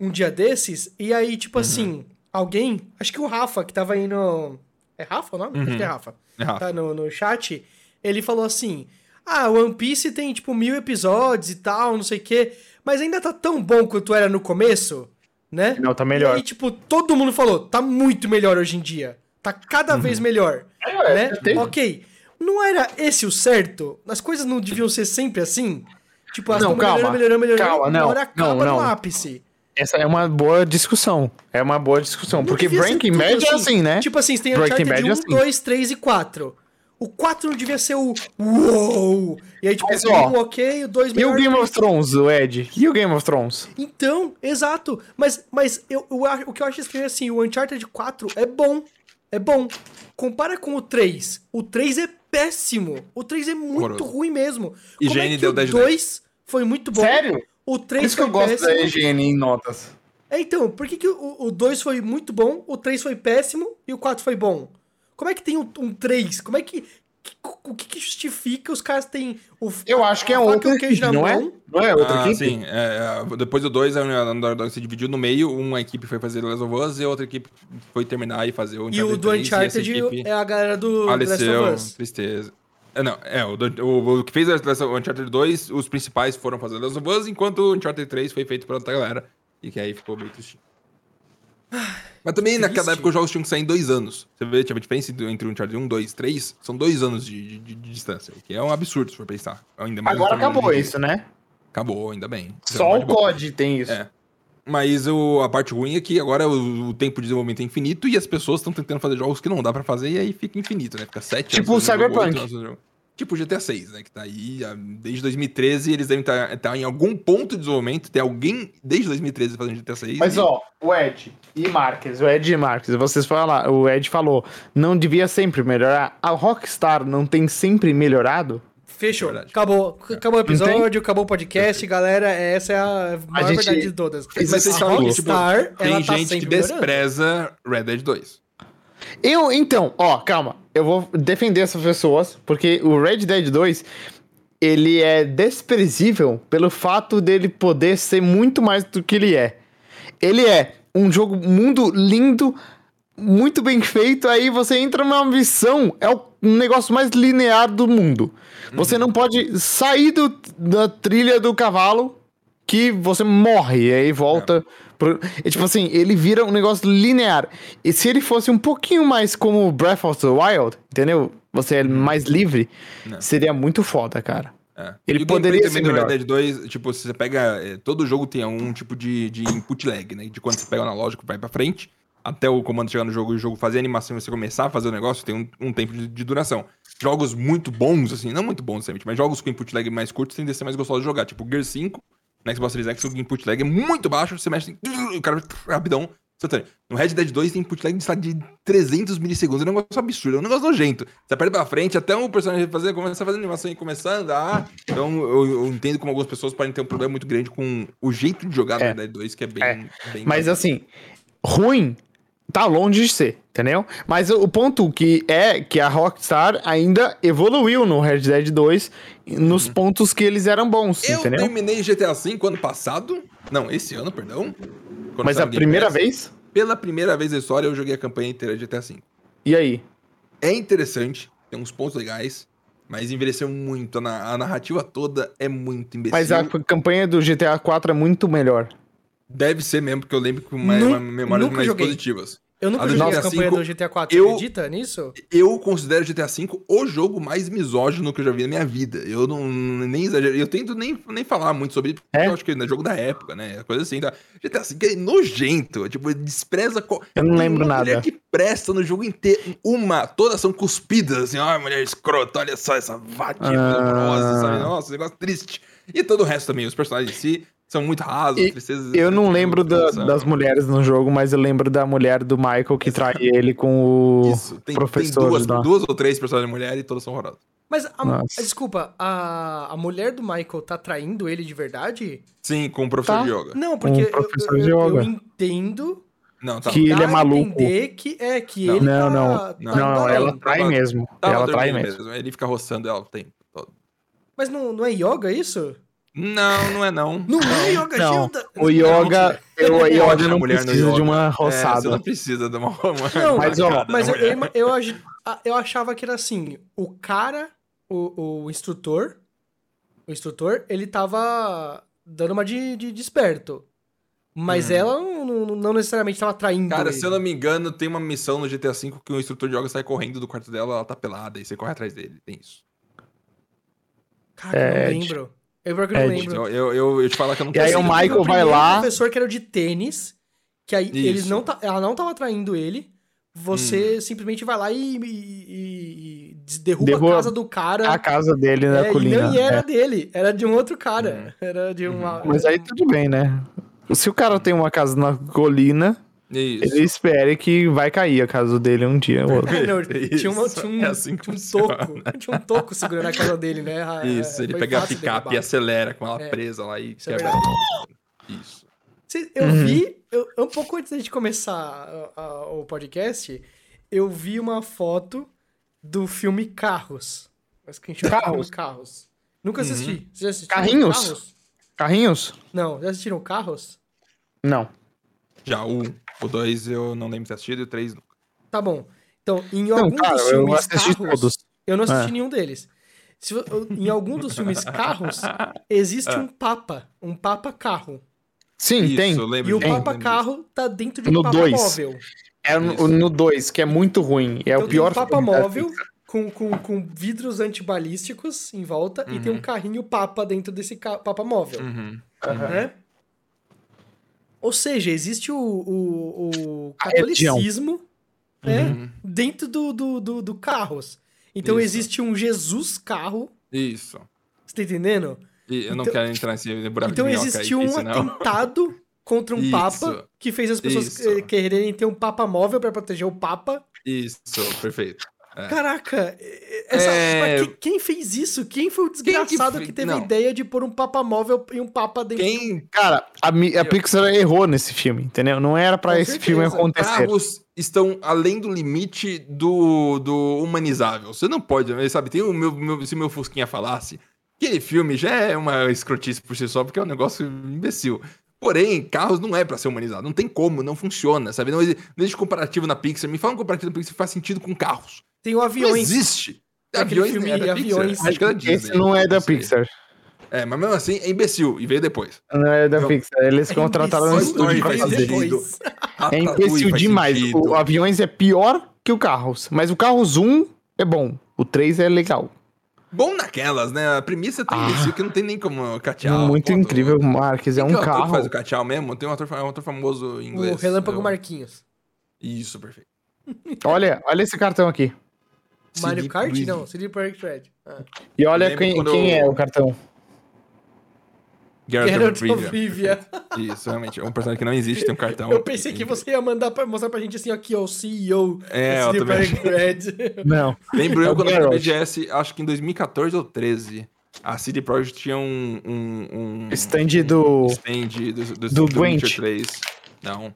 Speaker 4: Uhum.
Speaker 2: um dia desses, e aí, tipo assim, alguém, acho que o Rafa, que tava aí no. É Rafa o nome? Acho que é Rafa.
Speaker 4: É Rafa.
Speaker 2: Tá no, no chat, ele falou assim: Ah, One Piece tem, tipo, mil episódios e tal, não sei o quê, mas ainda tá tão bom quanto era no começo, né?
Speaker 3: Não, tá melhor.
Speaker 2: E aí, tipo, todo mundo falou: tá muito melhor hoje em dia. Tá
Speaker 4: Uhum.
Speaker 2: cada vez melhor.
Speaker 3: É,
Speaker 2: né? Ok. Não era esse o certo? As coisas não deviam ser sempre assim? Tipo, as
Speaker 3: Não,
Speaker 2: tão melhorando,
Speaker 3: calma,
Speaker 2: melhorando, melhorando,
Speaker 3: calma,
Speaker 2: uma
Speaker 3: não,
Speaker 2: hora acaba
Speaker 3: não,
Speaker 2: no
Speaker 3: não.
Speaker 2: ápice.
Speaker 3: Essa é uma boa discussão. É uma boa discussão. porque
Speaker 2: devia ser
Speaker 3: Breaking
Speaker 2: tudo
Speaker 3: Bad é assim, né?
Speaker 2: Tipo assim, você tem
Speaker 3: Breaking
Speaker 2: Uncharted
Speaker 3: Bad é
Speaker 2: 1,
Speaker 3: assim.
Speaker 2: 2, 3 e 4. O 4 não devia ser o UOU! E aí, tipo,
Speaker 3: Mas,
Speaker 2: o
Speaker 3: ó,
Speaker 2: 1 ok, o 2
Speaker 3: e o
Speaker 2: melhor.
Speaker 3: Game of Thrones, o Ed? E o Game of Thrones?
Speaker 2: Então, exato. Mas, mas eu, eu acho- o que eu acho estranho é assim, o Uncharted 4 é bom. É bom. Compara com o 3. O 3 é péssimo. O 3 é muito
Speaker 4: Horroroso.
Speaker 2: ruim mesmo.
Speaker 4: E
Speaker 2: Como é
Speaker 4: Jane
Speaker 2: que
Speaker 4: deu
Speaker 2: o
Speaker 4: 10 de
Speaker 2: 2 foi muito bom.
Speaker 5: Sério?
Speaker 2: O 3
Speaker 5: Por isso que eu
Speaker 2: foi
Speaker 5: gosto
Speaker 2: péssimo.
Speaker 5: da EGN em notas.
Speaker 2: É, então, por que, que o 2 foi muito bom, o 3 foi péssimo e o 4 foi bom? Como é que tem um 3? Como é que. que- O que, que justifica os caras têm o.
Speaker 3: Eu acho que é
Speaker 2: a faca e
Speaker 3: outra
Speaker 2: o queijo na
Speaker 3: equipe, não é?
Speaker 2: mão?
Speaker 5: Não é outra
Speaker 4: Ah,
Speaker 5: aqui?
Speaker 4: sim. é, é, depois do 2, a Underdog se dividiu no meio. Uma equipe foi fazer The Last of Us e a outra equipe foi terminar e fazer o
Speaker 2: E o do
Speaker 4: 3, e assim, essa
Speaker 2: Uncharted
Speaker 4: equipe
Speaker 2: é a galera do The
Speaker 4: faleceu.
Speaker 2: Last of Us.
Speaker 4: Tristeza. É, não, é, o, do- o- o que fez The Last of- o Uncharted 2, os principais foram fazer The Last of Us, enquanto o Uncharted 3 foi feito pra outra galera. E que aí ficou meio tristinho. Mas também naquela época os jogos tinham que sair em dois anos. Você vê, tipo, a diferença do- entre o Uncharted 1, 2 3 são dois anos de, de- de- de distância, o que é um absurdo se for pensar. Ainda mais
Speaker 3: Agora
Speaker 4: no termo de-
Speaker 3: acabou isso, né?
Speaker 4: Acabou, ainda bem. Isso é uma
Speaker 3: Só
Speaker 4: parte
Speaker 3: o
Speaker 4: boa.
Speaker 3: COD tem isso.
Speaker 4: É. Mas o- a parte ruim é que agora o, o tempo de desenvolvimento é infinito e as pessoas estão tentando fazer jogos que não dá pra fazer e aí fica infinito, né? Fica sete
Speaker 3: Tipo
Speaker 4: anos
Speaker 3: o
Speaker 4: fazendo jogo,
Speaker 3: Cyberpunk.
Speaker 4: oito anos fazendo jogo. Tipo o GTA 6, né? Que tá aí ah, desde 2013, eles devem estar em algum ponto de desenvolvimento. Tem alguém desde 2013 fazendo GTA 6.
Speaker 3: Mas
Speaker 4: e-
Speaker 3: ó, o Ed e Marques, o Ed e Marques, vocês falaram, o Ed falou, não devia sempre melhorar. A Rockstar não tem sempre melhorado?
Speaker 2: Fechou.
Speaker 4: É Verdade.
Speaker 2: acabou. Acabou o
Speaker 3: Entende?
Speaker 2: episódio, acabou o podcast, galera. Essa é a maior
Speaker 3: gente-
Speaker 2: verdade de todas.
Speaker 4: Mas vocês
Speaker 2: a
Speaker 4: sabem que, tipo,
Speaker 2: Rockstar, ela
Speaker 4: tem
Speaker 2: tá
Speaker 4: gente que
Speaker 2: sempre melhorando.
Speaker 4: despreza Red Dead 2.
Speaker 3: Eu, então, ó, calma. Eu vou defender essas pessoas, porque o Red Dead 2, ele é desprezível pelo fato dele poder ser muito mais do que ele é. Ele é um jogo mundo lindo, muito bem feito, aí você entra numa missão, é o negócio mais linear do mundo. Você não pode sair do- da trilha do cavalo que você morre, e aí volta. pro- é tipo assim, ele vira um negócio linear. E se ele fosse um pouquinho mais como Breath of the Wild, entendeu? Você é mais livre,
Speaker 4: Não.
Speaker 3: seria muito foda, cara.
Speaker 4: É.
Speaker 3: Ele
Speaker 4: E o
Speaker 3: poderia
Speaker 4: gameplay
Speaker 3: ser
Speaker 4: também do
Speaker 3: melhor.
Speaker 4: Red Dead 2, tipo, se você pega. eh, todo jogo tem um tipo de, de input lag, né? De quando você pega o analógico vai pra frente, até o comando chegar no jogo e o jogo fazer a animação e você começar a fazer o negócio, tem um, um tempo de, de duração. Jogos muito bons, assim, não muito bons, necessariamente, mas jogos com input lag mais curto tendem a ser mais gostosos de jogar. Tipo, Gear 5, na Xbox Series X, o input lag é muito baixo, você mexe assim, o cara vai rapidão. instantâneo. No Red Dead 2 tem input lag de, sei lá, de 300 milissegundos, é um negócio absurdo, é um negócio nojento. Você aperta pra frente até o personagem fazer, começar a fazer animação e começar a andar. Então eu, eu entendo como algumas pessoas podem ter um problema muito grande com o jeito de jogar do
Speaker 3: É.
Speaker 4: Red Dead 2, que é bem. bem
Speaker 3: Mas assim, ruim tá longe de ser, entendeu? Mas o o ponto que é que a Rockstar ainda evoluiu no Red Dead 2 nos pontos que eles eram bons,
Speaker 4: Eu
Speaker 3: assim, entendeu?
Speaker 4: terminei GTA V ano passado. Não, esse ano, perdão. Quando
Speaker 3: Mas
Speaker 4: saiu
Speaker 3: a
Speaker 4: o Game
Speaker 3: primeira
Speaker 4: Pass.
Speaker 3: vez?
Speaker 4: Pela primeira vez na história, eu joguei a campanha inteira de GTA V.
Speaker 3: E aí?
Speaker 4: É interessante, tem uns pontos legais, mas envelheceu muito. A, na- a narrativa toda é muito imbecil.
Speaker 3: Mas a campanha do GTA 4 é muito melhor.
Speaker 4: Deve ser mesmo, porque eu lembro que uma,
Speaker 2: Nu-
Speaker 4: uma memórias
Speaker 2: nunca
Speaker 4: mais
Speaker 2: joguei.
Speaker 4: positivas.
Speaker 2: Eu
Speaker 4: A
Speaker 2: nunca
Speaker 4: do
Speaker 2: joguei a
Speaker 4: GTA
Speaker 2: campanha
Speaker 4: cinco,
Speaker 2: do GTA 4.
Speaker 4: eu-
Speaker 2: Acredita nisso?
Speaker 4: Eu considero GTA V o jogo mais misógino que eu já vi na minha vida. Eu não nem exagero. Eu tento nem, nem falar muito sobre isso, porque
Speaker 3: É?
Speaker 4: eu acho que é jogo da época, né? Coisa assim, tá? GTA V é nojento. Tipo, ele despreza. co-
Speaker 3: Eu não
Speaker 4: Tem
Speaker 3: lembro
Speaker 4: uma
Speaker 3: nada.
Speaker 4: mulher que presta no jogo inteiro. Uma, todas são cuspidas, assim, ó, mulher escrota, olha só essa vadia
Speaker 3: Ah.
Speaker 4: dolorosa, sabe? Nossa, negócio triste. E todo o resto também, os personagens em si são muito rasos,
Speaker 3: E-
Speaker 4: tristezas. Então, assim,
Speaker 3: Eu não lembro da-
Speaker 4: são-
Speaker 3: das mulheres no jogo, mas eu lembro da mulher do Michael que trai ele com o
Speaker 4: Isso, tem, tem
Speaker 3: professor.
Speaker 4: duas,
Speaker 3: lá.
Speaker 4: duas ou três personagens mulheres e todas são horrorosas.
Speaker 2: Mas, a-
Speaker 3: Nossa.
Speaker 2: desculpa, a, a mulher do Michael tá traindo ele de verdade?
Speaker 4: Sim, com o professor
Speaker 3: Tá.
Speaker 4: de yoga.
Speaker 2: Não, porque eu-
Speaker 3: professor
Speaker 2: eu,
Speaker 3: de
Speaker 2: eu
Speaker 3: yoga.
Speaker 2: entendo.
Speaker 4: Não, tá.
Speaker 3: Que- Ele
Speaker 2: dá
Speaker 3: é
Speaker 2: a
Speaker 3: maluco.
Speaker 2: entender que é que
Speaker 4: Não.
Speaker 2: ele
Speaker 3: Não,
Speaker 2: tá,
Speaker 3: não.
Speaker 2: tá
Speaker 4: Não,
Speaker 3: Não, não, ela
Speaker 2: embalando.
Speaker 3: trai
Speaker 4: Tava-
Speaker 3: mesmo.
Speaker 4: Tava
Speaker 3: ela trai
Speaker 4: Tá dormindo
Speaker 3: mesmo.
Speaker 4: Ele fica roçando ela o tempo todo.
Speaker 2: Mas não, não é yoga isso?
Speaker 4: Não, não é não.
Speaker 2: Não é yoga,
Speaker 3: Não.
Speaker 2: Gilda!
Speaker 3: O yoga, eu, o yoga
Speaker 4: A
Speaker 3: não
Speaker 4: mulher no
Speaker 3: precisa de
Speaker 4: yoga.
Speaker 3: uma
Speaker 4: É, você
Speaker 3: roçada.
Speaker 4: não precisa de uma, uma
Speaker 2: Não,
Speaker 3: mas, ó,
Speaker 4: marcada na
Speaker 2: Mas eu,
Speaker 4: mulher.
Speaker 2: eu, ima- eu, agi- a- eu achava que era assim, o cara, o, o instrutor, o instrutor, ele tava dando uma de, de desperto. Mas ela não, não- não necessariamente tava traindo
Speaker 4: Hum. Cara,
Speaker 2: ele.
Speaker 4: se eu não me engano, tem uma missão no GTA V que o instrutor de yoga sai correndo do quarto dela, ela tá pelada, e você corre atrás dele. Tem isso.
Speaker 2: Cara, eu
Speaker 3: É,
Speaker 2: não lembro. Eu pior que eu não
Speaker 3: É,
Speaker 2: lembro.
Speaker 4: Eu, eu, eu, eu te falar que eu não
Speaker 3: E aí
Speaker 4: consigo.
Speaker 3: o Michael
Speaker 2: Teve um
Speaker 3: vai
Speaker 2: primeiro
Speaker 3: lá-
Speaker 2: professor que era o de tênis, que aí eles
Speaker 4: Isso.
Speaker 2: não ta- ela não tava traindo ele.
Speaker 4: Hum.
Speaker 2: Você simplesmente vai lá e, e- e des- derruba,
Speaker 3: Derruba
Speaker 2: a casa do cara.
Speaker 3: A casa dele na
Speaker 2: É, e
Speaker 3: colina.
Speaker 2: não e
Speaker 3: é. Uhum.
Speaker 2: era dele, era de um outro
Speaker 4: Hum.
Speaker 2: cara. Era de uma.
Speaker 3: Mas aí tudo bem, né? Se o cara tem uma casa na colina,
Speaker 4: Isso.
Speaker 3: ele espere que vai cair a casa dele um dia ou outro.
Speaker 2: É, não,
Speaker 4: Isso,
Speaker 2: tinha, uma- tinha um,
Speaker 4: é assim que
Speaker 2: tinha um
Speaker 4: funciona.
Speaker 2: toco. Tinha um toco segurando a casa dele, né? Ah,
Speaker 4: Isso,
Speaker 2: é,
Speaker 4: ele
Speaker 2: foi
Speaker 4: pega a
Speaker 2: fácil
Speaker 4: picape
Speaker 2: derrubar.
Speaker 4: e acelera com ela
Speaker 2: É.
Speaker 4: presa lá e
Speaker 2: Isso é
Speaker 4: quebra.
Speaker 2: verdade.
Speaker 4: Isso.
Speaker 2: Cê- Eu
Speaker 4: Uhum.
Speaker 2: vi, eu- um pouco antes da gente começar a- a- o podcast, eu vi uma foto do filme Carros. Acho que a gente chama de filme Carros. Nunca
Speaker 4: Uhum.
Speaker 2: assisti. Vocês já assistiram
Speaker 3: Carrinhos?
Speaker 2: Carros?
Speaker 3: Carrinhos?
Speaker 2: Não, já assistiram Carros?
Speaker 3: Não.
Speaker 4: Já o, o dois eu não lembro de ter assistido e o três nunca.
Speaker 2: Tá bom. Então, em
Speaker 3: Não,
Speaker 2: algum
Speaker 3: cara,
Speaker 2: dos
Speaker 3: eu
Speaker 2: filmes
Speaker 3: assisti
Speaker 2: Carros,
Speaker 3: todos.
Speaker 2: eu não assisti
Speaker 3: É.
Speaker 2: nenhum deles. Se vo- em algum dos filmes Carros,
Speaker 4: É.
Speaker 2: existe um Papa, um Papa Carro.
Speaker 3: Sim,
Speaker 4: Isso,
Speaker 3: tem.
Speaker 4: eu lembro
Speaker 2: E o
Speaker 4: disso, eu
Speaker 2: Papa
Speaker 4: lembro
Speaker 2: Carro tá dentro de um
Speaker 3: No
Speaker 2: Papa
Speaker 3: dois.
Speaker 2: Móvel.
Speaker 3: É
Speaker 4: Isso.
Speaker 3: no no 2, que é muito ruim. É
Speaker 2: Então
Speaker 3: o pior
Speaker 2: tem um Papa
Speaker 3: filme da
Speaker 2: móvel com, com, com vidros antibalísticos em volta e tem
Speaker 4: Uhum.
Speaker 2: um carrinho Papa dentro desse ca- Papa móvel.
Speaker 4: disso. Uhum.
Speaker 2: Né? Ou seja, existe o, o, o
Speaker 3: A religião.
Speaker 2: catolicismo né,
Speaker 4: Uhum.
Speaker 2: dentro do, do, do, do carros. Então
Speaker 4: Isso.
Speaker 2: existe um Jesus carro,
Speaker 4: Isso.
Speaker 2: você tá entendendo?
Speaker 4: E eu não
Speaker 2: Então-
Speaker 4: quero entrar nesse buraco
Speaker 2: então
Speaker 4: de minhoca
Speaker 2: existiu
Speaker 4: aí,
Speaker 2: um
Speaker 4: que senão...
Speaker 2: atentado contra um
Speaker 4: Isso.
Speaker 2: Papa que fez as pessoas
Speaker 4: Isso.
Speaker 2: eh, quererem ter um Papa móvel para proteger o Papa.
Speaker 4: Isso, perfeito. É.
Speaker 2: Caraca, eh, essa-
Speaker 4: É.
Speaker 2: pra que- quem fez isso? Quem foi o
Speaker 4: que
Speaker 2: desgraçado que,
Speaker 4: fe-
Speaker 2: teve a
Speaker 4: não.
Speaker 2: ideia de pôr um papa móvel e um papa dentro?
Speaker 4: Quem
Speaker 3: Cara, a, mi- a Pixar errou nesse filme, entendeu? Não era pra
Speaker 2: Com
Speaker 3: esse
Speaker 2: certeza.
Speaker 3: filme acontecer.
Speaker 4: carros estão além do limite do, do humanizável. Você não pode, eh, sabe? Tem o meu, meu- se meu Fusquinha falasse, aquele filme já é uma escrotice por si só, porque é um negócio imbecil. Porém, carros não é pra ser humanizado. Não tem como, não funciona, sabe? Não exi- não existe comparativo na Pixar. Me fala um comparativo na Pixar que faz sentido com carros.
Speaker 2: Tem um o
Speaker 4: Não
Speaker 2: aviões.
Speaker 4: existe.
Speaker 2: Aquele filme
Speaker 4: é da Pixar?
Speaker 2: Aviões.
Speaker 4: Acho que é da
Speaker 3: Esse
Speaker 4: Disney.
Speaker 3: não é da
Speaker 4: sei.
Speaker 3: Pixar.
Speaker 4: É, mas mesmo assim, é imbecil. E veio depois.
Speaker 3: Não é da
Speaker 4: Não.
Speaker 3: Pixar. Eles
Speaker 2: É
Speaker 3: contrataram um
Speaker 4: Toy
Speaker 2: imbecil
Speaker 3: estúdio pra
Speaker 4: faz
Speaker 2: demais.
Speaker 3: fazer.
Speaker 4: sentido.
Speaker 2: Depois.
Speaker 4: Ah,
Speaker 3: É
Speaker 4: tá,
Speaker 3: imbecil demais. O Aviões é pior que o Carros. Mas o Carros 1 é bom. O 3 é legal.
Speaker 4: Bom naquelas, né? A premissa é tão
Speaker 3: Ah.
Speaker 4: imbecil que não tem nem como catear.
Speaker 3: Muito
Speaker 4: Pô,
Speaker 3: incrível, Marques.
Speaker 4: Tem
Speaker 3: É um
Speaker 4: que ator que
Speaker 3: carro.
Speaker 4: faz o catear mesmo? Tem um ator, fa- um ator famoso em inglês.
Speaker 2: O Relâmpago
Speaker 4: Eu-
Speaker 2: Marquinhos.
Speaker 4: Isso, perfeito.
Speaker 3: Olha, olha esse cartão aqui.
Speaker 2: Mario
Speaker 4: Felipe
Speaker 2: Kart?
Speaker 4: Luiz.
Speaker 2: Não, CD Projekt Red. Ah.
Speaker 3: E olha
Speaker 4: Lembro
Speaker 3: quem,
Speaker 4: quando
Speaker 3: quem
Speaker 4: eu-
Speaker 3: é o cartão.
Speaker 4: Geralt
Speaker 2: Geralt
Speaker 4: of
Speaker 2: of
Speaker 4: Rivia.
Speaker 2: Rivia.
Speaker 4: Isso, realmente. É um personagem que não existe, tem um cartão.
Speaker 2: Eu pensei que você ia mandar pra, mostrar pra gente assim, aqui, ó, o CEO
Speaker 4: É,
Speaker 2: do
Speaker 4: eu
Speaker 2: CD
Speaker 4: também
Speaker 2: Projekt Red.
Speaker 3: Não.
Speaker 4: Lembro
Speaker 3: É
Speaker 4: eu
Speaker 3: o
Speaker 4: quando eu fui no
Speaker 3: Geralt.
Speaker 4: BGS, acho que em 2014 ou 13, a CD Projekt tinha um... um, um
Speaker 3: Stand do.
Speaker 4: stand do, do,
Speaker 3: do Gwent.
Speaker 4: Witcher 3. Não.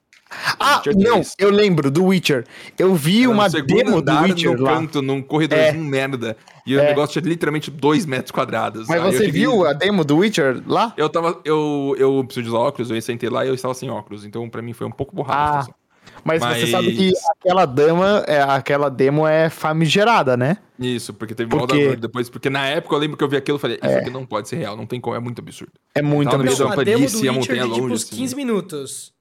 Speaker 3: Ah,
Speaker 4: Witcher
Speaker 3: não,
Speaker 4: 3.
Speaker 3: eu lembro do Witcher. Eu vi
Speaker 4: Era no
Speaker 3: uma
Speaker 4: segundo
Speaker 3: demo do
Speaker 4: andar,
Speaker 3: Witcher
Speaker 4: num
Speaker 3: lá.
Speaker 4: canto, num corredorzinho merda. E o
Speaker 3: É.
Speaker 4: negócio tinha literalmente dois metros quadrados.
Speaker 3: Mas
Speaker 4: Aí eu
Speaker 3: você
Speaker 4: cheguei-
Speaker 3: viu a demo do Witcher lá?
Speaker 4: Eu tava. Eu, eu preciso de usar óculos, eu sentei lá e eu estava sem óculos. Então, pra mim, foi um pouco borrado a
Speaker 3: Ah.
Speaker 4: situação.
Speaker 3: Mas, você
Speaker 4: Mas-
Speaker 3: sabe que aquela dama, é, aquela demo é famigerada, né?
Speaker 4: Isso, porque teve
Speaker 3: Por
Speaker 4: mal da
Speaker 3: quê?
Speaker 4: Word depois. Porque na época eu lembro que eu vi aquilo e falei, isso aqui não pode ser real, não tem como, é muito absurdo.
Speaker 3: É muito
Speaker 4: Tá no meio Isso,
Speaker 2: Não,
Speaker 3: absurdo.
Speaker 4: a
Speaker 2: a demo do
Speaker 4: planície, a
Speaker 2: Witcher
Speaker 4: montanha
Speaker 2: de tipo
Speaker 4: longe,
Speaker 2: uns
Speaker 4: assim.
Speaker 2: 15 minutos.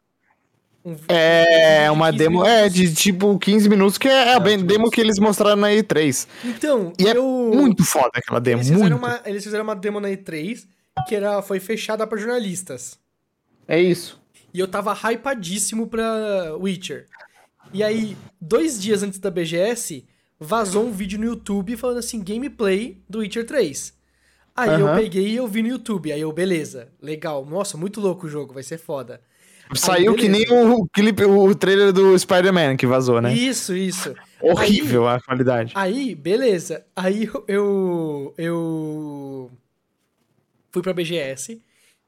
Speaker 2: Um-
Speaker 3: É uma
Speaker 2: 15
Speaker 3: demo,
Speaker 2: minutos.
Speaker 3: é de tipo 15 minutos, que é a bem- demo que eles mostraram na E3.
Speaker 2: Então,
Speaker 3: E é
Speaker 2: eu...
Speaker 3: Muito foda aquela demo,
Speaker 2: Eles fizeram,
Speaker 3: É muito.
Speaker 2: uma, eles fizeram uma demo na E3 que era, foi fechada pra jornalistas.
Speaker 3: É isso.
Speaker 2: E eu tava hypadíssimo pra Witcher. E aí, dois dias antes da BGS, vazou um vídeo no YouTube falando assim, gameplay do Witcher 3. Aí eu
Speaker 3: Aham.
Speaker 2: peguei e eu vi no YouTube. Aí eu, beleza, legal. Nossa, muito louco o jogo, vai ser foda.
Speaker 3: Saiu
Speaker 2: Aí,
Speaker 3: que
Speaker 2: beleza.
Speaker 3: nem o clipe, o trailer do Spider-Man que vazou, né?
Speaker 2: Isso, isso.
Speaker 3: Horrível a qualidade.
Speaker 2: Aí, beleza. Aí eu- eu. Eu. Fui pra BGS.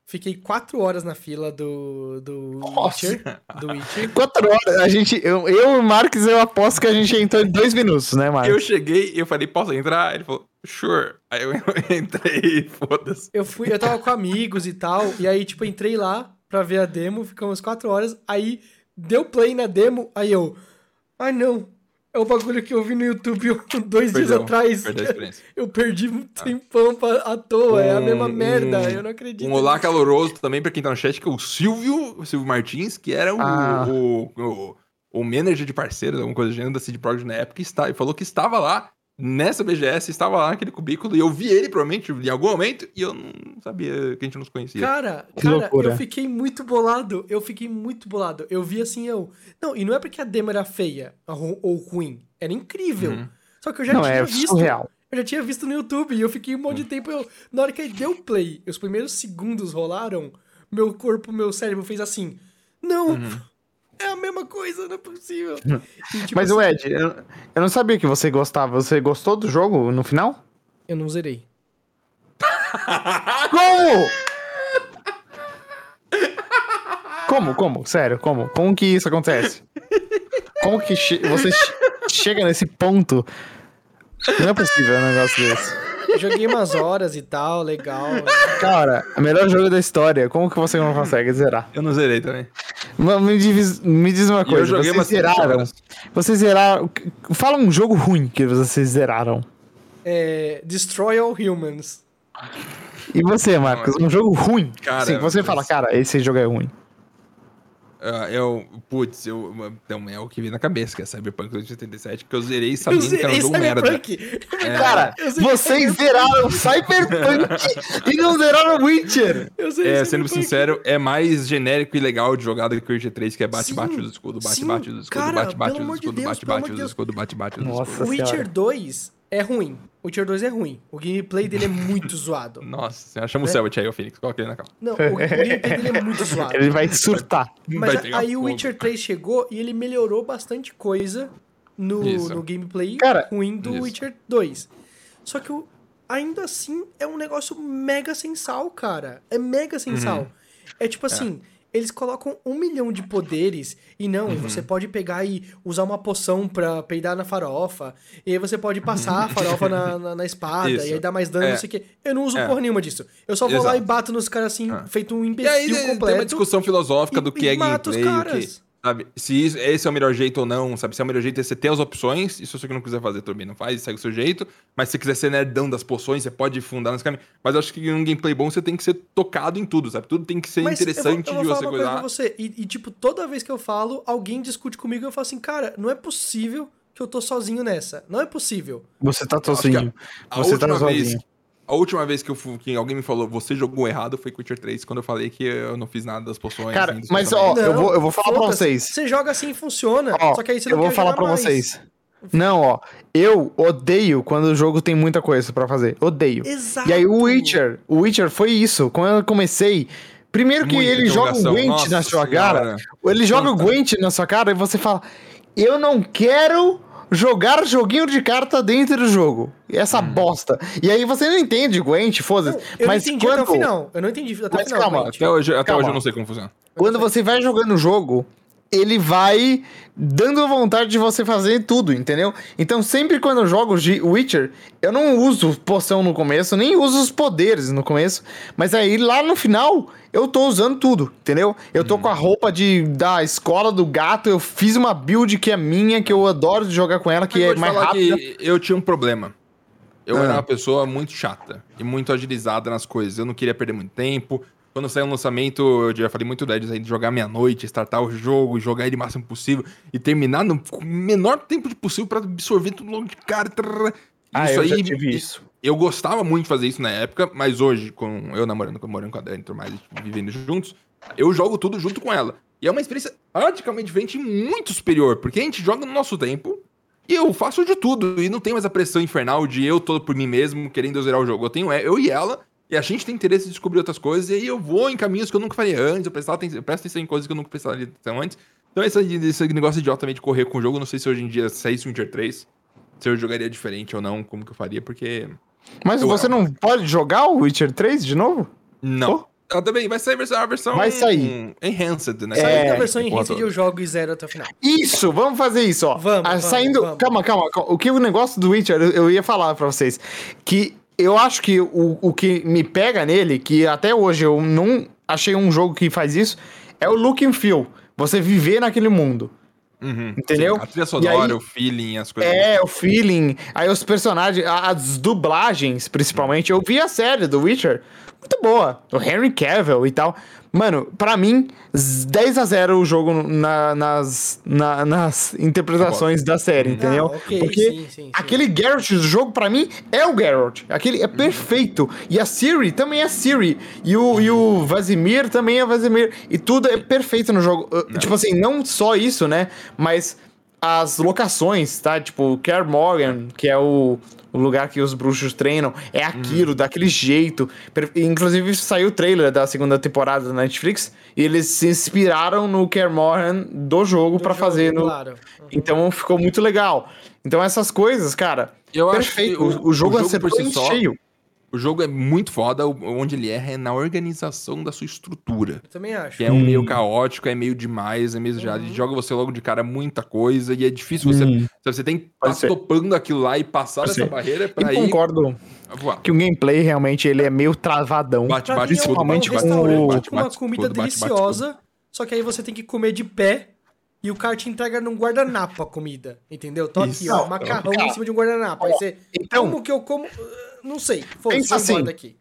Speaker 2: Fiquei quatro horas na fila do. Do Witcher. Do Witcher.
Speaker 3: Quatro horas, a gente, eu, eu e o Marques, eu aposto que a gente entrou em dois minutos, né, Marques?
Speaker 4: Eu cheguei e eu falei, posso entrar? Ele falou, sure. Aí eu entrei, foda-se.
Speaker 2: Eu fui, eu tava com amigos e tal. E aí, tipo, entrei lá pra ver a demo. Ficamos quatro horas. Aí deu play na demo. Aí eu. Ai não. É o bagulho que eu vi no YouTube dois dias
Speaker 4: Perdeu,
Speaker 2: atrás.
Speaker 4: perdeu a experiência.
Speaker 2: Eu perdi um tempão pra, à toa. é a mesma
Speaker 4: Ah. Um-
Speaker 2: merda.
Speaker 4: um-
Speaker 2: eu não acredito.
Speaker 4: Um olá
Speaker 2: nisso.
Speaker 4: caloroso também pra quem tá no chat, que é o Silvio, o Silvio Martins, que era o,
Speaker 3: Ah.
Speaker 4: o, o, o manager de parceiros, alguma coisa do gênero da Cid Projekt na época, e está, e falou que estava lá nessa BGS, estava lá naquele cubículo e eu vi ele, provavelmente, em algum momento, e eu não sabia que a gente nos conhecia.
Speaker 2: Cara,
Speaker 3: Que
Speaker 2: cara,
Speaker 3: loucura.
Speaker 2: eu fiquei muito bolado. Eu fiquei muito bolado. Eu vi assim, eu. Não, e não é porque a demo era feia ou, ou ruim. Era incrível. Só que eu já
Speaker 3: Uhum. Não,
Speaker 2: tinha
Speaker 3: é
Speaker 2: visto.
Speaker 3: surreal. Uhum.
Speaker 2: Eu já tinha visto no YouTube e eu fiquei um monte de tempo. Eu, na hora que ele deu play, os primeiros segundos rolaram, meu corpo, meu cérebro fez assim. Não!
Speaker 3: Uhum.
Speaker 2: É a mesma coisa, não é possível. E, tipo,
Speaker 3: Mas,
Speaker 2: assim,
Speaker 3: o Ed, eu, eu não sabia que você gostava. Você gostou do jogo no final?
Speaker 2: eu não zerei. Ah,
Speaker 3: Como? Como, como? Sério, como? Como que isso acontece? Como que che- você che- chega nesse ponto? Não é possível um negócio desse.
Speaker 2: Eu joguei umas horas e tal, legal.
Speaker 3: Cara, o melhor jogo da história. Como que você não consegue zerar?
Speaker 4: Eu não zerei também.
Speaker 3: Mano, Me diz, me diz uma
Speaker 4: E eu
Speaker 3: coisa.
Speaker 4: joguei
Speaker 3: Vocês
Speaker 4: umas três
Speaker 3: zeraram.
Speaker 4: horas.
Speaker 3: Vocês zeraram. Fala um jogo ruim que vocês zeraram.
Speaker 2: É, Destroy All Humans.
Speaker 3: E você, Marcos? Um jogo ruim.
Speaker 4: Cara,
Speaker 3: Sim, você
Speaker 4: mas-
Speaker 3: fala, cara, esse jogo é ruim.
Speaker 4: Ah, eu, putz, eu, então é o que vem na cabeça, que é Cyberpunk 2077, que eu zerei
Speaker 2: Eu
Speaker 4: sabendo que era um
Speaker 2: zerei
Speaker 4: jogo merda.
Speaker 2: Cyberpunk.
Speaker 3: Cara,
Speaker 2: É. Eu zerei
Speaker 3: vocês zeraram Cyberpunk e não zeraram Witcher.
Speaker 2: Eu zerei
Speaker 4: É, sendo
Speaker 2: Cyberpunk.
Speaker 4: sincero, é mais genérico e legal de jogada que o RG3, que é
Speaker 2: Sim,
Speaker 4: bate-bate do escudo,
Speaker 2: sim,
Speaker 4: bate-bate do escudo,
Speaker 2: cara,
Speaker 4: bate-bate
Speaker 2: pelo
Speaker 4: do
Speaker 2: amor de
Speaker 4: escudo,
Speaker 2: Deus, pelo
Speaker 4: bate-bate
Speaker 2: amor de
Speaker 4: do
Speaker 2: Deus.
Speaker 4: escudo, bate-bate do
Speaker 3: Nossa
Speaker 4: escudo.
Speaker 2: Witcher
Speaker 3: senhora.
Speaker 2: 2 é ruim. Witcher 2 é ruim. O gameplay dele é muito zoado.
Speaker 4: Nossa senhora,
Speaker 2: É.
Speaker 4: chama o Selbit aí, ô Phoenix, coloca ele na calma.
Speaker 2: Não, o, o gameplay dele é muito zoado.
Speaker 3: Ele vai surtar.
Speaker 2: Mas
Speaker 4: Vai pegar
Speaker 2: aí o
Speaker 4: fogo.
Speaker 2: Witcher 3 chegou e ele melhorou bastante coisa no,
Speaker 4: Isso.
Speaker 2: no gameplay
Speaker 3: Cara,
Speaker 2: ruim do
Speaker 4: isso.
Speaker 2: Witcher 2. Só que o- ainda assim é um negócio mega sem sal, cara. É
Speaker 4: Uhum.
Speaker 2: mega sem sal. É tipo assim, eles colocam um milhão de poderes e não,
Speaker 4: Uhum.
Speaker 2: você pode pegar e usar uma poção pra peidar na farofa. E aí você pode passar a farofa na, na, na espada
Speaker 4: Uhum. Isso.
Speaker 2: e aí dá mais dano,
Speaker 4: É.
Speaker 2: não sei o quê. Eu não uso
Speaker 4: É.
Speaker 2: porra nenhuma disso. Eu só vou lá e
Speaker 4: Exato. Ah.
Speaker 2: bato nos caras assim, feito um
Speaker 4: E aí
Speaker 2: imbecil
Speaker 4: né, tem uma
Speaker 2: completo.
Speaker 4: discussão filosófica
Speaker 2: e-
Speaker 4: do
Speaker 2: e
Speaker 4: que é
Speaker 2: mata os
Speaker 4: gameplay, o que,
Speaker 2: caras.
Speaker 4: sabe? Se isso, esse é o melhor jeito ou não, sabe? Se é o melhor jeito é você ter as opções, e se você não quiser fazer também não faz, segue o seu jeito, mas se você quiser ser nerdão das poções, você pode fundar nesse caminho. Mas eu acho que em um gameplay bom você tem que ser tocado em tudo, sabe? Tudo tem que ser
Speaker 2: Mas eu vou-
Speaker 4: interessante
Speaker 2: eu vou,
Speaker 4: de você
Speaker 2: falar uma coisa pra
Speaker 4: coisar.
Speaker 2: você. E, e, tipo, toda vez que eu falo, alguém discute comigo e eu falo assim, cara, não é possível que eu tô sozinho nessa. Não é possível.
Speaker 3: Você tá
Speaker 4: Acho que
Speaker 3: sozinho.
Speaker 4: a
Speaker 3: Você tá
Speaker 4: última vez-
Speaker 3: sozinho.
Speaker 4: A última vez que, eu fu- que alguém me falou, você jogou errado, foi com o Witcher 3, quando eu falei que eu não fiz nada das poções.
Speaker 3: Cara,
Speaker 4: nem dos
Speaker 3: mas,
Speaker 4: pensamentos.
Speaker 3: Ó, eu vou- eu vou falar pra
Speaker 2: foda-se.
Speaker 3: vocês.
Speaker 2: Você joga assim e funciona.
Speaker 3: Ó,
Speaker 2: só que aí você não
Speaker 3: eu vou
Speaker 2: quer
Speaker 3: falar
Speaker 2: jogar
Speaker 3: pra
Speaker 2: mais.
Speaker 3: vocês. Não, ó. Eu odeio quando o jogo tem muita coisa pra fazer. Odeio.
Speaker 2: Exato.
Speaker 3: E aí o Witcher, o Witcher foi isso. Quando eu comecei, primeiro que
Speaker 4: Muita
Speaker 3: ele joga o
Speaker 4: interrogação.
Speaker 3: Gwent
Speaker 4: Nossa
Speaker 3: na sua
Speaker 4: senhora.
Speaker 3: cara, ele joga o Gwent na sua cara e você fala: "Eu não quero jogar joguinho de carta dentro do jogo". Essa bosta. E aí você não entende Gwent, foda-se.
Speaker 2: Não, Hum. eu
Speaker 3: Mas
Speaker 2: não entendi
Speaker 3: quando
Speaker 2: até o final. Eu não entendi até o
Speaker 3: Mas
Speaker 2: final.
Speaker 3: calma,
Speaker 2: gente.
Speaker 4: Até, hoje, até
Speaker 3: Calma.
Speaker 4: hoje eu não sei como funciona.
Speaker 3: quando você vai jogando o jogo, ele vai dando vontade de você fazer tudo, entendeu? Então, sempre quando eu jogo de Witcher, eu não uso poção no começo, nem uso os poderes no começo, mas aí lá no final eu tô usando tudo, entendeu? Eu
Speaker 4: Hum.
Speaker 3: tô com a roupa de da escola do gato, eu fiz uma build que é minha, que eu adoro de jogar com ela, que
Speaker 4: Mas
Speaker 3: é
Speaker 4: vou te
Speaker 3: mais
Speaker 4: falar
Speaker 3: rápida.
Speaker 4: que eu tinha um problema. Eu
Speaker 3: Ah.
Speaker 4: era uma pessoa muito chata e muito agilizada nas coisas. Eu não queria perder muito tempo. Quando saiu um lançamento, eu já falei muito da ideia de jogar meia-noite, startar o jogo, jogar ele o máximo possível e terminar no menor tempo possível pra absorver tudo logo de cara. Trrr.
Speaker 3: Ah, eu já tive isso.
Speaker 4: Eu gostava muito de fazer isso na época, mas hoje, com eu namorando, com- morando com a Dani e tudo mais, tipo, vivendo juntos, eu jogo tudo junto com ela. E é uma experiência radicalmente diferente e muito superior, porque a gente joga no nosso tempo e eu faço de tudo. E não tem mais a pressão infernal de eu todo por mim mesmo querendo zerar o jogo. Eu tenho é, eu e ela, e a gente tem interesse em descobrir outras coisas, e aí eu vou em caminhos que eu nunca faria antes, eu, prestava, atenção- eu presto atenção em coisas que eu nunca prestava atenção antes. Então esse, esse negócio idiota também de correr com o jogo, não sei se é hoje em dia saísse o Winter 3, se eu jogaria diferente ou não, como que eu faria, porque...
Speaker 3: Mas
Speaker 4: Eu
Speaker 3: você
Speaker 4: amo.
Speaker 3: não pode jogar o Witcher 3 de novo?
Speaker 4: Não. Ela também vai sair a versão, a versão
Speaker 3: Vai sair.
Speaker 4: enhanced, né?
Speaker 2: Saiu
Speaker 4: É,
Speaker 2: da versão
Speaker 4: porra
Speaker 2: enhanced
Speaker 4: toda.
Speaker 2: e eu jogo e zero até o final.
Speaker 3: Isso, vamos fazer isso, ó.
Speaker 2: Vamos,
Speaker 3: Ah,
Speaker 2: vamos,
Speaker 3: saindo,
Speaker 2: vamos.
Speaker 3: calma, calma, calma. O que o negócio do Witcher, eu, eu ia falar pra vocês que eu acho que o, o que me pega nele, que até hoje eu não achei um jogo que faz isso, é o look and feel. Você viver naquele mundo.
Speaker 4: Uhum.
Speaker 3: Entendeu?
Speaker 4: Sim, a trilha
Speaker 3: E aí-
Speaker 4: sonora, o feeling, as coisas.
Speaker 3: É, o
Speaker 2: tipo.
Speaker 3: feeling. Aí os personagens, a- as dublagens, principalmente. Eu vi a série do Witcher. muito boa. O Henry Cavill e tal. Mano, pra mim, 10 a 0 o jogo na- nas, na- nas interpretações da série, entendeu?
Speaker 2: É Ah, ok,
Speaker 3: Porque
Speaker 2: sim, sim, sim.
Speaker 3: aquele Garrett do jogo, pra mim, é o Garrett. Aquele é perfeito. E a Siri também é a Siri. E o, e o Vazimir também é Vazimir. E tudo é perfeito no jogo. Uh, Tipo assim, não só isso, né? Mas as locações, tá? Tipo, o Kaer Morgan, que é o, o lugar que os bruxos treinam, é aquilo, daquele jeito. Per- Inclusive, saiu o trailer da segunda temporada da Netflix. E eles se inspiraram no Kaer Morgan do jogo pra
Speaker 2: jogo,
Speaker 3: fazer no,
Speaker 2: Claro.
Speaker 3: então ficou muito legal. Então essas coisas, cara,
Speaker 4: Eu acho
Speaker 3: perfeito.
Speaker 4: que o-
Speaker 3: o, o jogo
Speaker 4: o jogo
Speaker 3: acertou
Speaker 4: por si
Speaker 3: em
Speaker 4: só-
Speaker 3: cheio.
Speaker 4: O jogo é muito foda, o- onde ele erra é na organização da sua estrutura.
Speaker 2: Eu também acho.
Speaker 4: Que
Speaker 3: Hum.
Speaker 4: é um meio caótico, é meio demais, é meio exagerado. Ele joga você logo de cara muita coisa e é difícil você. sabe, Você tem que estar
Speaker 3: Hum. Pode ser.
Speaker 4: topando aquilo lá e passar
Speaker 3: Pode
Speaker 4: dessa
Speaker 3: ser.
Speaker 4: barreira pra
Speaker 3: E
Speaker 4: ir
Speaker 3: concordo
Speaker 4: voar.
Speaker 3: que o gameplay realmente ele é meio travadão.
Speaker 4: Bate,
Speaker 2: Pra
Speaker 4: bate,
Speaker 2: mim é um,
Speaker 4: tudo,
Speaker 2: é um
Speaker 4: bate,
Speaker 3: principalmente
Speaker 4: bate,
Speaker 2: restaurante
Speaker 4: tudo,
Speaker 3: com-
Speaker 4: bate,
Speaker 2: com uma
Speaker 4: bate,
Speaker 2: comida
Speaker 4: tudo, bate, bate, tudo.
Speaker 2: deliciosa, só que aí você tem que comer de pé e o cara te entrega num guardanapo a comida, entendeu? Tô aqui,
Speaker 3: Isso.
Speaker 2: ó, macarrão em cima de um guardanapo. Aí você,
Speaker 3: Então-
Speaker 2: como que eu como? Ah, Não sei, foda-se,
Speaker 3: Pensa
Speaker 2: vou embora
Speaker 3: assim.
Speaker 2: daqui.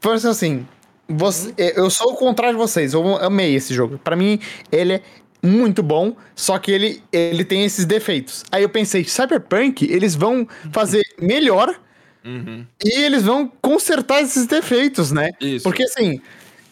Speaker 3: Força assim, você- é, eu sou o contrário de vocês, eu amei esse jogo. Pra mim, ele é muito bom, só que ele, ele tem esses defeitos. Aí eu pensei, Cyberpunk, eles vão fazer melhor
Speaker 4: Uhum.
Speaker 3: e eles vão consertar esses defeitos, né?
Speaker 4: Isso.
Speaker 3: Porque assim,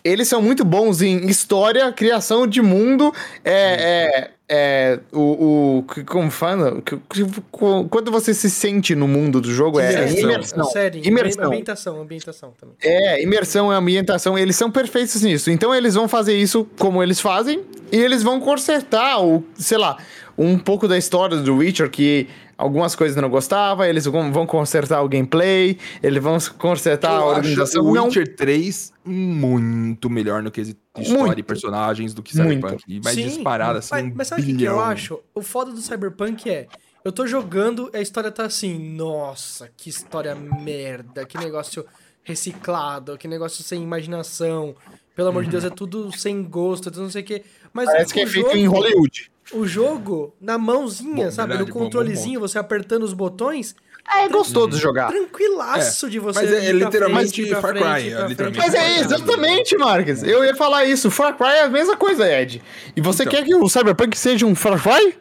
Speaker 3: eles são muito bons em história, criação de mundo, é, é, é, o, o que- como fala, Que- que- quando você se sente no mundo do jogo é
Speaker 2: Sério,
Speaker 3: imersão,
Speaker 2: Sério,
Speaker 3: imersão.
Speaker 2: ambientação, ambientação também.
Speaker 3: É, imersão, ambientação, eles são perfeitos nisso. Então eles vão fazer isso como eles fazem e eles vão consertar o, sei lá, um pouco da história do Witcher que algumas coisas eu não gostava, eles vão vão consertar o gameplay, eles vão consertar a
Speaker 4: Eu acho
Speaker 3: organização.
Speaker 4: o
Speaker 3: Não,
Speaker 4: Witcher 3 muito melhor no quesito história
Speaker 3: Muito.
Speaker 4: e personagens do que
Speaker 3: Muito.
Speaker 4: Cyberpunk. E mais disparada, assim,
Speaker 2: Mas,
Speaker 4: um
Speaker 2: mas sabe o que que
Speaker 4: bilhão.
Speaker 2: eu acho? O foda do Cyberpunk é. Eu tô jogando e a história tá assim. Nossa, que história merda. Que negócio reciclado. Que negócio sem imaginação. Pelo amor de Deus, é tudo sem gosto. é Tudo não sei o quê. Mas
Speaker 3: Parece
Speaker 2: o
Speaker 4: um
Speaker 3: que é feito
Speaker 2: jogo-
Speaker 3: em Hollywood.
Speaker 2: O jogo, na mãozinha,
Speaker 4: Bom,
Speaker 2: sabe?
Speaker 4: verdade,
Speaker 2: no
Speaker 4: bom, bom
Speaker 2: controlezinho, você apertando os botões.
Speaker 3: Ah, é gostoso de jogar.
Speaker 2: Tranquilaço de você.
Speaker 4: mas Tá. é- é
Speaker 2: ir pra
Speaker 4: literalmente
Speaker 2: frente, ir pra
Speaker 4: Far Cry,
Speaker 2: frente, ir
Speaker 4: é
Speaker 2: pra
Speaker 4: literalmente
Speaker 2: frente.
Speaker 3: Mas é exatamente, Marques. Eu ia falar isso. Far Cry é a mesma coisa, Ed. E você
Speaker 4: Então.
Speaker 3: quer que o Cyberpunk seja um Far Cry?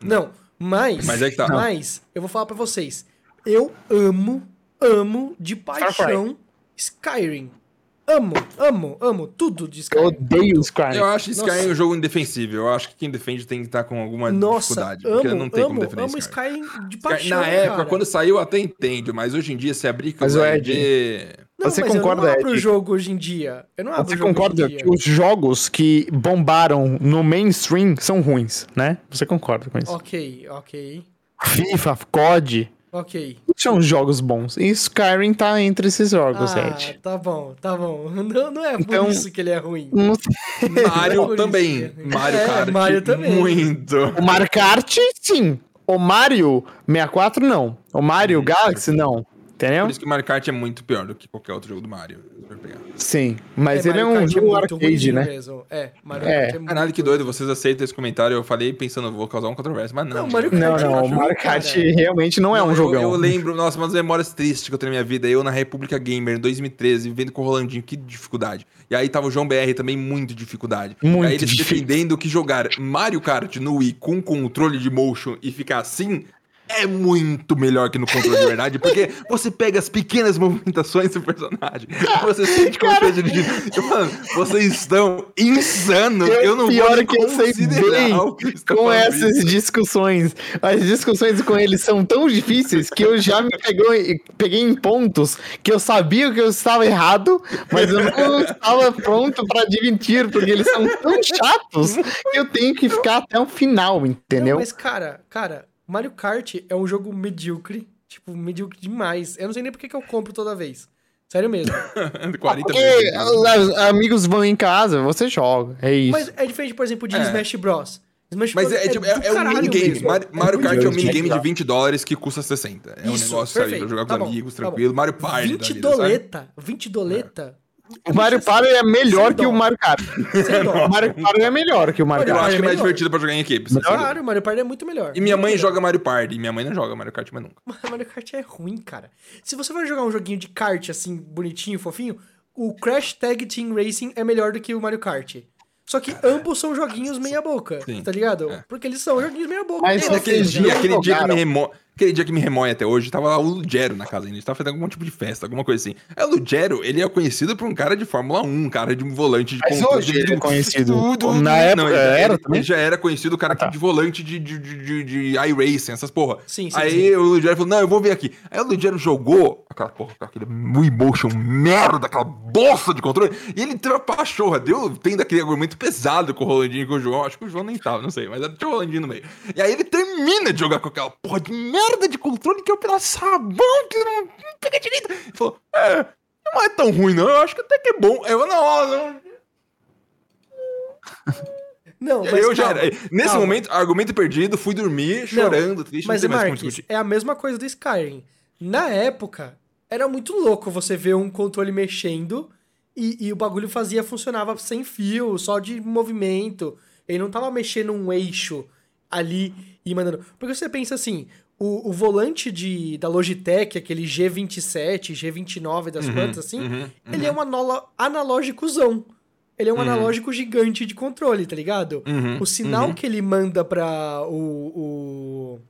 Speaker 2: Não, mas.
Speaker 4: Mas é que tá.
Speaker 2: Mas, eu vou falar pra vocês. Eu amo, amo de
Speaker 3: Far Cry.
Speaker 2: paixão Skyrim. Amo, amo, amo tudo de
Speaker 3: Eu
Speaker 2: Skyrim.
Speaker 3: odeio os Cry.
Speaker 4: Eu acho
Speaker 2: Nossa.
Speaker 4: Skyrim um jogo indefensível. Eu acho que quem defende tem que estar com alguma
Speaker 2: Nossa,
Speaker 4: dificuldade. Porque não
Speaker 2: amo,
Speaker 4: tem como
Speaker 2: amo,
Speaker 4: defender
Speaker 2: amo
Speaker 4: Skyrim.
Speaker 2: Skyrim de
Speaker 4: Sky-
Speaker 2: paixão.
Speaker 4: Na época,
Speaker 2: cara.
Speaker 4: quando saiu, eu até entendo, mas hoje em dia se abrir com
Speaker 3: Mas,
Speaker 4: o
Speaker 3: o
Speaker 4: AD,
Speaker 3: Ed,
Speaker 2: Não,
Speaker 3: Você
Speaker 2: mas eu
Speaker 3: concorda,
Speaker 2: não abro o
Speaker 3: Ed?
Speaker 2: jogo hoje em dia. Eu não abro
Speaker 3: Você
Speaker 2: o jogo
Speaker 3: concorda
Speaker 2: hoje em
Speaker 3: que
Speaker 2: dia.
Speaker 3: os jogos que bombaram no mainstream são ruins, né? Você concorda com isso?
Speaker 2: Ok, ok,
Speaker 3: FIFA, COD,
Speaker 2: ok.
Speaker 3: são jogos bons. E Skyrim tá entre esses jogos,
Speaker 2: Ah,
Speaker 3: Ed.
Speaker 2: tá bom, tá bom. Não, não é
Speaker 3: Então-
Speaker 2: por isso que ele é ruim.
Speaker 3: Não-
Speaker 2: Não é por
Speaker 4: Mario
Speaker 2: isso
Speaker 4: também.
Speaker 2: que é ruim.
Speaker 4: Mario,
Speaker 2: É,
Speaker 4: cara.
Speaker 2: Mario também.
Speaker 4: Muito.
Speaker 3: O Mario Kart, sim. O Mario 64, não. O Mario Galaxy, não. Entendeu?
Speaker 4: Por isso que o Mario Kart é muito pior do que qualquer outro jogo do Mario. se for pegar.
Speaker 3: Sim. Mas ele é
Speaker 2: Mario
Speaker 3: um
Speaker 2: Kart
Speaker 3: jogo
Speaker 2: muito
Speaker 3: arcade,
Speaker 2: ruimzinho
Speaker 3: né?
Speaker 2: Mesmo. É, Mario
Speaker 3: É.
Speaker 2: Kart é muito
Speaker 4: Caralho, que doido. Vocês aceitam esse comentário. Eu falei pensando, vou causar uma controvérsia, mas não.
Speaker 2: Não, Mario
Speaker 3: Não,
Speaker 2: Kart é
Speaker 3: não. O
Speaker 2: ótimo,
Speaker 3: Mario
Speaker 2: cara.
Speaker 3: Kart realmente não é um
Speaker 4: Eu-
Speaker 3: jogão.
Speaker 4: Eu, lembro, nossa, uma das memórias tristes que eu tenho na minha vida. Eu na República Gamer, em 2013, vivendo com o Rolandinho, que dificuldade. E aí tava o João BR também, muito dificuldade.
Speaker 3: Muito
Speaker 4: E aí eles
Speaker 3: difícil.
Speaker 4: defendendo que jogar Mario Kart no Wii com controle de motion e ficar assim. É muito melhor que no controle de verdade, porque você pega as pequenas movimentações do personagem, você sente como ele está dirigindo. Eu, Mano, vocês estão insanos. Eu,
Speaker 3: Eu-
Speaker 4: não
Speaker 3: pior
Speaker 4: vou nem
Speaker 3: que eu sei
Speaker 4: considerar
Speaker 3: bem
Speaker 4: o que eles estão
Speaker 3: com
Speaker 4: falando
Speaker 3: essas
Speaker 4: isso.
Speaker 3: discussões. As discussões com eles são tão difíceis que eu já me pegou, em- peguei em pontos que eu sabia que eu estava errado, mas eu não estava pronto para admitir, porque eles são tão chatos que eu tenho que ficar até o final, entendeu?
Speaker 2: Não, mas, cara, cara, Mario Kart é um jogo medíocre. Tipo, medíocre demais. Eu não sei nem por que que eu compro toda vez. Sério mesmo.
Speaker 4: 40
Speaker 3: Porque
Speaker 4: vezes.
Speaker 3: os amigos vão em casa, você joga, é isso.
Speaker 2: Mas é diferente, por exemplo, de
Speaker 4: É.
Speaker 2: Smash Bros. Smash
Speaker 4: Mas
Speaker 2: Bros.
Speaker 4: é, tipo, é,
Speaker 2: do
Speaker 4: é um
Speaker 2: caralho
Speaker 4: minigame.
Speaker 2: mesmo.
Speaker 4: Mario, Mario
Speaker 2: muito
Speaker 4: Kart é um
Speaker 2: divertido.
Speaker 4: minigame de 20 dólares que custa 60. É um
Speaker 2: Isso,
Speaker 4: negócio, sabe?
Speaker 2: perfeito.
Speaker 4: Pra jogar com
Speaker 2: Tá
Speaker 4: os
Speaker 2: bom,
Speaker 4: amigos,
Speaker 2: tá
Speaker 4: tranquilo.
Speaker 2: bom.
Speaker 4: Mario Party.
Speaker 2: 20
Speaker 4: da vida, sabe?
Speaker 2: doleta. 20 doleta.
Speaker 3: o Mario Party é melhor que o Mario Kart.
Speaker 2: Sem dó.
Speaker 3: O Mario Party é melhor que o Mario
Speaker 2: Olha,
Speaker 4: Eu
Speaker 3: Kart.
Speaker 4: acho que é mais
Speaker 2: melhor.
Speaker 4: divertido pra jogar em equipe. sem dúvida.
Speaker 2: Claro, Mario Party é muito melhor.
Speaker 4: E minha mãe
Speaker 2: Muito
Speaker 4: joga Mario Party. Minha mãe não joga Mario Kart, mas nunca.
Speaker 2: Mario Kart é ruim, cara. Se você vai jogar um joguinho de kart, assim, bonitinho, fofinho, o Crash Tag Team Racing é melhor do que o Mario Kart. Só que ambos são joguinhos meia-boca,
Speaker 4: Sim.
Speaker 2: tá ligado?
Speaker 4: É.
Speaker 2: Porque eles são joguinhos meia-boca.
Speaker 3: Mas
Speaker 2: tem
Speaker 3: é
Speaker 2: lá,
Speaker 4: Aquele
Speaker 3: Vocês
Speaker 2: seja,
Speaker 4: dia,
Speaker 3: não
Speaker 4: aquele dia, que me
Speaker 3: jogaram.
Speaker 4: remo... aquele dia que me remoe até hoje, tava lá o Lugero na casa ainda. A gente tava fazendo algum tipo de festa, alguma coisa assim. É, o Lugero, ele é conhecido por um cara de Fórmula 1, um cara de um volante de
Speaker 5: Mas
Speaker 4: controle,
Speaker 5: hoje ele
Speaker 4: de
Speaker 5: é
Speaker 3: conhecido.
Speaker 4: Tudo. né?
Speaker 3: Na época
Speaker 4: ele, é
Speaker 3: era
Speaker 4: ele,
Speaker 3: também?
Speaker 4: ele já era conhecido o cara de volante de, de, de, de, de iRacing, essas porra.
Speaker 2: Sim, sim,
Speaker 4: Aí
Speaker 2: sim.
Speaker 4: o Lugero falou: não, eu vou ver aqui. Aí o Lugero jogou aquela porra, aquele emotion merda, aquela bolsa de controle, e ele teve a pachorra. Deu, tem daquele argumento pesado com o Rolandinho e com o João. Acho que o João nem tava, não sei, mas tinha o Rolandinho no meio. E aí ele termina de jogar com aquela porra de merda de controle que é o pedaço de sabão que não, não pega direito. Ele falou: é, não é tão ruim, não. Eu acho que até que é bom. Aí Eu, não, não.
Speaker 2: Não, mas
Speaker 4: Eu já
Speaker 2: calma,
Speaker 4: era. Nesse
Speaker 2: calma.
Speaker 4: momento, argumento perdido, fui dormir
Speaker 2: Não,
Speaker 4: chorando, triste,
Speaker 2: Mas,
Speaker 4: não tem mais como
Speaker 2: Marques,
Speaker 4: discutir.
Speaker 2: é a mesma coisa do Skyrim. Na época, era muito louco você ver um controle mexendo e, e o bagulho fazia, funcionava sem fio, só de movimento. Ele não tava mexendo um eixo ali e mandando. Porque você pensa assim, o, o volante de, da Logitech, aquele G27, G29 das
Speaker 4: Uhum,
Speaker 2: quantas, assim, ele é um analo- analógicozão. Ele
Speaker 4: Uhum.
Speaker 2: é um analógico gigante de controle, tá ligado? O sinal
Speaker 4: Uhum.
Speaker 2: que ele manda pra o,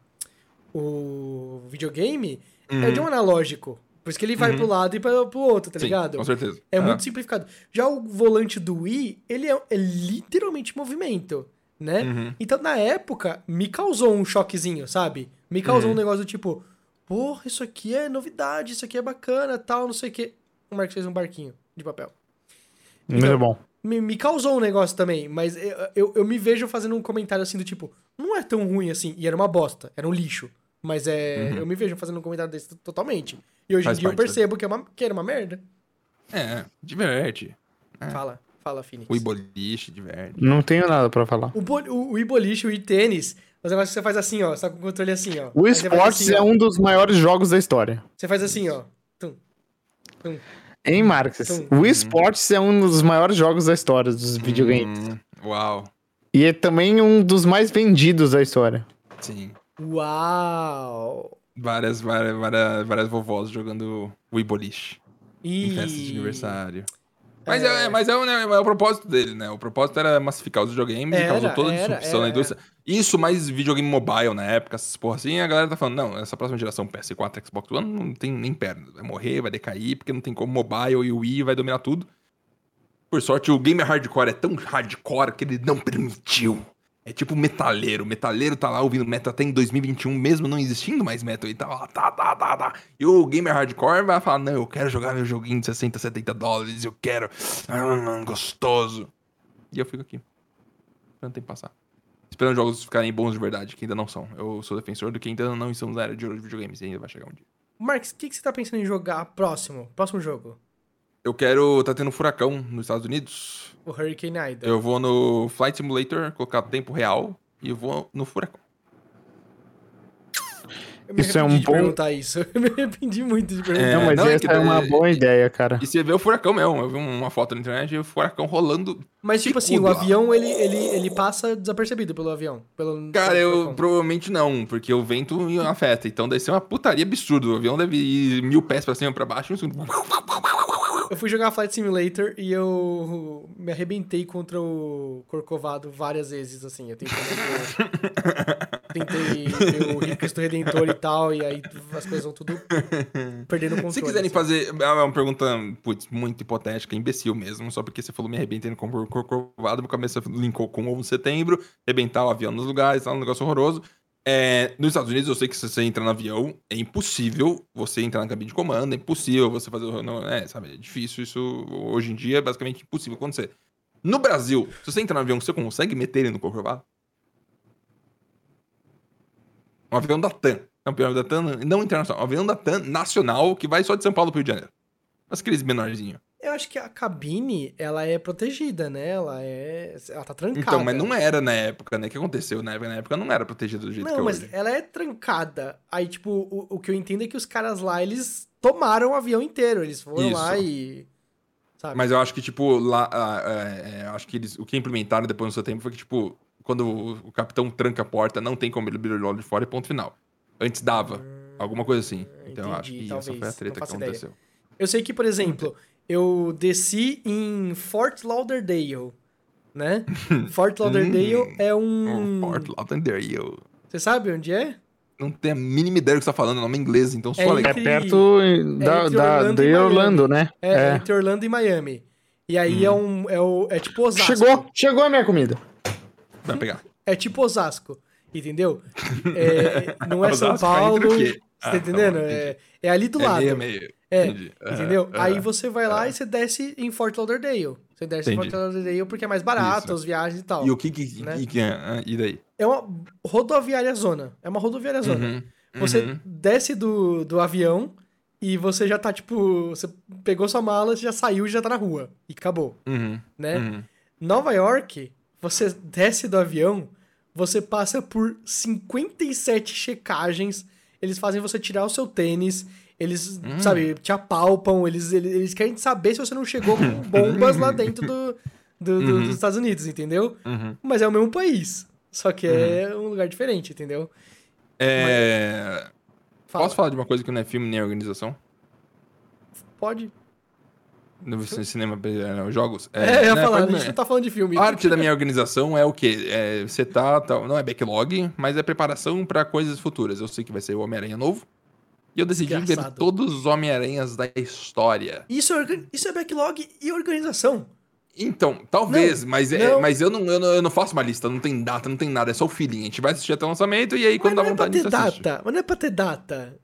Speaker 2: o, o videogame
Speaker 4: uhum,
Speaker 2: é de um analógico. Por isso que ele vai pro lado e pra, pro outro, tá
Speaker 4: Sim,
Speaker 2: ligado?
Speaker 4: Com certeza.
Speaker 2: É
Speaker 4: Ah.
Speaker 2: muito simplificado. Já o volante do Wii, ele é, é literalmente movimento, né?
Speaker 4: Uhum.
Speaker 2: Então, na época, me causou um choquezinho, sabe? Me causou
Speaker 4: Uhum.
Speaker 2: um negócio do tipo, porra, isso aqui é novidade, isso aqui é bacana, tal, não sei o quê. O Marcos fez um barquinho de papel.
Speaker 3: Muito bom.
Speaker 2: Me, me causou um negócio também, mas eu, eu, eu me vejo fazendo um comentário assim do tipo, não é tão ruim assim, e era uma bosta, era um lixo. Mas é. Eu me vejo fazendo um comentário desse t- totalmente. E
Speaker 4: Uhum.
Speaker 2: hoje
Speaker 4: Faz
Speaker 2: em dia eu
Speaker 4: parte, né?
Speaker 2: percebo que, é uma, que era uma merda.
Speaker 4: É, diverte.
Speaker 2: Fala, fala, Phoenix.
Speaker 4: É. O boliche, diverte.
Speaker 3: Não tenho nada pra falar.
Speaker 2: O, bol- o, o e-boliche, o e-tênis, os negócios que você faz assim, ó. Você tá com o controle assim, ó.
Speaker 3: O
Speaker 2: Aí você faz
Speaker 3: esportes
Speaker 2: assim,
Speaker 3: é
Speaker 2: ó.
Speaker 3: um dos maiores jogos da história.
Speaker 4: um-
Speaker 2: Você faz assim, ó. Tum.
Speaker 3: Hein, Marques?
Speaker 2: Então-
Speaker 4: Uhum.
Speaker 3: O esportes é um dos maiores jogos da história dos videogames.
Speaker 4: Hum, uau.
Speaker 3: E é também um dos mais vendidos da história.
Speaker 4: Sim.
Speaker 2: Uau!
Speaker 4: Várias, várias, várias, várias vovós jogando Wii boliche
Speaker 2: E...
Speaker 4: em festas de aniversário. Mas é, é- mas é, o- né, é o propósito dele, né? O propósito era massificar os videogames e
Speaker 2: Era,
Speaker 4: causou toda a
Speaker 2: era,
Speaker 4: disrupção
Speaker 2: era,
Speaker 4: na indústria. Isso mais videogame mobile na época, essas porra assim, a galera tá falando, não, essa próxima geração PS4, Xbox One não tem nem perna. Vai morrer, vai decair, porque não tem como mobile e o Wii vai dominar tudo. Por sorte, o gamer hardcore é tão hardcore que ele não permitiu. É tipo metaleiro. O metaleiro tá lá ouvindo metal até em 2021, mesmo não existindo mais metal. E tá lá, tá, tá, tá, tá. E o gamer hardcore vai falar: não, eu quero jogar meu joguinho de 60, 70 dólares. Eu quero. Ah, gostoso. E eu fico aqui. Esperando o tempo passar. Esperando jogos ficarem bons de verdade, que ainda não são. Eu sou defensor do que ainda não estamos na era de ouro de videogames. E ainda vai chegar um dia.
Speaker 2: Marcos, o que, que você tá pensando em jogar próximo? Próximo jogo?
Speaker 4: Eu quero. Tá tendo um furacão nos Estados Unidos.
Speaker 2: O Hurricane Ida.
Speaker 4: Eu vou no Flight Simulator, colocar tempo real e eu vou no furacão.
Speaker 2: Eu me
Speaker 3: Isso é
Speaker 2: arrependi
Speaker 3: um
Speaker 2: de
Speaker 3: bom-
Speaker 2: perguntar isso. Eu me arrependi muito de perguntar.
Speaker 4: É,
Speaker 3: não, mas
Speaker 4: não, é
Speaker 3: essa
Speaker 4: que-
Speaker 3: é uma boa ideia, cara.
Speaker 4: E você vê o furacão mesmo. Eu vi uma foto na internet e o furacão rolando.
Speaker 2: Mas, tipo assim, o
Speaker 4: picudo lá.
Speaker 2: avião, ele, ele, ele passa desapercebido pelo avião. Pelo...
Speaker 4: Cara, eu
Speaker 2: pelo-
Speaker 4: provavelmente não, porque o vento me afeta. Então deve ser uma putaria absurda. O avião deve ir mil pés pra cima e pra baixo. em um segundo.
Speaker 2: Eu fui jogar Flight Simulator e eu me arrebentei contra o Corcovado várias vezes, assim. Eu tentei, tentei ver o Rio Cristo Redentor e tal, e aí as coisas vão tudo perdendo o controle.
Speaker 4: Se quiserem
Speaker 2: assim.
Speaker 4: fazer. É uma pergunta, putz, muito hipotética, imbecil mesmo. Só porque você falou me arrebentando com o corcovado, minha cabeça linkou com o 11 de setembro, arrebentar o avião nos lugares, tá um negócio horroroso. É, nos Estados Unidos, eu sei que se você entrar no avião, é impossível você entrar na cabine de comando, é impossível você fazer. o- Não, é, sabe, é difícil isso. Hoje em dia é basicamente impossível acontecer. No Brasil, se você entrar no avião, você consegue meter ele no corcovado? Um avião da TAM. Não, pior da TAM, não internacional. Um avião da TAM nacional que vai só de São Paulo pro Rio de Janeiro. Mas aqueles menorzinhos.
Speaker 2: Eu acho que a cabine, ela é protegida, né? Ela é... Ela tá trancada.
Speaker 4: Então, mas não era na época, né? O que aconteceu na época? Na época não era protegido do jeito que
Speaker 2: Não,
Speaker 4: é
Speaker 2: mas
Speaker 4: hoje.
Speaker 2: ela é trancada. Aí, tipo, o, o que eu entendo é que os caras lá, eles tomaram o avião inteiro. Eles foram
Speaker 4: Isso.
Speaker 2: lá e... Sabe?
Speaker 4: Mas eu acho que, tipo, lá. ah, é, é, eu acho que eles, o que implementaram depois no seu tempo foi que, tipo, quando o, o capitão tranca a porta, não tem como ele abrir o olho de fora e ponto final. Antes dava. Alguma coisa assim. Então eu acho
Speaker 2: Hum, entendi,
Speaker 4: que essa
Speaker 2: talvez.
Speaker 4: foi a
Speaker 2: Não
Speaker 4: treta que
Speaker 2: faço ideia.
Speaker 4: aconteceu.
Speaker 2: Eu sei que, por exemplo, eu desci em Fort Lauderdale, né? Fort Lauderdale é um...
Speaker 4: Hum. Fort Lauderdale. eu
Speaker 2: Você sabe onde é?
Speaker 4: Não tenho a mínima ideia do que você tá falando, o nome é inglês, então só
Speaker 2: É
Speaker 4: legal.
Speaker 3: É
Speaker 2: Entre-
Speaker 3: perto da,
Speaker 2: entre
Speaker 3: da,
Speaker 2: Orlando
Speaker 3: de
Speaker 2: e
Speaker 3: Orlando, né?
Speaker 2: É, entre Orlando e Miami. E aí
Speaker 4: Hum.
Speaker 2: é um... É, o, é tipo Osasco.
Speaker 3: Chegou, chegou a minha comida.
Speaker 4: Vai pegar.
Speaker 2: É tipo Osasco, entendeu? É, não é São
Speaker 4: Osasco é
Speaker 2: Paulo.
Speaker 4: entre o
Speaker 2: Você
Speaker 4: quê?
Speaker 2: tá
Speaker 4: Ah, tá
Speaker 2: entendendo?
Speaker 4: bom,
Speaker 2: é, é ali do
Speaker 4: É
Speaker 2: lado.
Speaker 4: meio, meio.
Speaker 2: É,
Speaker 4: Entendi. é. Aham,
Speaker 2: entendeu?
Speaker 4: aham.
Speaker 2: Aí você vai lá e você desce em Fort Lauderdale. Você desce em
Speaker 4: Entendi.
Speaker 2: Fort Lauderdale porque é mais barato,
Speaker 4: Isso.
Speaker 2: as viagens e tal.
Speaker 4: E o que que...
Speaker 2: Né?
Speaker 4: E, que- ah, e daí?
Speaker 2: É uma rodoviária zona. É uma rodoviária zona.
Speaker 4: Uhum,
Speaker 2: Você
Speaker 4: uhum.
Speaker 2: desce do, do avião e você já tá, tipo... Você pegou sua mala, você já saiu e já tá na rua. E acabou,
Speaker 4: Uhum,
Speaker 2: né?
Speaker 4: uhum.
Speaker 2: Nova York, você desce do avião, você passa por 57 checagens, eles fazem você tirar o seu tênis, eles,
Speaker 4: Hum.
Speaker 2: sabe, te apalpam, eles, eles, eles querem saber se você não chegou com bombas lá dentro do, do- do- dos Estados Unidos, entendeu?
Speaker 4: Uhum.
Speaker 2: Mas é o mesmo país, só que é um lugar diferente, entendeu?
Speaker 4: É...
Speaker 2: Fala.
Speaker 4: Posso falar de uma coisa que não é filme nem organização?
Speaker 2: Pode?
Speaker 4: Não é Cinema, é, jogos.
Speaker 2: É, eu ia
Speaker 4: não,
Speaker 2: falar,
Speaker 4: pode-
Speaker 2: a gente não tá falando de filme.
Speaker 4: Parte da minha organização é o quê? É, você tá, tá- Não é backlog, mas é preparação pra coisas futuras. Eu sei que vai ser o Homem-Aranha novo. E eu decidi ver
Speaker 2: Desgraçado.
Speaker 4: todos os Homem-Aranhas da história.
Speaker 2: Isso é, organ- isso é backlog e organização.
Speaker 4: Então, talvez,
Speaker 2: Não,
Speaker 4: mas, é-
Speaker 2: não.
Speaker 4: mas eu, não, eu, não, eu não faço uma lista, não tem data, não tem nada, é só o feeling. A gente vai assistir até o lançamento e aí quando dá
Speaker 2: mas não é pra
Speaker 4: vontade
Speaker 2: ter
Speaker 4: a gente assiste.
Speaker 2: data, mas não é pra ter data.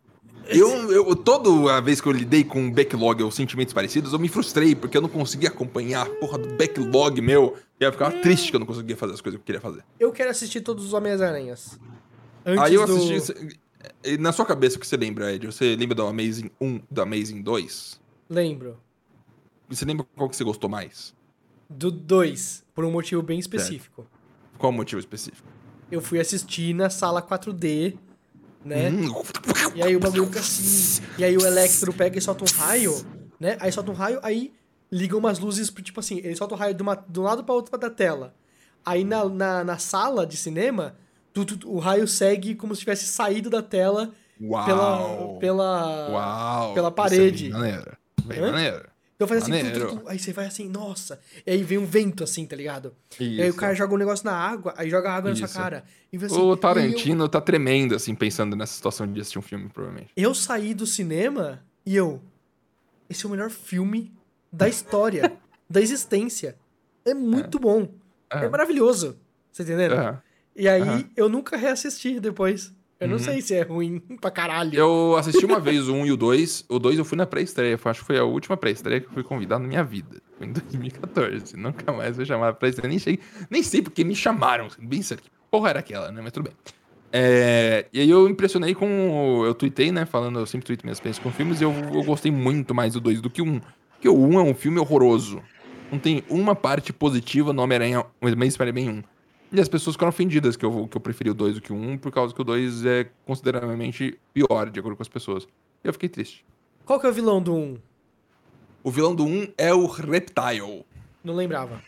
Speaker 4: Eu, eu, toda a vez que eu lidei com um backlog ou sentimentos parecidos, eu me frustrei, porque eu não conseguia acompanhar a porra do backlog meu. E eu ficava triste que eu não conseguia fazer as coisas que eu queria fazer.
Speaker 2: Eu quero assistir todos os Homens-Aranhas. Antes
Speaker 4: Aí eu
Speaker 2: do-
Speaker 4: assisti. cê- e Na sua cabeça, o que você lembra, Ed? Você lembra do Amazing 1, do Amazing 2?
Speaker 2: Lembro.
Speaker 4: E Você lembra qual que você gostou mais?
Speaker 2: Do 2, por um motivo bem específico.
Speaker 4: Qual o motivo específico?
Speaker 2: Eu fui assistir na sala 4D, né?
Speaker 4: Hum.
Speaker 2: E aí o bagulho fica assim. E aí o Electro pega e solta um raio, né? Aí solta um raio, aí liga umas luzes, pro- tipo assim, ele solta o raio de, uma, de um lado pra outro da tela. Aí na, na, na sala de cinema, tu- tu- tu- o raio segue como se tivesse saído da tela
Speaker 4: Uau!
Speaker 2: pela. pela
Speaker 4: Uau! Isso
Speaker 2: pela
Speaker 4: é
Speaker 2: parede.
Speaker 4: Bem maneiro. Bem
Speaker 2: Hã?
Speaker 4: maneiro.
Speaker 2: Então faz assim, tu, tu,
Speaker 4: Maneiro.
Speaker 2: tu, aí você vai assim, nossa. E aí vem um vento assim, tá ligado? E aí o
Speaker 4: Isso.
Speaker 2: cara joga um negócio na água, aí joga água na
Speaker 4: Isso.
Speaker 2: sua cara. E assim, você,
Speaker 4: O Tarantino tá tremendo, assim, pensando nessa situação de assistir um filme, provavelmente.
Speaker 2: Eu, eu saí do cinema e eu. Esse é o melhor filme da história, da existência. É muito bom. É.
Speaker 4: É.
Speaker 2: maravilhoso. Você entendendo?
Speaker 4: Aham.
Speaker 2: E aí
Speaker 4: Aham. Uhum.
Speaker 2: eu nunca reassisti depois. Eu não sei se é ruim pra caralho.
Speaker 4: Eu assisti uma vez o 1 e o 2. O 2 eu fui na pré-estreia. foi- Acho que foi a última pré-estreia que eu fui convidado na minha vida. Foi em 2014. Nunca mais fui chamado pra pré-estreia. Nem sei, nem sei porque me chamaram. sendo Bem sério. Que porra era aquela, né? Mas tudo bem. É, e aí eu impressionei com. o- Eu tuitei, né? Falando, eu sempre tuito minhas experiências com filmes. E eu, eu gostei muito mais do 2 do que o 1. Porque o 1 é um filme horroroso. Não tem uma parte positiva no Homem-Aranha. Mas um. Spider-Man 1. E as pessoas ficaram ofendidas que eu, que eu preferi o 2 do que o 1, por causa que o 2 é consideravelmente pior, de acordo com as pessoas. E eu fiquei triste.
Speaker 2: Qual que é o vilão do 1?
Speaker 4: O vilão do 1 é o Reptile.
Speaker 2: Não lembrava.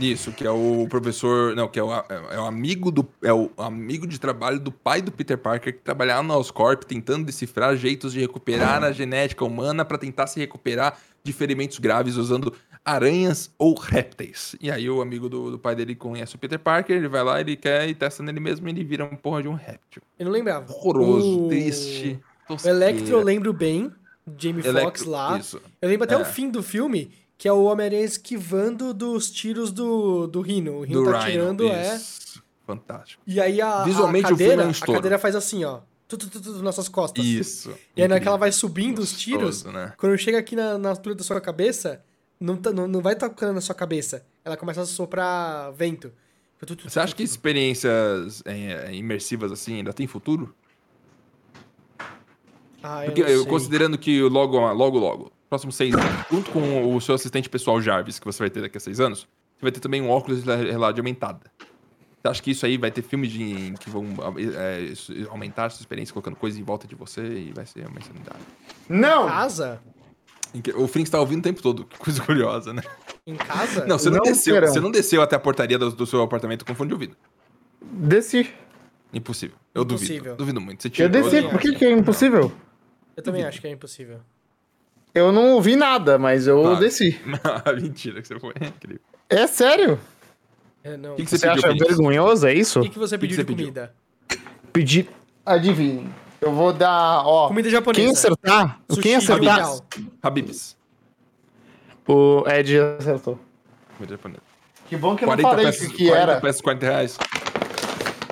Speaker 4: Isso, que é o professor. Não, que é o, é o amigo do. É o amigo de trabalho do pai do Peter Parker que trabalhava na Oscorp tentando decifrar jeitos de recuperar a genética humana pra tentar se recuperar de ferimentos graves usando aranhas ou répteis. E aí o amigo do, do pai dele conhece o Peter Parker, ele vai lá, ele quer e testa nele mesmo e ele vira uma porra de um réptil.
Speaker 2: Eu não lembrava.
Speaker 4: Horroroso,
Speaker 2: O-
Speaker 4: triste.
Speaker 2: O Electro eu lembro bem. Jamie Foxx
Speaker 4: Electro,
Speaker 2: lá.
Speaker 4: isso.
Speaker 2: Eu lembro até
Speaker 4: É.
Speaker 2: o fim do filme, que é o Homem-Aranha esquivando dos tiros do, do Rino. O Rino
Speaker 4: do
Speaker 2: tá
Speaker 4: Rhino.
Speaker 2: tirando, é.
Speaker 4: Isso. Fantástico.
Speaker 2: E aí a, a
Speaker 4: Visualmente o filme
Speaker 2: cadeira,
Speaker 4: é um
Speaker 2: a
Speaker 4: estouro.
Speaker 2: cadeira faz assim, ó. Tu, tu, tu, tu, nas suas costas.
Speaker 4: Isso.
Speaker 2: E aí naquela
Speaker 4: Incrível.
Speaker 2: vai subindo os tiros.
Speaker 4: Gostoso, né?
Speaker 2: Quando chega aqui na, na altura da sua cabeça, não, tá- não, não vai tocando na sua cabeça. Ela começa a soprar vento. Tu, tu, tu,
Speaker 4: Você acha
Speaker 2: tu,
Speaker 4: que
Speaker 2: tu.
Speaker 4: experiências é, imersivas assim ainda tem futuro?
Speaker 2: Ah, eu
Speaker 4: Porque
Speaker 2: não sei.
Speaker 4: eu considerando que logo, logo, logo, próximos seis anos, junto com o seu assistente pessoal Jarvis, que você vai ter daqui a seis anos, você vai ter também um óculos de realidade aumentada. Você acha que isso aí vai ter filmes de- que vão é, isso- aumentar a sua experiência colocando coisas em volta de você e vai ser uma insanidade?
Speaker 2: Em
Speaker 5: Não!
Speaker 2: casa?
Speaker 4: Em que- O Frinks tá ouvindo o tempo todo, que coisa curiosa, né?
Speaker 2: Em casa?
Speaker 4: Não, você não,
Speaker 3: Não
Speaker 4: desceu,
Speaker 3: terão.
Speaker 4: você não desceu até a portaria do, do seu apartamento com fone de ouvido.
Speaker 3: Desci.
Speaker 4: Impossível. Eu
Speaker 2: Impossível.
Speaker 4: duvido. Duvido muito. Você
Speaker 3: Eu
Speaker 4: tirou-
Speaker 3: desci, por que, que é impossível?
Speaker 2: Eu também acho que é impossível.
Speaker 3: Eu não ouvi nada, mas eu
Speaker 4: Claro.
Speaker 3: desci.
Speaker 4: Ah, Mentira que você foi. Incrível.
Speaker 3: É sério?
Speaker 2: É, não.
Speaker 4: O
Speaker 2: O
Speaker 4: que, que
Speaker 2: que,
Speaker 4: você,
Speaker 7: Você
Speaker 4: pediu?
Speaker 7: acha
Speaker 4: Felipe?
Speaker 7: vergonhoso, é isso?
Speaker 2: que você pediu
Speaker 4: você
Speaker 2: de
Speaker 4: pediu?
Speaker 2: comida?
Speaker 7: Pedir.
Speaker 3: Adivinhe. Eu vou dar, ó.
Speaker 2: Comida japonesa.
Speaker 3: Quem acertar?
Speaker 2: Sushi
Speaker 3: quem
Speaker 2: de
Speaker 3: acertar?
Speaker 2: mingau.
Speaker 4: Habibs.
Speaker 7: O Ed acertou.
Speaker 4: Comida japonesa.
Speaker 3: Que bom que eu não
Speaker 4: 40
Speaker 3: falei
Speaker 4: peças,
Speaker 3: o que
Speaker 4: 40
Speaker 3: era.
Speaker 4: peças, 40 reais.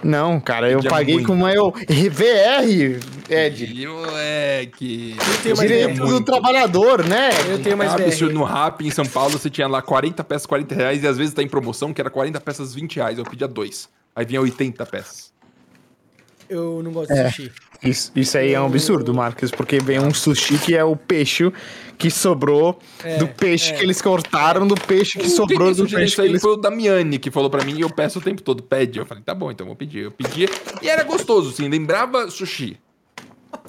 Speaker 7: Não, cara, eu
Speaker 4: Pedia
Speaker 7: paguei
Speaker 4: muito.
Speaker 7: com uma eu.
Speaker 3: VR, Ed.
Speaker 4: Ih, Moleque.
Speaker 7: é
Speaker 2: tenho mais
Speaker 4: Pedia
Speaker 3: Direito do
Speaker 4: muito.
Speaker 3: trabalhador, né?
Speaker 2: Eu tenho mais
Speaker 4: Ah, absurdo.
Speaker 2: VR.
Speaker 4: No Rap em São Paulo você tinha lá 40 peças, 40 reais e às vezes tá em promoção que era 40 peças, 20 reais. Eu pedia dois. Aí vinha 80 peças.
Speaker 2: Eu não gosto de sushi.
Speaker 7: Isso, isso aí é um absurdo, Marcos, porque vem um sushi que é o peixe que sobrou
Speaker 2: É,
Speaker 7: do peixe
Speaker 2: é.
Speaker 7: que eles cortaram, do peixe que sobrou do
Speaker 4: sugeriu
Speaker 7: peixe
Speaker 4: isso
Speaker 7: que
Speaker 4: aí
Speaker 7: eles.
Speaker 4: foi o Damiani que falou pra mim e eu peço o tempo todo, pede. Eu falei, tá bom, então eu vou pedir. Eu pedia e era gostoso, sim, lembrava sushi.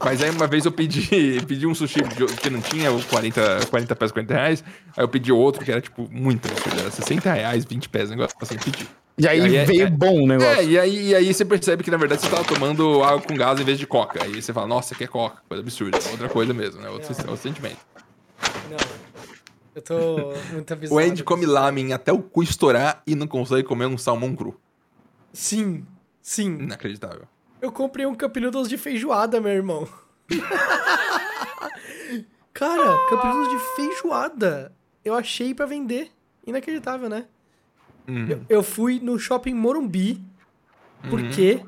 Speaker 4: Mas aí uma vez eu pedi, pedi um sushi de- que não tinha o 40, 40 pesos, 40 reais. Aí eu pedi outro que era, tipo, muito absurdo. Era 60 reais, 20 pesos, negócio assim, eu pedi.
Speaker 7: E aí,
Speaker 4: E aí é-
Speaker 7: veio
Speaker 4: é-
Speaker 7: bom o negócio.
Speaker 4: É, e aí, e aí você percebe que, na verdade, você tava tomando água com gás em vez de coca. Aí você fala, nossa, que é coca. Coisa absurda. É outra coisa mesmo, né? Outro, outro sentimento.
Speaker 2: Não. Eu tô muito avisado.
Speaker 4: O Andy come lamen até o cu estourar e não consegue comer um salmão cru.
Speaker 2: Sim, sim.
Speaker 4: Inacreditável.
Speaker 2: Eu comprei um Cup Noodles de feijoada, meu irmão. Cara, Cup Noodles de feijoada. Eu achei pra vender. Inacreditável, né?
Speaker 4: Hum,
Speaker 2: Eu, eu fui no Shopping Morumbi. Por
Speaker 4: Uhum.
Speaker 2: quê?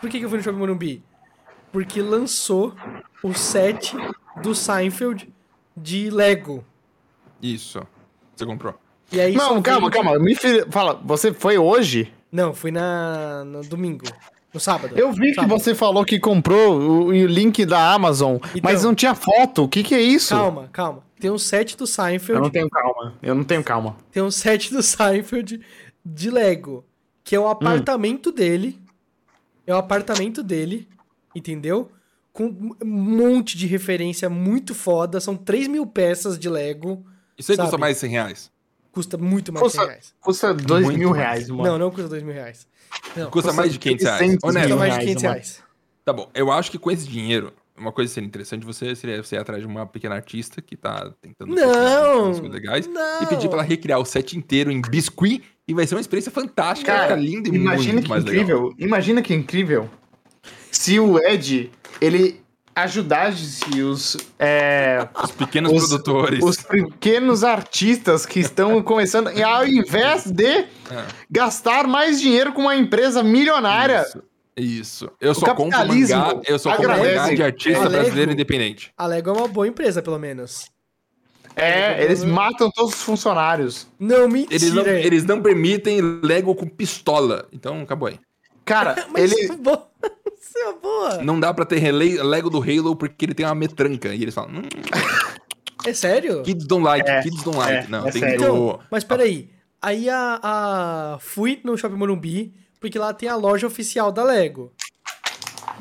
Speaker 2: Por que, que eu fui no Shopping Morumbi? Porque lançou o set do Seinfeld de Lego.
Speaker 4: Isso. Você comprou.
Speaker 2: E aí só
Speaker 3: Não, calma,
Speaker 2: veio-
Speaker 3: calma. Me fi- fala, você foi hoje?
Speaker 2: Não, fui na, no domingo. No sábado.
Speaker 3: Eu vi que
Speaker 2: Sábado.
Speaker 3: você falou que comprou o, e o link da Amazon, mas
Speaker 2: Então.
Speaker 3: não tinha foto. O que, que é isso?
Speaker 2: Calma, calma. Tem um set do
Speaker 3: Eu
Speaker 2: Seinfeld.
Speaker 3: não tenho calma. Eu não tenho calma.
Speaker 2: Tem um set do Seinfeld de Lego, que é o apartamento dele. É o apartamento dele, entendeu? Com um monte de referência muito foda. São 3 mil peças de Lego.
Speaker 4: Isso aí
Speaker 2: Sabe?
Speaker 4: custa mais de 100 reais.
Speaker 2: Custa muito mais de 100
Speaker 3: Custa-
Speaker 2: reais.
Speaker 3: Custa dois
Speaker 4: Muito
Speaker 3: mil
Speaker 4: mais.
Speaker 3: reais, mano.
Speaker 2: Não, não custa 2 mil reais. Não,
Speaker 4: Custa mais de 500 reais.
Speaker 3: 600
Speaker 4: Honesto.
Speaker 2: custa
Speaker 3: mil
Speaker 2: mais de
Speaker 3: reais,
Speaker 2: 500
Speaker 3: mano.
Speaker 2: reais.
Speaker 4: Tá bom. Eu acho que com esse dinheiro, uma coisa seria interessante você seria você ir atrás de uma pequena artista que tá tentando
Speaker 2: Não,
Speaker 4: fazer umas coisas legais
Speaker 2: não.
Speaker 4: e pedir pra ela recriar o set inteiro em biscuit e vai ser uma experiência fantástica,
Speaker 3: Cara,
Speaker 4: vai ficar linda e
Speaker 3: Imagina
Speaker 4: muito
Speaker 3: que
Speaker 4: mais legal.
Speaker 3: incrível. Imagina que incrível. Se o Ed, ele ajudasse os, é,
Speaker 4: Os pequenos
Speaker 3: Os-
Speaker 4: produtores.
Speaker 3: os pequenos artistas que estão começando, e ao invés de
Speaker 4: Ah.
Speaker 3: gastar mais dinheiro com uma empresa milionária,
Speaker 4: Isso. Isso. Eu só compro
Speaker 3: capitalismo
Speaker 4: mangá, eu só compro
Speaker 3: agradece.
Speaker 4: mangá de artista
Speaker 2: Alegro.
Speaker 4: brasileiro independente.
Speaker 2: A Lego é uma boa empresa, pelo menos.
Speaker 3: é, eles matam todos os funcionários.
Speaker 2: Não,
Speaker 4: Eles não,
Speaker 2: mentira.
Speaker 4: eles não permitem Lego com pistola. Então, acabou aí.
Speaker 3: Cara,
Speaker 2: Mas
Speaker 3: ele,
Speaker 2: isso é boa. Isso é boa.
Speaker 4: Não dá pra ter relay- Lego do Halo porque ele tem uma metranca. E eles falam, hum,
Speaker 2: É sério?
Speaker 4: kids don't like,
Speaker 3: É,
Speaker 4: kids don't like.
Speaker 3: é,
Speaker 4: não,
Speaker 3: é
Speaker 4: tem
Speaker 3: sério.
Speaker 2: Então,
Speaker 4: o...
Speaker 2: mas peraí. Aí a, a- Fui no Shopping Morumbi, porque lá tem a loja oficial da Lego.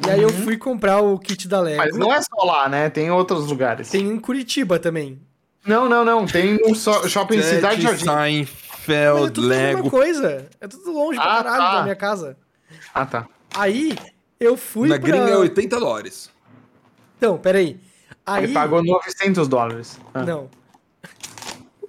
Speaker 2: E aí eu
Speaker 4: Uhum.
Speaker 2: fui comprar o kit da Lego.
Speaker 3: mas não é só lá, né? Tem outros lugares.
Speaker 2: Tem em Curitiba também.
Speaker 3: Não, não, não. Tem um só- shopping
Speaker 4: Ted
Speaker 3: Cidade Jardim.
Speaker 2: Mas é
Speaker 4: Seinfeld,
Speaker 2: tudo a mesma
Speaker 4: Lego.
Speaker 2: coisa. É tudo longe pra
Speaker 3: Ah,
Speaker 2: caralho
Speaker 3: tá.
Speaker 2: da minha casa.
Speaker 3: Ah, tá.
Speaker 2: Aí eu fui
Speaker 4: Na
Speaker 2: pra...
Speaker 4: gringa é 80 dólares.
Speaker 2: Então, peraí. Aí...
Speaker 3: Ele pagou 900 dólares. Ah.
Speaker 2: Não.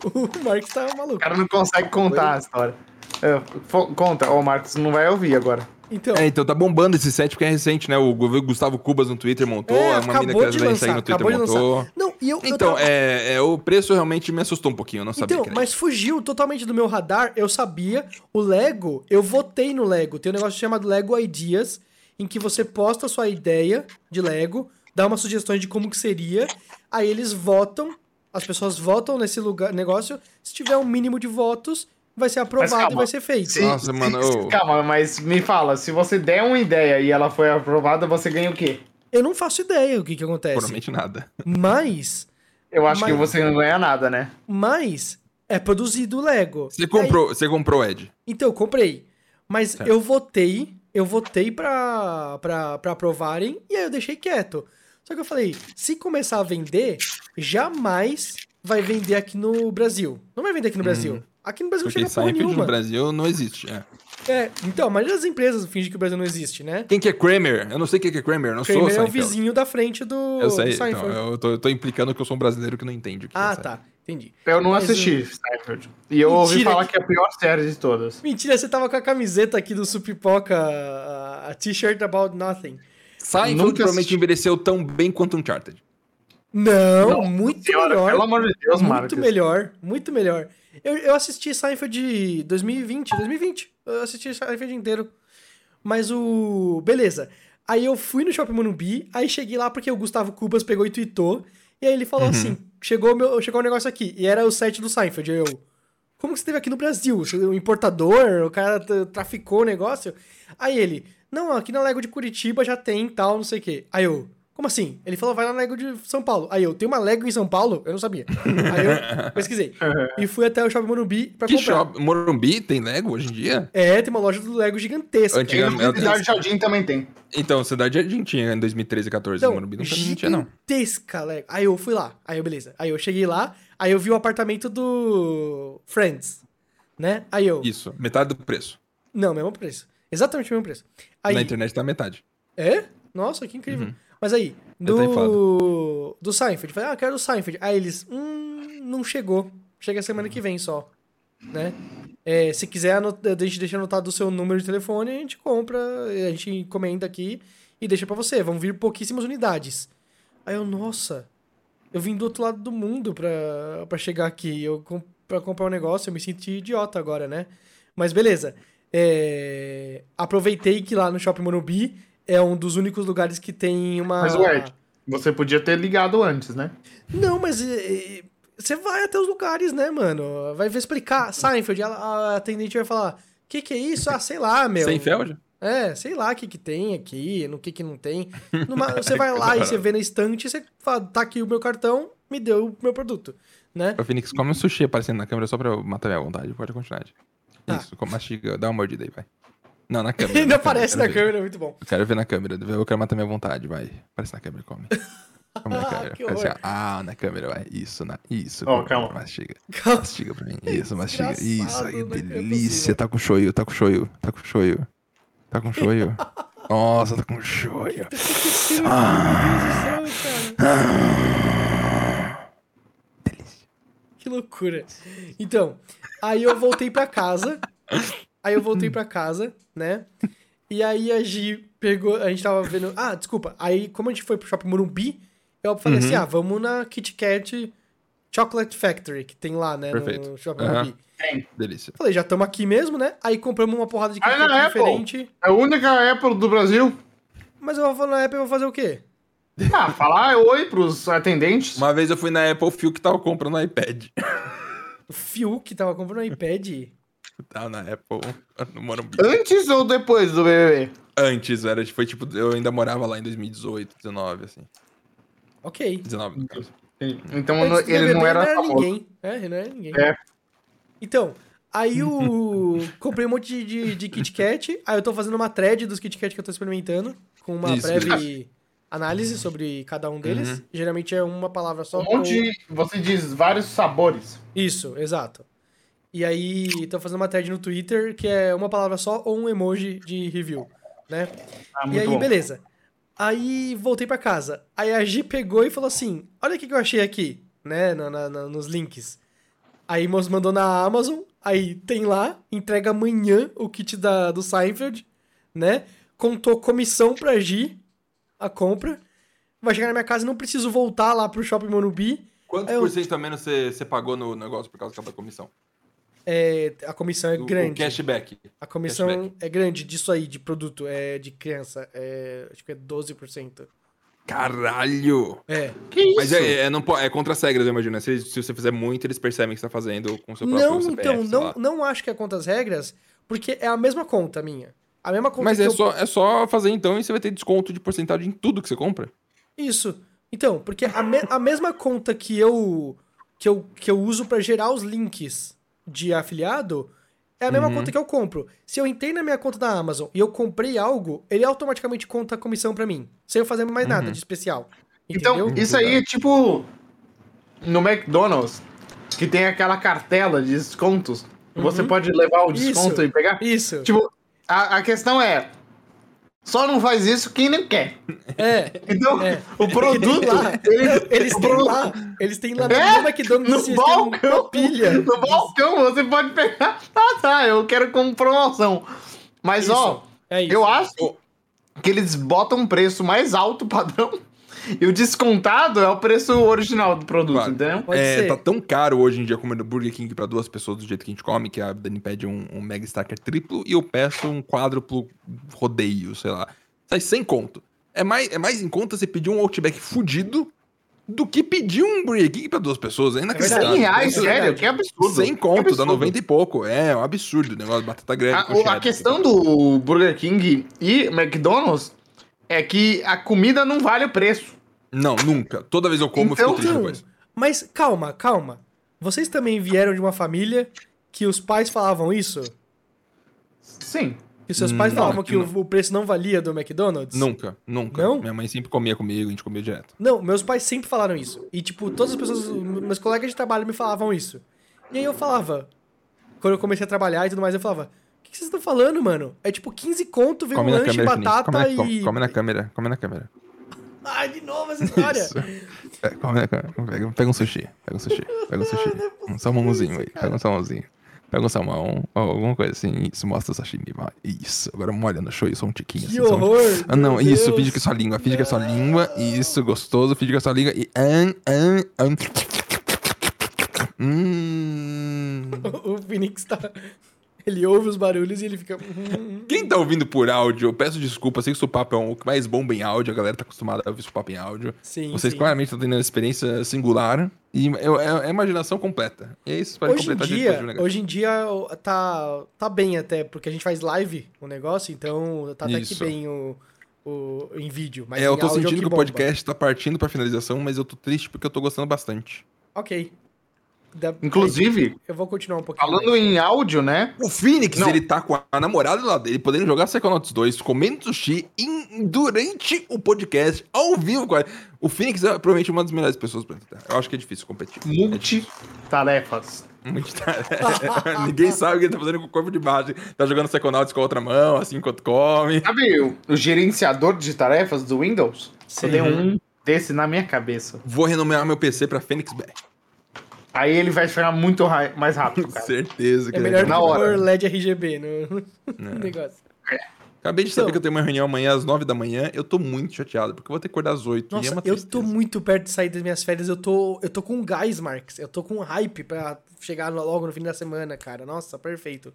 Speaker 2: O Marcos tá maluco.
Speaker 3: O cara não consegue contar a história. É, fo- conta, Ô, o Marcos não vai ouvir agora.
Speaker 2: Então,
Speaker 4: É, então tá bombando esse set porque é recente, né? O Gustavo Cubas no Twitter montou,
Speaker 2: é,
Speaker 4: uma mina que às vezes sair no Twitter
Speaker 2: acabou de
Speaker 4: montou.
Speaker 2: lançar. Não, e eu, eu
Speaker 4: Então,
Speaker 2: tava-
Speaker 4: é, é, o preço realmente me assustou um pouquinho, eu não sabia
Speaker 2: Então,
Speaker 4: que era
Speaker 2: mas fugiu totalmente do meu radar. Eu sabia. O Lego, eu votei no Lego. Tem um negócio chamado Lego Ideas, em que você posta a sua ideia de Lego, dá umas sugestões de como que seria, aí eles votam, as pessoas votam nesse lugar, negócio. Se tiver um mínimo de votos, vai ser aprovado e
Speaker 3: calma,
Speaker 2: vai ser feito.
Speaker 3: Se-
Speaker 4: Nossa,
Speaker 3: se-
Speaker 4: mano,
Speaker 3: se-
Speaker 4: eu-
Speaker 3: Calma, mas me fala, se você der uma ideia e ela foi aprovada, você ganha o quê?
Speaker 2: Eu não faço ideia o que que acontece.
Speaker 4: provavelmente nada.
Speaker 2: Mas,
Speaker 3: Eu acho
Speaker 2: Mas-
Speaker 3: que você não ganha nada, né?
Speaker 2: mas é produzido o Lego.
Speaker 4: Você
Speaker 2: Aí-
Speaker 4: comprou, você comprou, Ed.
Speaker 2: Então, eu comprei. Mas
Speaker 4: Certo.
Speaker 2: eu votei, eu votei pra, pra, pra aprovarem e aí eu deixei quieto. Só que eu falei, se começar a vender, jamais vai vender aqui no Brasil. Não vai vender aqui no Brasil. Aqui no Brasil não
Speaker 4: Uhum. Porque é
Speaker 2: chega porra
Speaker 4: Seinfeld no
Speaker 2: nenhuma.
Speaker 4: Brasil não existe. é.
Speaker 2: É, então, mas as empresas fingem que o Brasil não existe, né?
Speaker 4: Quem que é Kramer? Eu não sei quem que é Kramer, eu não sou
Speaker 2: Kramer é o
Speaker 4: Seinfeld.
Speaker 2: vizinho da frente do,
Speaker 4: Eu sei,
Speaker 2: do Seinfeld.
Speaker 4: então, eu, tô, eu tô implicando que eu sou um brasileiro que não entende o que é
Speaker 2: Ah,
Speaker 4: Seinfeld.
Speaker 2: tá. Entendi.
Speaker 5: Eu não
Speaker 2: Mas,
Speaker 5: assisti Seinfeld. E eu ouvi
Speaker 2: Mentira
Speaker 5: falar
Speaker 2: que-
Speaker 5: que é a pior série de todas.
Speaker 2: Mentira, você tava com a camiseta aqui do Supipoca, a, a t-shirt about nothing.
Speaker 4: Seinfeld
Speaker 5: Nunca
Speaker 4: provavelmente
Speaker 5: assisti.
Speaker 4: envelheceu tão bem quanto Uncharted.
Speaker 2: Não,
Speaker 5: Nossa
Speaker 2: muito
Speaker 5: Senhora,
Speaker 2: é melhor.
Speaker 5: Pelo amor de Deus,
Speaker 2: muito
Speaker 5: Marcos.
Speaker 2: melhor, muito melhor. Eu, eu assisti Seinfeld de 2020, 2020. Eu assisti Seinfeld inteiro. Mas o... Beleza. Aí eu fui no Shopping Morumbi, aí cheguei lá porque o Gustavo Cubas pegou e tweetou. E aí ele falou assim, chegou o meu, chegou um negócio aqui. E era o site do Seinfeld. Aí eu... Como que você teve aqui no Brasil? Você é um importador, o cara tra- traficou o negócio? Aí ele, não, aqui na Lego de Curitiba já tem tal, não sei o quê. Aí eu, como assim? Ele falou, vai na Lego de São Paulo. Aí eu, tem uma Lego em São Paulo? Eu não sabia. Aí eu pesquisei. e fui até o Shopping Morumbi pra
Speaker 4: Que
Speaker 2: comprar.
Speaker 4: shop? Morumbi tem Lego hoje em dia?
Speaker 2: É, tem uma loja do Lego gigantesca.
Speaker 5: E
Speaker 4: Antiga-
Speaker 5: no Cidade Jardim também tem.
Speaker 4: Então, Cidade Jardim tinha em 2013, 14,
Speaker 2: Então,
Speaker 4: Morumbi não tinha, não.
Speaker 2: gigantesca Lego. Aí eu fui lá. Aí eu, beleza. Aí eu cheguei lá, aí eu vi o apartamento do Friends, né? Aí eu,
Speaker 4: Isso, metade do preço.
Speaker 2: não, mesmo preço. Exatamente o mesmo preço. Aí,
Speaker 4: Na internet tá metade.
Speaker 2: É? Nossa, que incrível. Mas aí,
Speaker 4: Uhum. Eu tô
Speaker 2: do. Do Seinfeld. Falei, ah, eu quero o Seinfeld. Aí eles, hum, não chegou. Chega semana que vem só. Né? É, se quiser, anota, a gente deixa anotado o seu número de telefone, a gente compra, a gente encomenda aqui e deixa pra você. Vão vir pouquíssimas unidades. Aí eu, nossa, eu vim do outro lado do mundo pra, pra chegar aqui. Eu, com- pra comprar um negócio, eu me senti idiota agora, né? Mas beleza. É, aproveitei que lá no Shopping Morumbi é um dos únicos lugares que tem uma.
Speaker 5: Mas, ué, você podia ter ligado antes, né?
Speaker 2: Não, mas é, é, você vai até os lugares, né, mano? Vai ver explicar. Seinfeld, ela- a atendente vai falar: o que, que é isso? Ah, sei lá, meu.
Speaker 4: Seinfeld?
Speaker 2: É, sei lá o que, que tem aqui, no que, que não tem. Numa- você vai lá e você vê na estante, você fala, tá aqui o meu cartão, me deu o meu produto, né?
Speaker 4: O Phoenix come um sushi aparecendo na câmera só pra eu matar minha vontade. Pode continuar.
Speaker 2: Tá.
Speaker 4: Isso, com- mastiga, dá uma mordida aí, vai. Não, na câmera.
Speaker 2: Ainda
Speaker 4: na câmera,
Speaker 2: aparece
Speaker 4: quero
Speaker 2: na
Speaker 4: ver.
Speaker 2: câmera, é muito bom.
Speaker 4: Eu quero ver na câmera, eu quero matar minha vontade, vai. Aparece na câmera, e come. Come na câmera.
Speaker 2: Que
Speaker 4: Faz assim,
Speaker 2: horror.
Speaker 4: ah, na câmera, vai. Isso, na... isso.
Speaker 5: Ó,
Speaker 4: come,
Speaker 5: calma.
Speaker 4: Mastiga.
Speaker 2: Calma.
Speaker 4: Mastiga pra mim. Isso, mastiga. Isso,
Speaker 2: Desgraçado,
Speaker 4: aí,
Speaker 2: não é
Speaker 4: delícia.
Speaker 2: possível.
Speaker 4: Tá com shoyu, tá com shoyu, tá com shoyu. Tá com shoyu. Nossa, tá com shoyu.
Speaker 2: Meu Deus do céu, cara. Que loucura. Então, aí eu voltei pra casa. Aí eu voltei pra casa, né? E aí a Gi pegou. A gente tava vendo. Ah, desculpa. Aí, como a gente foi pro shopping Morumbi, eu falei
Speaker 4: Uhum.
Speaker 2: assim: ah, vamos na Kit Kat Chocolate Factory, que tem lá, né? No
Speaker 4: Perfeito.
Speaker 2: shopping
Speaker 4: Aham.
Speaker 2: Morumbi.
Speaker 4: Delícia.
Speaker 2: Falei, já estamos aqui mesmo, né? Aí compramos uma porrada de Kit
Speaker 5: Aí na
Speaker 2: Kat
Speaker 5: Apple.
Speaker 2: diferente.
Speaker 5: É a única Apple do Brasil.
Speaker 2: Mas eu vou na Apple e vou fazer o quê?
Speaker 5: Ah, falar oi pros atendentes.
Speaker 4: Uma vez eu fui na Apple Fio que tava comprando um iPad.
Speaker 2: O Fiuk tava comprando um iPad.
Speaker 4: Tava na Apple, no Morumbi.
Speaker 5: Antes ou depois do BBB?
Speaker 4: um Antes, era, foi tipo, eu ainda morava lá em 2018, 19, assim.
Speaker 2: Ok.
Speaker 4: 19, no caso.
Speaker 5: Então
Speaker 2: Antes
Speaker 5: não-
Speaker 2: do
Speaker 5: ele
Speaker 2: BBB,
Speaker 5: não era famoso.
Speaker 2: ninguém. É, ele não era ninguém.
Speaker 5: É.
Speaker 2: Então, aí eu comprei um monte de, de, de Kit Kat, aí eu tô fazendo uma thread dos Kit Kat que eu tô experimentando, com uma
Speaker 4: Isso,
Speaker 2: breve análise sobre cada um deles. Geralmente é uma palavra só.
Speaker 5: Uhum. Um monte
Speaker 2: com-
Speaker 5: de, Você diz vários sabores.
Speaker 2: Isso, exato. E aí, tô fazendo uma thread no Twitter que é uma palavra só ou um emoji de review, né?
Speaker 4: Tá
Speaker 5: Ah,
Speaker 2: E
Speaker 5: muito
Speaker 2: aí,
Speaker 5: bom.
Speaker 2: beleza. Aí voltei pra casa. Aí a Gi pegou e falou assim: Olha o que que eu achei aqui, né? na- na- na- nos links. Aí mos- mandou na Amazon. Aí tem lá, entrega amanhã o kit da, do Seinfeld, né? Contou comissão pra Gi a compra. Vai chegar na minha casa, não preciso voltar lá pro shopping Morumbi.
Speaker 4: Quantos
Speaker 2: Eu-
Speaker 4: por cento a menos você, você pagou no negócio por causa daquela comissão?
Speaker 2: É, a comissão é
Speaker 4: O- O
Speaker 2: grande.
Speaker 4: cashback.
Speaker 2: A comissão
Speaker 4: cashback.
Speaker 2: é grande disso aí, de produto, é de criança. É, acho que é 12%.
Speaker 4: Caralho!
Speaker 2: É.
Speaker 5: Que isso?
Speaker 4: Mas é, é, não, po- é contra as regras, eu imagino. né? Se, eles- se você fizer muito, eles percebem que você tá fazendo com o seu próprio
Speaker 2: Não,
Speaker 4: CPF,
Speaker 2: então,
Speaker 4: sei
Speaker 2: não,
Speaker 4: lá.
Speaker 2: não acho que é contra as regras, porque é a mesma conta minha. A mesma conta
Speaker 4: Mas
Speaker 2: que
Speaker 4: é
Speaker 2: eu...
Speaker 4: só, é só fazer então e você vai ter desconto de porcentagem em tudo que você compra.
Speaker 2: Isso. Então, porque a, me- a mesma conta que eu, que eu que eu uso pra gerar os links de afiliado é a
Speaker 4: Uhum.
Speaker 2: mesma conta que eu compro. Se eu entrei na minha conta da Amazon e eu comprei algo, ele automaticamente conta a comissão pra mim, sem eu fazer mais
Speaker 4: Uhum.
Speaker 2: nada de especial.
Speaker 5: Então,
Speaker 2: Entendeu?
Speaker 5: isso aí é tipo no McDonald's, que tem aquela cartela de descontos. Você pode levar o desconto
Speaker 2: Isso.
Speaker 5: e pegar?
Speaker 2: Isso.
Speaker 5: Tipo, a, a questão é. Só não faz isso quem não quer.
Speaker 2: é.
Speaker 5: Então,
Speaker 2: É.
Speaker 5: o produto.
Speaker 2: lá.
Speaker 5: ele-
Speaker 2: Eles
Speaker 5: o
Speaker 2: têm
Speaker 5: produto-
Speaker 2: lá. Eles têm lá
Speaker 5: É,
Speaker 2: no
Speaker 5: No
Speaker 2: McDonald's. eles têm uma
Speaker 5: balcão,
Speaker 2: pilha.
Speaker 5: no balcão você pode pegar. Ah, tá, eu quero com promoção. Mas,
Speaker 2: Isso,
Speaker 5: ó,
Speaker 2: é isso.
Speaker 5: eu acho que eles botam um preço mais alto padrão e o descontado é o preço original do produto,
Speaker 4: Claro.
Speaker 5: entendeu?
Speaker 2: Pode
Speaker 4: É,
Speaker 2: ser.
Speaker 4: tá tão caro hoje em dia comer no Burger King pra duas pessoas do jeito que a gente come, que a Dani pede um, um Mega Stacker triplo e eu peço um quádruplo rodeio, sei lá. Sai sem conto. É mais, é mais em conta você pedir um Outback fudido do que pedir um Burger King pra duas pessoas, ainda
Speaker 2: É
Speaker 4: que
Speaker 2: verdade.
Speaker 4: seja.
Speaker 5: 100 reais,
Speaker 2: isso é
Speaker 5: sério,
Speaker 2: verdade.
Speaker 5: que absurdo.
Speaker 4: Sem
Speaker 5: Que
Speaker 4: conto, dá
Speaker 5: absurdo.
Speaker 4: 90 e pouco. É, é um absurdo o negócio de batata grande.
Speaker 5: A,
Speaker 4: com
Speaker 5: o- a
Speaker 4: cheddar.
Speaker 5: questão do Burger King e McDonald's é que a comida não vale o preço.
Speaker 4: Não, nunca. Toda vez eu como, eu
Speaker 5: Então-
Speaker 4: fico triste depois.
Speaker 2: Mas calma, calma. Vocês também vieram de uma família que os pais falavam isso?
Speaker 5: Sim.
Speaker 2: Que seus pais
Speaker 4: Não,
Speaker 2: falavam que o-
Speaker 4: Hum, não.
Speaker 2: o preço não valia do McDonald's?
Speaker 4: Nunca, nunca.
Speaker 2: Não?
Speaker 4: Minha mãe sempre comia comigo, a gente comia direto.
Speaker 2: Não, meus pais sempre falaram isso. E, tipo, todas as pessoas, meus colegas de trabalho me falavam isso. E aí eu falava, quando eu comecei a trabalhar e tudo mais, eu falava, o que, que vocês estão falando, mano? É tipo 15 conto, vem um
Speaker 4: Come na
Speaker 2: lanche,
Speaker 4: câmera, Vinícius.
Speaker 2: batata
Speaker 4: come, na-
Speaker 2: e...
Speaker 4: come- come na câmera, come na câmera.
Speaker 2: Ai, de novo essa história.
Speaker 4: Isso. É, come na câmera. Pega, pega um sushi, pega um sushi, pega um sushi. Um salmãozinho aí, pega um salmãozinho. Pega um salmão, ou alguma coisa assim. Isso, mostra o sashimi. vai. Isso, agora molha no show, só um tiquinho
Speaker 2: Que
Speaker 4: assim. só um-
Speaker 2: horror,
Speaker 4: Ah, não,
Speaker 2: meu
Speaker 4: isso,
Speaker 2: Deus.
Speaker 4: finge que é sua língua, finge que é sua língua. Isso, gostoso, finge que é sua língua. E. hum, ahn, ahn, ahn. Hum.
Speaker 2: O Phoenix tá... Ele ouve os barulhos e ele fica... "Hum, hum".
Speaker 4: Quem tá ouvindo por áudio, eu peço desculpa. Sei que o papo é um, o que mais bomba em áudio, a galera tá acostumada a ouvir o papo em áudio.
Speaker 2: Sim,
Speaker 4: Vocês
Speaker 2: sim.
Speaker 4: claramente estão tendo uma experiência singular e eu- é, é imaginação completa. E é isso para
Speaker 2: Hoje em,
Speaker 4: completar a gente pode
Speaker 2: dia,
Speaker 4: ver um negócio.
Speaker 2: hoje em dia o- tá, tá bem até, porque a gente faz live o negócio, então tá até que
Speaker 4: Isso.
Speaker 2: bem o, o, em vídeo. Mas
Speaker 4: É, eu
Speaker 2: em
Speaker 4: tô
Speaker 2: áudio é
Speaker 4: sentindo que, o
Speaker 2: bomba.
Speaker 4: podcast tá partindo pra finalização, mas eu tô triste porque eu tô gostando bastante.
Speaker 2: Ok. Da- é,
Speaker 5: Inclusive,
Speaker 2: Eu vou continuar um pouquinho. mais.
Speaker 5: falando em áudio, né?
Speaker 4: O Phoenix,
Speaker 5: Não.
Speaker 4: ele tá com a namorada lá dele, podendo jogar Psychonauts 2, comendo sushi em- durante o podcast, ao vivo. quase. O Phoenix é provavelmente uma das melhores pessoas pra tentar. Eu acho que é difícil competir.
Speaker 5: Multitarefas.
Speaker 4: Muito Ninguém sabe o que ele tá fazendo com o corpo de baixo. Tá jogando Psychonauts com a outra mão, assim, enquanto come.
Speaker 5: Sabe o, o gerenciador de tarefas do Windows?
Speaker 2: Sim.
Speaker 5: Eu dei um desse na minha cabeça.
Speaker 4: Vou renomear meu PC pra Phoenix Back.
Speaker 5: Aí ele vai chegar muito ra- mais rápido, cara.
Speaker 4: Certeza que
Speaker 2: É
Speaker 4: ele
Speaker 2: melhor
Speaker 5: na
Speaker 2: que
Speaker 5: hora.
Speaker 2: pôr LED RGB no no
Speaker 4: É.
Speaker 2: negócio.
Speaker 4: Acabei de saber
Speaker 2: Então-
Speaker 4: que eu tenho uma reunião amanhã às 9 da manhã. Eu tô muito chateado, porque eu vou ter que acordar às 8. e é
Speaker 2: Nossa,
Speaker 4: uma
Speaker 2: eu
Speaker 4: tristeza.
Speaker 2: tô muito perto de sair das minhas férias. Eu tô, eu tô com gás, Marx. Eu tô com hype pra chegar no- logo no fim da semana, cara. Nossa, perfeito.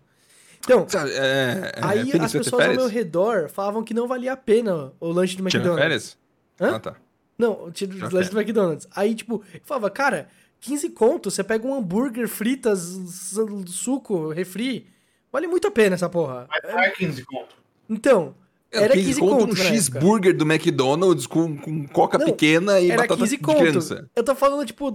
Speaker 2: Então,
Speaker 4: Sabe, é, é,
Speaker 2: aí
Speaker 4: Phoenix
Speaker 2: as
Speaker 4: vai ter
Speaker 2: pessoas ao meu
Speaker 4: férias?
Speaker 2: redor falavam que não valia a pena o lanche do
Speaker 4: Tira
Speaker 2: McDonald's.
Speaker 4: férias?
Speaker 2: Hã?
Speaker 4: Ah, tá.
Speaker 2: Não, o tiro
Speaker 4: Já
Speaker 2: de lanche do McDonald's. Aí, tipo, eu falava, cara, 15 conto, você pega um hambúrguer, fritas, su- suco, refri. Vale muito a pena essa porra.
Speaker 5: Vai dar 15 conto.
Speaker 2: Então, era 15 conto.
Speaker 4: um
Speaker 2: na época.
Speaker 4: cheeseburger do McDonald's com, com coca
Speaker 2: Não,
Speaker 4: pequena e
Speaker 2: Era
Speaker 4: batata
Speaker 2: 15
Speaker 4: de
Speaker 2: conto.
Speaker 4: criança.
Speaker 2: Eu tô falando, tipo,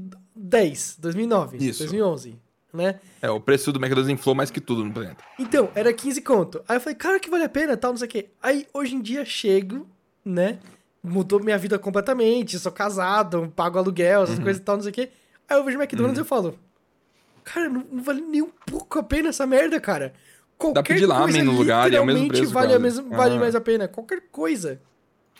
Speaker 2: 2010, 2009,
Speaker 4: Isso.
Speaker 2: 2011, né?
Speaker 4: É, o preço do McDonald's inflou mais que tudo no planeta.
Speaker 2: Então, era 15 conto. Aí eu falei, cara, que vale a pena, tal, não sei o quê. Aí, hoje em dia, chego, né? Mudou minha vida completamente, sou casado, pago aluguel,
Speaker 4: Uhum.
Speaker 2: essas coisas e tal, não sei o quê. Aí eu vejo o McDonald's e eu falo, cara, não, não vale nem um pouco a pena essa merda, cara. Qualquer
Speaker 4: pra pedir lá,
Speaker 2: coisa
Speaker 4: man, no lugar, e é o mesmo
Speaker 2: literalmente
Speaker 4: preço,
Speaker 2: vale, a
Speaker 4: quase.
Speaker 2: mesma- vale
Speaker 4: Ah.
Speaker 2: mais a pena. Qualquer coisa.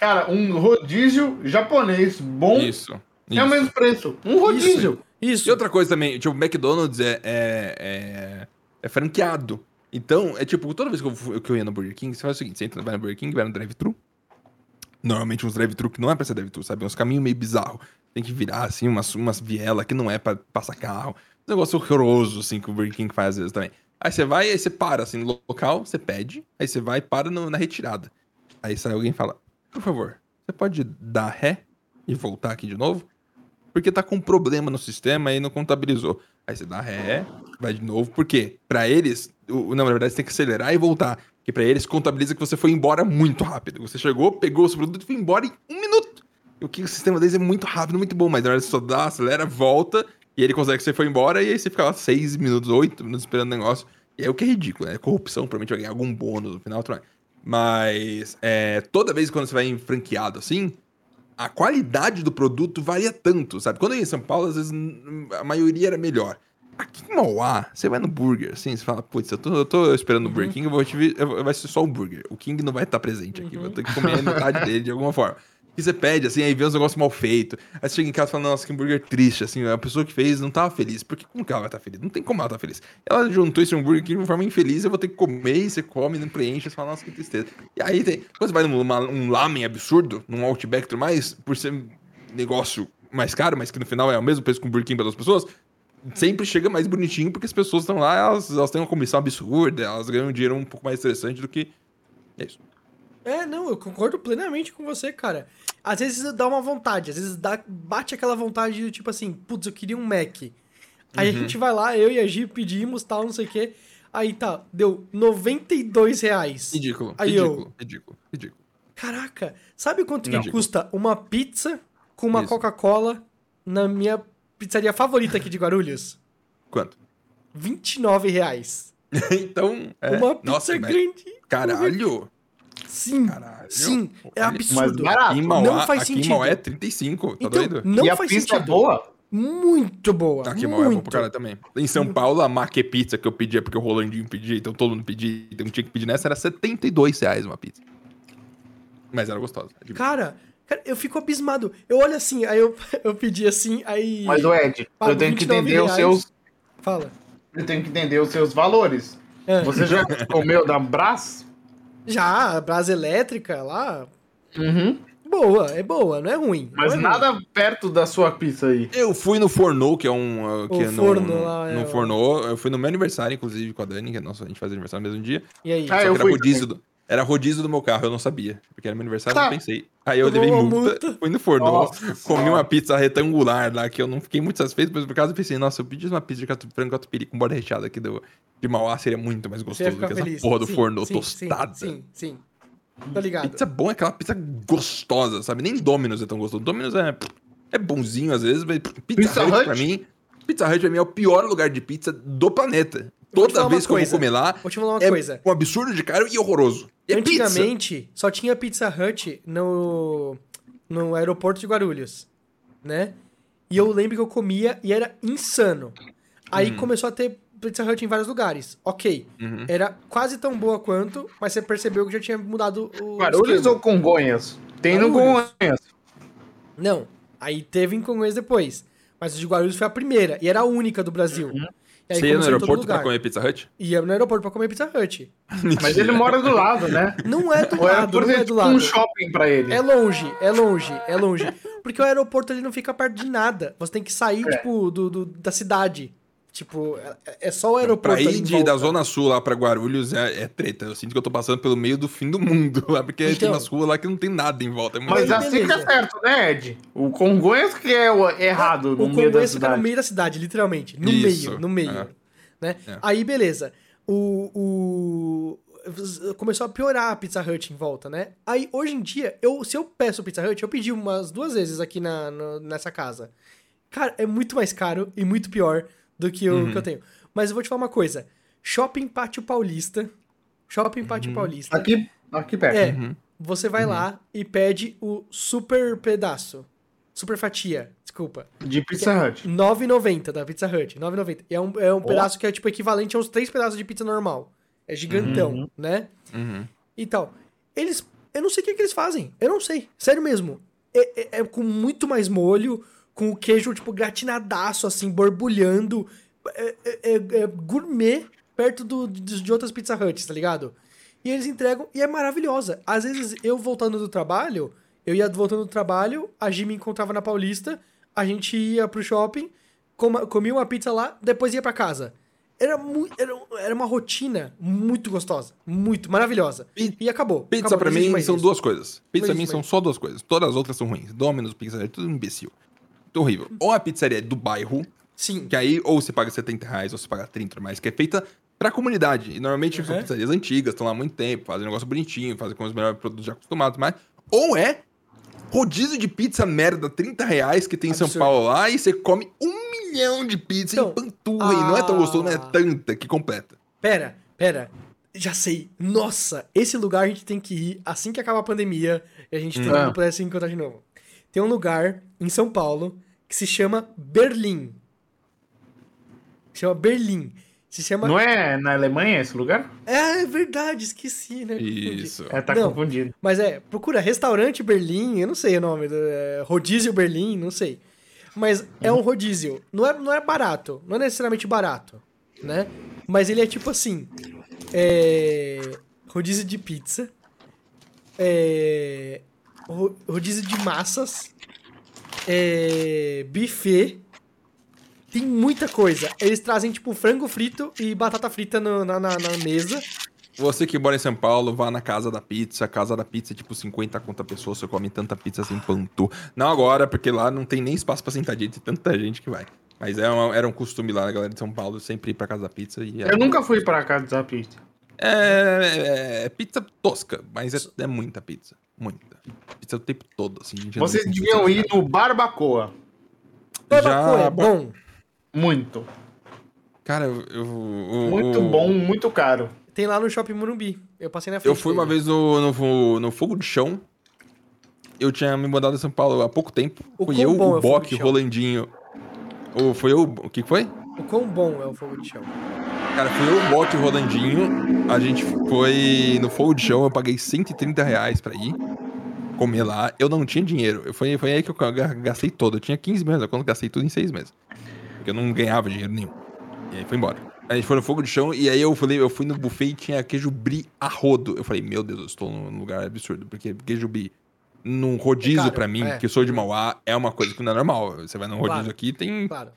Speaker 5: Cara, um rodízio japonês bom
Speaker 4: Isso.
Speaker 5: é o
Speaker 4: isso.
Speaker 5: mesmo preço. Um rodízio.
Speaker 2: Isso.
Speaker 4: E outra coisa também, tipo, o McDonald's é, é, é, é franqueado. Então, é tipo, toda vez que eu, fu- que eu ia no Burger King, você faz o seguinte: você entra, vai no Burger King, vai no drive-thru. Normalmente uns drive-thru que não é pra ser drive-thru, sabe? Uns caminhos meio bizarros. Tem que virar, assim, umas, umas viela que não é pra passar carro. Um negócio horroroso, assim, que o Burger King faz às vezes também. Aí você vai, aí você para, assim, no local, você pede, aí você vai e para no- na retirada. Aí sai alguém e fala: Por favor, você pode dar ré e voltar aqui de novo? porque tá com um problema no sistema e não contabilizou. Aí você dá ré, vai de novo, porque pra eles, o, não, na verdade você tem que acelerar e voltar, porque pra eles contabiliza que você foi embora muito rápido. Você chegou, pegou o seu produto e foi embora em um minuto. O que o sistema deles é muito rápido, muito bom, mas na verdade você só dá, acelera, volta, e ele consegue que você foi embora, e aí você fica lá seis minutos, oito minutos esperando o negócio. E é o que é ridículo, né? Corrupção, provavelmente vai ganhar algum bônus no final, tudo mais. Mas é, toda vez quando você vai em franqueado assim, a qualidade do produto varia tanto, sabe? Quando eu ia em São Paulo, às vezes n- a maioria era melhor. Aqui em Mauá, você vai no burger, assim, você fala, putz, eu tô, eu tô esperando o Burger King, eu vou te, vi- eu vou- vai ser só o burger. O King não vai estar presente aqui, vou ter que comer a metade dele de alguma forma. E você pede, assim, aí vê uns negócios mal feitos. Aí você chega em casa e fala, nossa, que hambúrguer triste, assim, a pessoa que fez não tava feliz. Porque como que ela vai estar feliz? Não tem como ela estar feliz. Ela juntou esse hambúrguer aqui de uma forma infeliz, eu vou ter que comer, e você come, não preenche, você fala, nossa, que tristeza. E aí tem, quando você vai num la- um lamen absurdo, num Outback e tudo mais, por ser negócio mais caro, mas que no final é o mesmo preço que um Burger King para as pessoas, sempre chega mais bonitinho porque as pessoas estão lá, elas, elas têm uma comissão absurda, elas ganham um dinheiro um pouco mais interessante do que. É isso.
Speaker 2: É, não, eu concordo plenamente com você, cara. Às vezes dá uma vontade, às vezes dá, bate aquela vontade do tipo assim, putz, eu queria um Mac. Aí
Speaker 4: Uhum.
Speaker 2: a gente vai lá, eu e a Gi pedimos, tal, não sei o quê. Aí tá, deu 92 reais.
Speaker 4: Ridículo.
Speaker 2: Aí eu-
Speaker 4: ridículo, ridículo, ridículo.
Speaker 2: Caraca, sabe quanto
Speaker 4: Não.
Speaker 2: que custa uma pizza com uma
Speaker 4: Isso.
Speaker 2: Coca-Cola na minha pizzaria favorita aqui de Guarulhos?
Speaker 4: Quanto?
Speaker 2: 29 reais.
Speaker 4: então. É...
Speaker 2: uma pizza
Speaker 4: Nossa, mas-
Speaker 2: grande.
Speaker 4: Caralho!
Speaker 2: Sim,
Speaker 4: Caralho.
Speaker 2: sim, é
Speaker 4: Olha,
Speaker 5: Mas
Speaker 2: absurdo.
Speaker 5: barato.
Speaker 4: Aqui em Mauá,
Speaker 2: Ah, Não faz
Speaker 4: aqui
Speaker 2: sentido.
Speaker 4: em Mauá é 35, tá
Speaker 2: então,
Speaker 4: doido?
Speaker 2: não
Speaker 5: e a
Speaker 2: faz
Speaker 5: pizza é
Speaker 2: sentido.
Speaker 5: boa?
Speaker 2: Muito boa.
Speaker 4: Aqui em Mauá é bom
Speaker 2: muito.
Speaker 4: pro cara também. Em São Paulo, a Maque Pizza que eu pedia, porque o Rolandinho pedia, então todo mundo pedia, então tinha que pedir nessa, era R$ 72 reais uma pizza. Mas era gostosa. é admito.
Speaker 2: Cara, cara, eu fico abismado. Eu olho assim, aí eu, eu pedi assim, aí.
Speaker 5: Mas, ô Ed,
Speaker 2: Pago
Speaker 5: eu tenho que
Speaker 2: 29
Speaker 5: entender os
Speaker 2: reais.
Speaker 5: seus.
Speaker 2: Fala.
Speaker 5: Eu tenho que entender os seus valores.
Speaker 2: É.
Speaker 5: Você já comeu da Brás?
Speaker 2: Já, a brasa elétrica lá.
Speaker 5: Uhum.
Speaker 2: Boa, é boa, não é ruim.
Speaker 5: Mas
Speaker 2: não é
Speaker 5: nada perto da sua pizza aí.
Speaker 4: Eu fui no Forno, que é um. uh, Que
Speaker 2: O
Speaker 4: é no,
Speaker 2: forno lá, é
Speaker 4: No
Speaker 2: o-
Speaker 4: Forno. Eu fui no meu aniversário, inclusive, com a Dani, que é nossa, a gente faz aniversário no mesmo dia.
Speaker 2: ruim. E aí?
Speaker 5: Ah,
Speaker 4: Só
Speaker 5: eu
Speaker 4: que era
Speaker 5: fui
Speaker 4: rodízio, do, era rodízio do meu carro, eu não sabia. Porque era meu aniversário, eu não
Speaker 5: Tá.
Speaker 4: pensei. Aí eu
Speaker 2: Tomou
Speaker 4: levei
Speaker 2: uma
Speaker 4: multa,
Speaker 2: multa.
Speaker 4: fui no Forno,
Speaker 5: Nossa
Speaker 4: comi
Speaker 5: Senhora.
Speaker 4: uma pizza retangular lá, que eu não fiquei muito satisfeito, mas por causa eu pensei, nossa, eu pedi uma pizza de catu- frango catupiry com borda recheada aqui do, de Mauá, seria muito mais
Speaker 2: Você
Speaker 4: gostoso
Speaker 2: ia
Speaker 4: do
Speaker 2: ficar
Speaker 4: que
Speaker 2: feliz.
Speaker 4: essa porra do
Speaker 2: Sim,
Speaker 4: Forno
Speaker 2: sim,
Speaker 4: tostada.
Speaker 2: Sim, sim. sim. Tô ligado.
Speaker 4: Pizza bom é aquela pizza gostosa, sabe? Nem Domino's é tão gostoso. Domino's é, é bonzinho às vezes, mas Pizza,
Speaker 5: Pizza
Speaker 4: Hut,
Speaker 5: Hut?
Speaker 4: pra mim. Pizza Hut pra mim é o pior lugar de pizza do planeta.
Speaker 2: vou
Speaker 4: Toda
Speaker 2: te falar
Speaker 4: vez que eu
Speaker 2: uma
Speaker 4: vou
Speaker 2: coisa.
Speaker 4: comer lá,
Speaker 2: Vou te falar uma
Speaker 4: é
Speaker 2: coisa.
Speaker 4: um absurdo de caro e horroroso. E é pizza.
Speaker 2: Antigamente, só tinha Pizza Hut no, no aeroporto de Guarulhos, né? E eu lembro que eu comia e era insano.
Speaker 4: Hum.
Speaker 2: Aí começou a ter Pizza Hut em vários lugares. Ok.
Speaker 4: Uhum.
Speaker 2: Era quase tão boa quanto, mas você percebeu que já tinha mudado o.
Speaker 5: Guarulhos
Speaker 2: esquema.
Speaker 5: ou Congonhas? Tem
Speaker 2: Guarulhos.
Speaker 5: no Congonhas.
Speaker 2: Não. Aí teve em Congonhas depois. Mas o de Guarulhos foi a primeira. E era a única do Brasil. E
Speaker 4: Uhum. Você ia no
Speaker 2: começou em todo
Speaker 4: aeroporto pra
Speaker 2: lugar.
Speaker 4: comer Pizza Hut?
Speaker 2: Ia no aeroporto pra comer Pizza Hut.
Speaker 5: Mas ele mora do lado, né?
Speaker 2: Não é do
Speaker 5: O
Speaker 2: lado,
Speaker 5: aeroporto
Speaker 2: não
Speaker 5: é
Speaker 2: é do
Speaker 5: tipo
Speaker 2: lado.
Speaker 5: um shopping pra ele.
Speaker 2: É longe, é longe, é longe. Porque o aeroporto ele não fica perto de nada. Você tem que sair,
Speaker 5: É.
Speaker 2: tipo, do, do- da cidade. Tipo, é- é só o aeroporto.
Speaker 4: Pra ir
Speaker 2: ali em
Speaker 4: de,
Speaker 2: volta.
Speaker 4: da Zona Sul lá pra Guarulhos é, é treta. Eu sinto que eu tô passando pelo meio do fim do mundo lá, porque tem
Speaker 2: Então.
Speaker 4: umas ruas lá que não tem nada em volta. É muito
Speaker 5: Mas
Speaker 2: Mas
Speaker 5: assim
Speaker 2: beleza.
Speaker 5: tá certo, né, Ed? O Congonhas que é o errado no
Speaker 2: O
Speaker 5: meio da
Speaker 2: Congonhas fica no
Speaker 5: cidade.
Speaker 2: meio da cidade, literalmente. No
Speaker 4: Isso,
Speaker 2: meio, no meio.
Speaker 4: é.
Speaker 2: Né?
Speaker 4: É.
Speaker 2: Aí, beleza. O, o- Começou a piorar a Pizza Hut em volta, né? Aí, hoje em dia, eu, se eu peço Pizza Hut, eu pedi umas duas vezes aqui na, no- nessa casa. Cara, é muito mais caro e muito pior do que o que
Speaker 4: Uhum.
Speaker 2: eu tenho. Mas eu vou te falar uma coisa. Shopping Pátio Paulista. Shopping Pátio Paulista.
Speaker 5: Uhum. Aqui, Uhum. aqui perto.
Speaker 2: É,
Speaker 4: Uhum.
Speaker 2: você vai lá e pede o super pedaço. Super fatia, desculpa.
Speaker 5: De Pizza Hut.
Speaker 2: 9,90 da Pizza Hut. 9,90. E é um, é um pedaço que é tipo equivalente a uns três pedaços de pizza normal. É gigantão, né? E tal. Eles. Eu não sei o que, que eles fazem. Eu não sei. Sério mesmo. É, é- é com muito mais molho, com o queijo, tipo, gratinadaço, assim, borbulhando. É, é- é- é gourmet perto do, de, de outras Pizza Huts, tá ligado? E eles entregam e é maravilhosa. Às vezes eu voltando do trabalho, eu ia voltando do trabalho, a Gi me encontrava na Paulista, a gente ia pro shopping, coma- comia uma pizza lá, depois ia pra casa. Era, mu- era, era uma rotina muito gostosa, muito maravilhosa.
Speaker 4: Pi-
Speaker 2: E acabou.
Speaker 4: Pizza
Speaker 2: acabou,
Speaker 4: pra
Speaker 2: não existe
Speaker 4: mim
Speaker 2: mais
Speaker 4: são
Speaker 2: isso.
Speaker 4: duas coisas. Pizza pra mim
Speaker 2: existe
Speaker 4: são
Speaker 2: mais.
Speaker 4: só duas coisas. Todas as outras são ruins. Domino's, Pizza Hut, tudo imbecil. Tudo horrível. Ou a pizzaria é do bairro,
Speaker 2: Sim.
Speaker 4: que aí ou você paga 70 reais ou você paga 30 a mais, que é feita pra comunidade. E normalmente são
Speaker 2: Uhum.
Speaker 4: pizzarias antigas, estão lá há muito tempo, fazem um negócio bonitinho, fazem com os melhores produtos já acostumados, mas... Ou é rodízio de pizza merda, 30 reais, que tem em São
Speaker 2: Absurdo.
Speaker 4: Paulo lá, e você come um milhão de pizza
Speaker 2: Então,
Speaker 4: e panturra, e não é tão gostoso, mas é
Speaker 2: ah.
Speaker 4: tanta que completa.
Speaker 2: Pera, pera. Já sei. Nossa, esse lugar a gente tem que ir assim que acabar a pandemia e a gente tem
Speaker 5: Ah.
Speaker 2: que poder se encontrar de novo. Tem um lugar em São Paulo que se chama Berlim. Chama Berlim. Se chama.
Speaker 5: Não é na Alemanha esse lugar?
Speaker 2: É, é verdade, esqueci, né?
Speaker 4: Isso.
Speaker 5: É, tá
Speaker 2: Não.
Speaker 5: confundido.
Speaker 2: Mas é, procura restaurante Berlim, eu não sei o nome, do- é, rodízio Berlim, não sei. Mas é um rodízio. Não é, não é barato, não é necessariamente barato, né? Mas ele é tipo assim: é, rodízio de pizza, é, ro- rodízio de massas, é, buffet. Tem muita coisa. Eles trazem, tipo, frango frito e batata frita no- na- na- na mesa.
Speaker 4: Você que mora em São Paulo, vá na Casa da Pizza. A Casa da Pizza é tipo 50 conta a pessoa, você come tanta pizza sem pantu. Não agora, porque lá não tem nem espaço pra sentar direito, tem tanta gente que vai. Mas é uma- era um costume lá, a galera de São Paulo sempre ir pra Casa da Pizza. E é,
Speaker 5: Eu nunca fui pra casa da pizza.
Speaker 4: é- é pizza tosca, mas é, é muita pizza. Muita. Pizza o tempo todo, assim. gente,
Speaker 5: Vocês
Speaker 4: não-
Speaker 5: deviam ir no Barbacoa.
Speaker 2: Barbacoa
Speaker 4: Já-
Speaker 2: é bom.
Speaker 5: Muito.
Speaker 4: Cara, eu... eu- eu-
Speaker 5: Muito
Speaker 4: eu-
Speaker 5: bom, muito caro.
Speaker 2: Tem lá no Shopping Morumbi. Eu passei na
Speaker 4: Eu
Speaker 2: frente.
Speaker 4: fui uma
Speaker 2: dele.
Speaker 4: vez no, no, no Fogo de Chão. Eu tinha me mudado de São Paulo há pouco tempo.
Speaker 2: O
Speaker 4: foi
Speaker 2: quão
Speaker 4: eu,
Speaker 2: bom é
Speaker 4: o
Speaker 2: o Fogo
Speaker 4: Bock,
Speaker 2: de
Speaker 4: o
Speaker 2: Chão.
Speaker 4: Rolandinho. Ou foi eu. O que que foi?
Speaker 2: O quão bom é o fogo de chão.
Speaker 4: Cara, foi eu, o Bock e o Rolandinho. A gente foi no Fogo de Chão. Eu paguei 130 reais pra ir comer lá. Eu não tinha dinheiro. Eu foi, foi aí que eu ga- gastei todo. Eu tinha 15 meses. Quando gastei tudo em 6 meses. Porque eu não ganhava dinheiro nenhum. E aí foi embora. A gente foi no fogo de chão e aí eu falei, eu fui no buffet e tinha queijo brie a rodo. Eu falei, meu Deus, eu estou num lugar absurdo, porque queijo brie num rodízio
Speaker 2: É caro,
Speaker 4: pra mim,
Speaker 2: é.
Speaker 4: que eu sou de Mauá, é uma coisa que não é normal. Você vai num rodízio
Speaker 2: Claro.
Speaker 4: aqui, tem,
Speaker 2: Claro.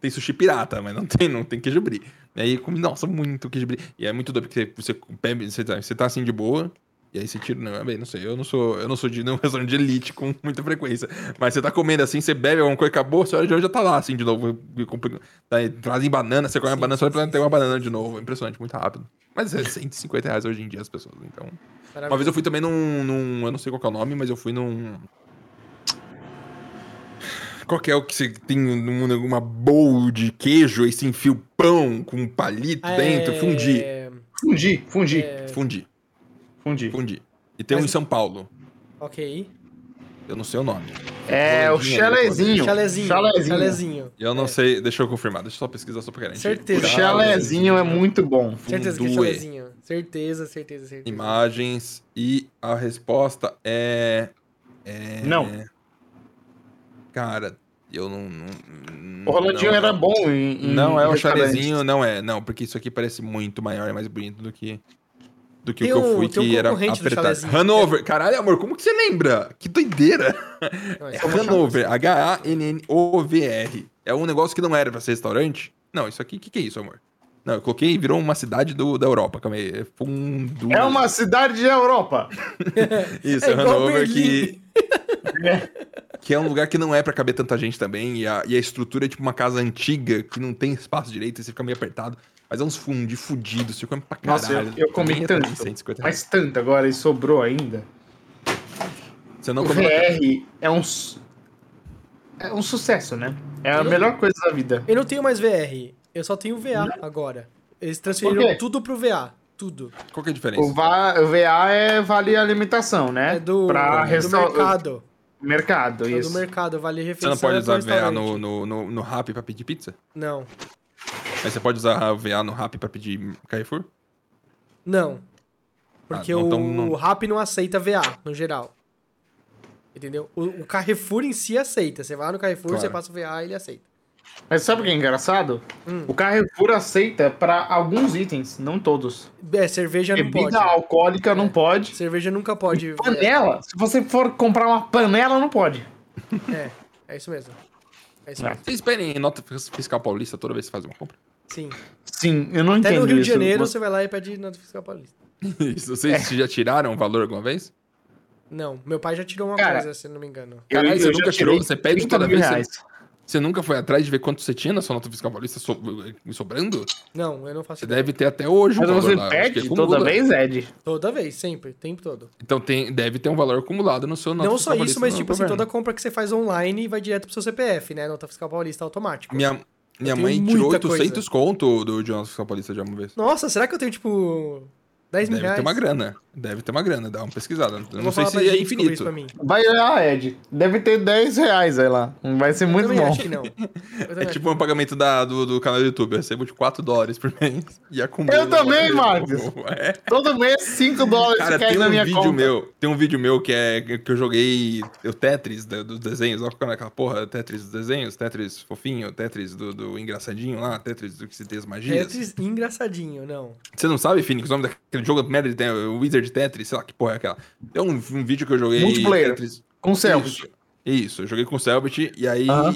Speaker 4: tem sushi pirata, mas não tem, não tem queijo brie. E aí eu comi, nossa, muito queijo brie. E é muito doido, porque você bebe, você tá, você tá assim de boa, e aí você tira, não, é bem, não sei, eu não sou, eu não sou de nenhum restaurante de elite com muita frequência. Mas você tá comendo assim, você bebe alguma coisa, acabou, você olha de hoje já tá lá, assim, de novo. e compre- daí tá trazem banana, você come uma banana, só olha pra tem uma banana de novo. É impressionante, muito rápido. Mas é 150 reais hoje em dia as pessoas, então...
Speaker 2: É
Speaker 4: Uma vez eu fui também num, num- Eu não sei qual que é o nome, mas eu fui num. Qual que é o que você tem num- uma bowl de queijo e se enfia o pão com um palito dentro? Fundi.
Speaker 2: É...
Speaker 5: Fundi, fundi,
Speaker 4: Fundi.
Speaker 5: fundi.
Speaker 4: Fundi. E tem um
Speaker 2: Mas-
Speaker 4: em São Paulo.
Speaker 2: Ok.
Speaker 4: Eu não sei o nome.
Speaker 5: É, o
Speaker 4: Rolandinho, né,
Speaker 5: chalezinho.
Speaker 2: Chalezinho. Chalezinho.
Speaker 5: Chalezinho.
Speaker 4: Eu não sei. Deixa eu confirmar. Deixa eu só pesquisar só pra garantir.
Speaker 2: É. Certeza.
Speaker 5: O chalezinho é muito bom.
Speaker 2: Certeza que é
Speaker 4: Fundue.
Speaker 2: chalezinho. Certeza, certeza, certeza.
Speaker 4: é Imagens. E a resposta é. é-
Speaker 5: Não.
Speaker 4: Cara, eu não. não-
Speaker 5: O Rolandinho
Speaker 4: não-
Speaker 5: era bom em. em
Speaker 4: Não é o
Speaker 5: restaurante.
Speaker 4: chalezinho, não é. Não, porque isso aqui parece muito maior e mais bonito do que do que
Speaker 2: Tem
Speaker 4: o que
Speaker 2: um-
Speaker 4: eu fui,
Speaker 2: tem um
Speaker 4: que era
Speaker 2: concorrente do
Speaker 4: apertado.
Speaker 2: chalezinho.
Speaker 4: Hanover. Caralho, amor, como que você lembra? Que doideira.
Speaker 2: Não,
Speaker 4: É
Speaker 2: é-
Speaker 4: Hanover. H-A-N-N-O-V-R. É um negócio que não era pra ser restaurante. Não, isso aqui, o que, que é isso, amor? Não, eu coloquei e virou uma cidade do, da Europa. Calma aí. É fundo.
Speaker 5: É uma cidade da Europa.
Speaker 4: Isso,
Speaker 2: É
Speaker 4: é
Speaker 2: igual
Speaker 4: Hanover que...
Speaker 2: Berlim.
Speaker 4: que é um lugar que não é pra caber tanta gente também. E a, e a estrutura é tipo uma casa antiga que não tem espaço direito e você fica meio apertado. Mas é uns fundi fudidos, você come pra caralho.
Speaker 5: Nossa, eu, eu comi
Speaker 4: Também é
Speaker 5: tanto.
Speaker 4: 150 reais.
Speaker 5: Mas tanto agora e sobrou ainda.
Speaker 4: Você não
Speaker 5: O
Speaker 4: come pra
Speaker 5: VR é um. su- É um sucesso, né? É a
Speaker 2: Eu não-
Speaker 5: melhor coisa da vida.
Speaker 2: Eu não tenho mais VR. Eu só tenho VA agora. Eles transferiram
Speaker 5: quê?
Speaker 2: tudo pro VA. Tudo.
Speaker 4: Qual que é a diferença?
Speaker 5: O va- o VA é vale alimentação, né?
Speaker 2: É do,
Speaker 5: pra
Speaker 2: do
Speaker 5: restau-
Speaker 2: mercado.
Speaker 5: Mercado,
Speaker 2: É do
Speaker 5: isso.
Speaker 2: mercado. Vale
Speaker 4: Você
Speaker 2: refeição.
Speaker 4: não pode
Speaker 2: é pro
Speaker 4: usar VA no,
Speaker 2: restaurante.
Speaker 4: no, no, no Rappi pra pedir pizza?
Speaker 2: Não.
Speaker 4: Mas você pode usar VA no Rappi pra pedir Carrefour?
Speaker 2: Não. Porque
Speaker 4: Ah, não
Speaker 2: o,
Speaker 4: tão- não-
Speaker 2: o Rappi não aceita VA, no geral. Entendeu? O, o Carrefour em si aceita. Você vai lá no Carrefour,
Speaker 4: Claro.
Speaker 2: você passa o VA, ele aceita.
Speaker 5: Mas sabe o que é engraçado?
Speaker 2: Hum.
Speaker 5: O Carrefour aceita pra alguns itens, não todos.
Speaker 2: É, cerveja não pode. É.
Speaker 5: Bebida alcoólica não pode.
Speaker 2: Cerveja nunca pode.
Speaker 5: Panela, se você for comprar uma panela, não pode.
Speaker 2: É, é isso mesmo. É isso
Speaker 5: Não.
Speaker 2: mesmo.
Speaker 4: Vocês pedem nota fiscal paulista toda vez que faz uma compra?
Speaker 2: Sim.
Speaker 5: Sim, eu não
Speaker 2: Até
Speaker 5: entendo
Speaker 2: no Rio de
Speaker 5: isso.
Speaker 2: Janeiro,
Speaker 5: Você-
Speaker 2: você vai lá e pede nota fiscal paulista.
Speaker 4: Isso,
Speaker 5: É.
Speaker 4: vocês já tiraram o valor alguma vez?
Speaker 2: Não, meu pai já tirou uma
Speaker 5: Cara,
Speaker 2: coisa, se não me engano.
Speaker 5: Eu-
Speaker 4: Caralho,
Speaker 5: eu
Speaker 4: você
Speaker 5: já
Speaker 4: nunca
Speaker 5: tirei
Speaker 4: tirou? Você pede
Speaker 5: 30
Speaker 4: toda
Speaker 5: mil
Speaker 4: vez? Você,
Speaker 5: reais.
Speaker 4: você nunca foi atrás de ver quanto você tinha na sua nota fiscal paulista so- eh, sobrando?
Speaker 2: Não, eu não faço
Speaker 4: Você
Speaker 2: ideia.
Speaker 4: deve ter até hoje. um
Speaker 5: Mas
Speaker 4: valor
Speaker 5: você
Speaker 4: lá, acho que
Speaker 5: pede
Speaker 4: acumula.
Speaker 5: toda vez, Ed?
Speaker 2: Toda vez, sempre, o tempo todo.
Speaker 4: Então tem, deve ter um valor acumulado no seu nota né?
Speaker 2: não só
Speaker 4: fiscal
Speaker 2: isso,
Speaker 4: paulista
Speaker 2: mas
Speaker 4: no
Speaker 2: tipo assim,
Speaker 4: governo.
Speaker 2: toda compra que você faz online vai direto pro seu CPF, né? Nota fiscal paulista automático.
Speaker 4: Minha, minha
Speaker 2: tenho
Speaker 4: mãe tirou
Speaker 2: muita coisa.
Speaker 4: 800 conto do de nota fiscal paulista já uma vez.
Speaker 2: Nossa, será que eu tenho, tipo, 10 mil
Speaker 4: Deve
Speaker 2: reais.
Speaker 4: ter uma grana. Deve ter uma grana, dá uma pesquisada. Eu
Speaker 2: Eu
Speaker 4: não sei
Speaker 2: falar
Speaker 4: se
Speaker 2: pra
Speaker 4: é
Speaker 2: gente descobrir
Speaker 4: infinito.
Speaker 2: Isso pra mim.
Speaker 3: Vai lá, Ed. Deve ter 10 reais aí lá. Vai ser muito
Speaker 2: eu também
Speaker 3: bom.
Speaker 2: acho que não. Eu também
Speaker 4: É
Speaker 2: acho
Speaker 4: tipo um pagamento da- do, do canal do YouTube. Eu recebo de 4 dólares por mês e acumulo. um
Speaker 3: Eu também, Marcos.
Speaker 4: É.
Speaker 3: Todo mês 5 dólares
Speaker 4: Cara,
Speaker 3: que cai
Speaker 4: tem
Speaker 3: na
Speaker 4: um
Speaker 3: minha
Speaker 4: vídeo
Speaker 3: conta.
Speaker 4: meu. Tem um vídeo meu que é que eu joguei o Tetris da- dos desenhos. Olha qual é aquela porra, Tetris dos desenhos, Tetris fofinho, Tetris do, do engraçadinho lá, Tetris do que se tem as
Speaker 2: que é
Speaker 4: magias.
Speaker 2: Tetris engraçadinho, não.
Speaker 4: Você não sabe, Phoenix, o nome daquele jogo merda de Tetris, o Wizard Tetris, sei lá que porra é aquela. Tem um, um vídeo que eu joguei.
Speaker 3: Multiplayer.
Speaker 4: Tetris.
Speaker 3: Com o
Speaker 4: Isso,
Speaker 3: Celso.
Speaker 4: isso, eu joguei com o Selbit e aí
Speaker 3: Aham.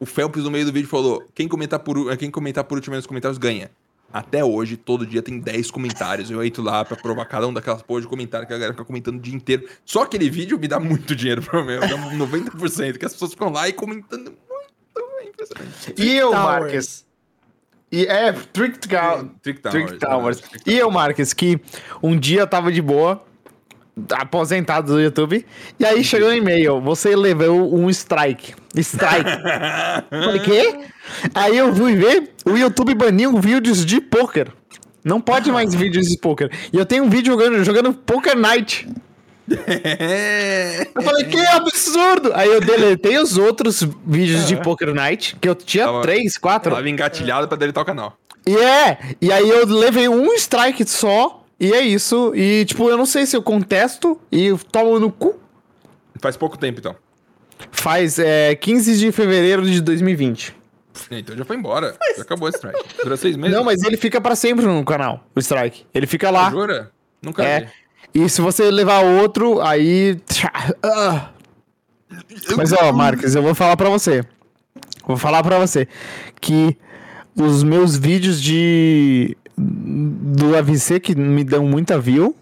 Speaker 4: o Felps no meio do vídeo falou: quem comentar por, u- eh, quem comentar por último nos comentários ganha. Até hoje, todo dia tem 10 comentários. Eu entro lá pra provar cada um daquelas porra de comentário que a galera fica comentando o dia inteiro. Só aquele vídeo me dá muito dinheiro pra mim, dá um 90%, que as pessoas ficam lá e comentando muito. é impressionante.
Speaker 3: E eu,
Speaker 2: Towers.
Speaker 3: Marques. E é, Trick, Tow-
Speaker 4: Trick Towers,
Speaker 3: Trick Towers.
Speaker 4: né? Trick
Speaker 3: E eu, Marques, que um dia eu tava de boa, aposentado do YouTube, e aí chegou um e-mail, você levou um strike. Strike. Falei, quê? Aí eu fui ver, o YouTube baniu vídeos de pôquer. Não pode mais vídeos de pôquer. E eu tenho um vídeo jogando, jogando Poker Night.
Speaker 4: É.
Speaker 3: Eu falei, que absurdo! Aí eu deletei os outros vídeos de Poker Night, que eu tinha
Speaker 4: Tava-
Speaker 3: três, quatro.
Speaker 4: Tava engatilhado pra deletar o canal.
Speaker 3: E é, e aí eu levei um strike só, e é isso. E, tipo, eu não sei se eu contesto e tomo no cu.
Speaker 4: Faz pouco tempo, então.
Speaker 3: Faz é, 15 de fevereiro de 2020.
Speaker 4: Então já foi embora. Já acabou esse strike. Dura seis meses.
Speaker 3: Não, mas ele fica pra sempre no canal, o strike. Ele fica lá.
Speaker 4: Jura? Nunca
Speaker 3: É.
Speaker 4: vi.
Speaker 3: E se você levar outro, aí. tchá, ah. Mas ó, Marques, eu vou falar pra você. Vou falar pra você que os meus vídeos de do AVC que me dão muita view,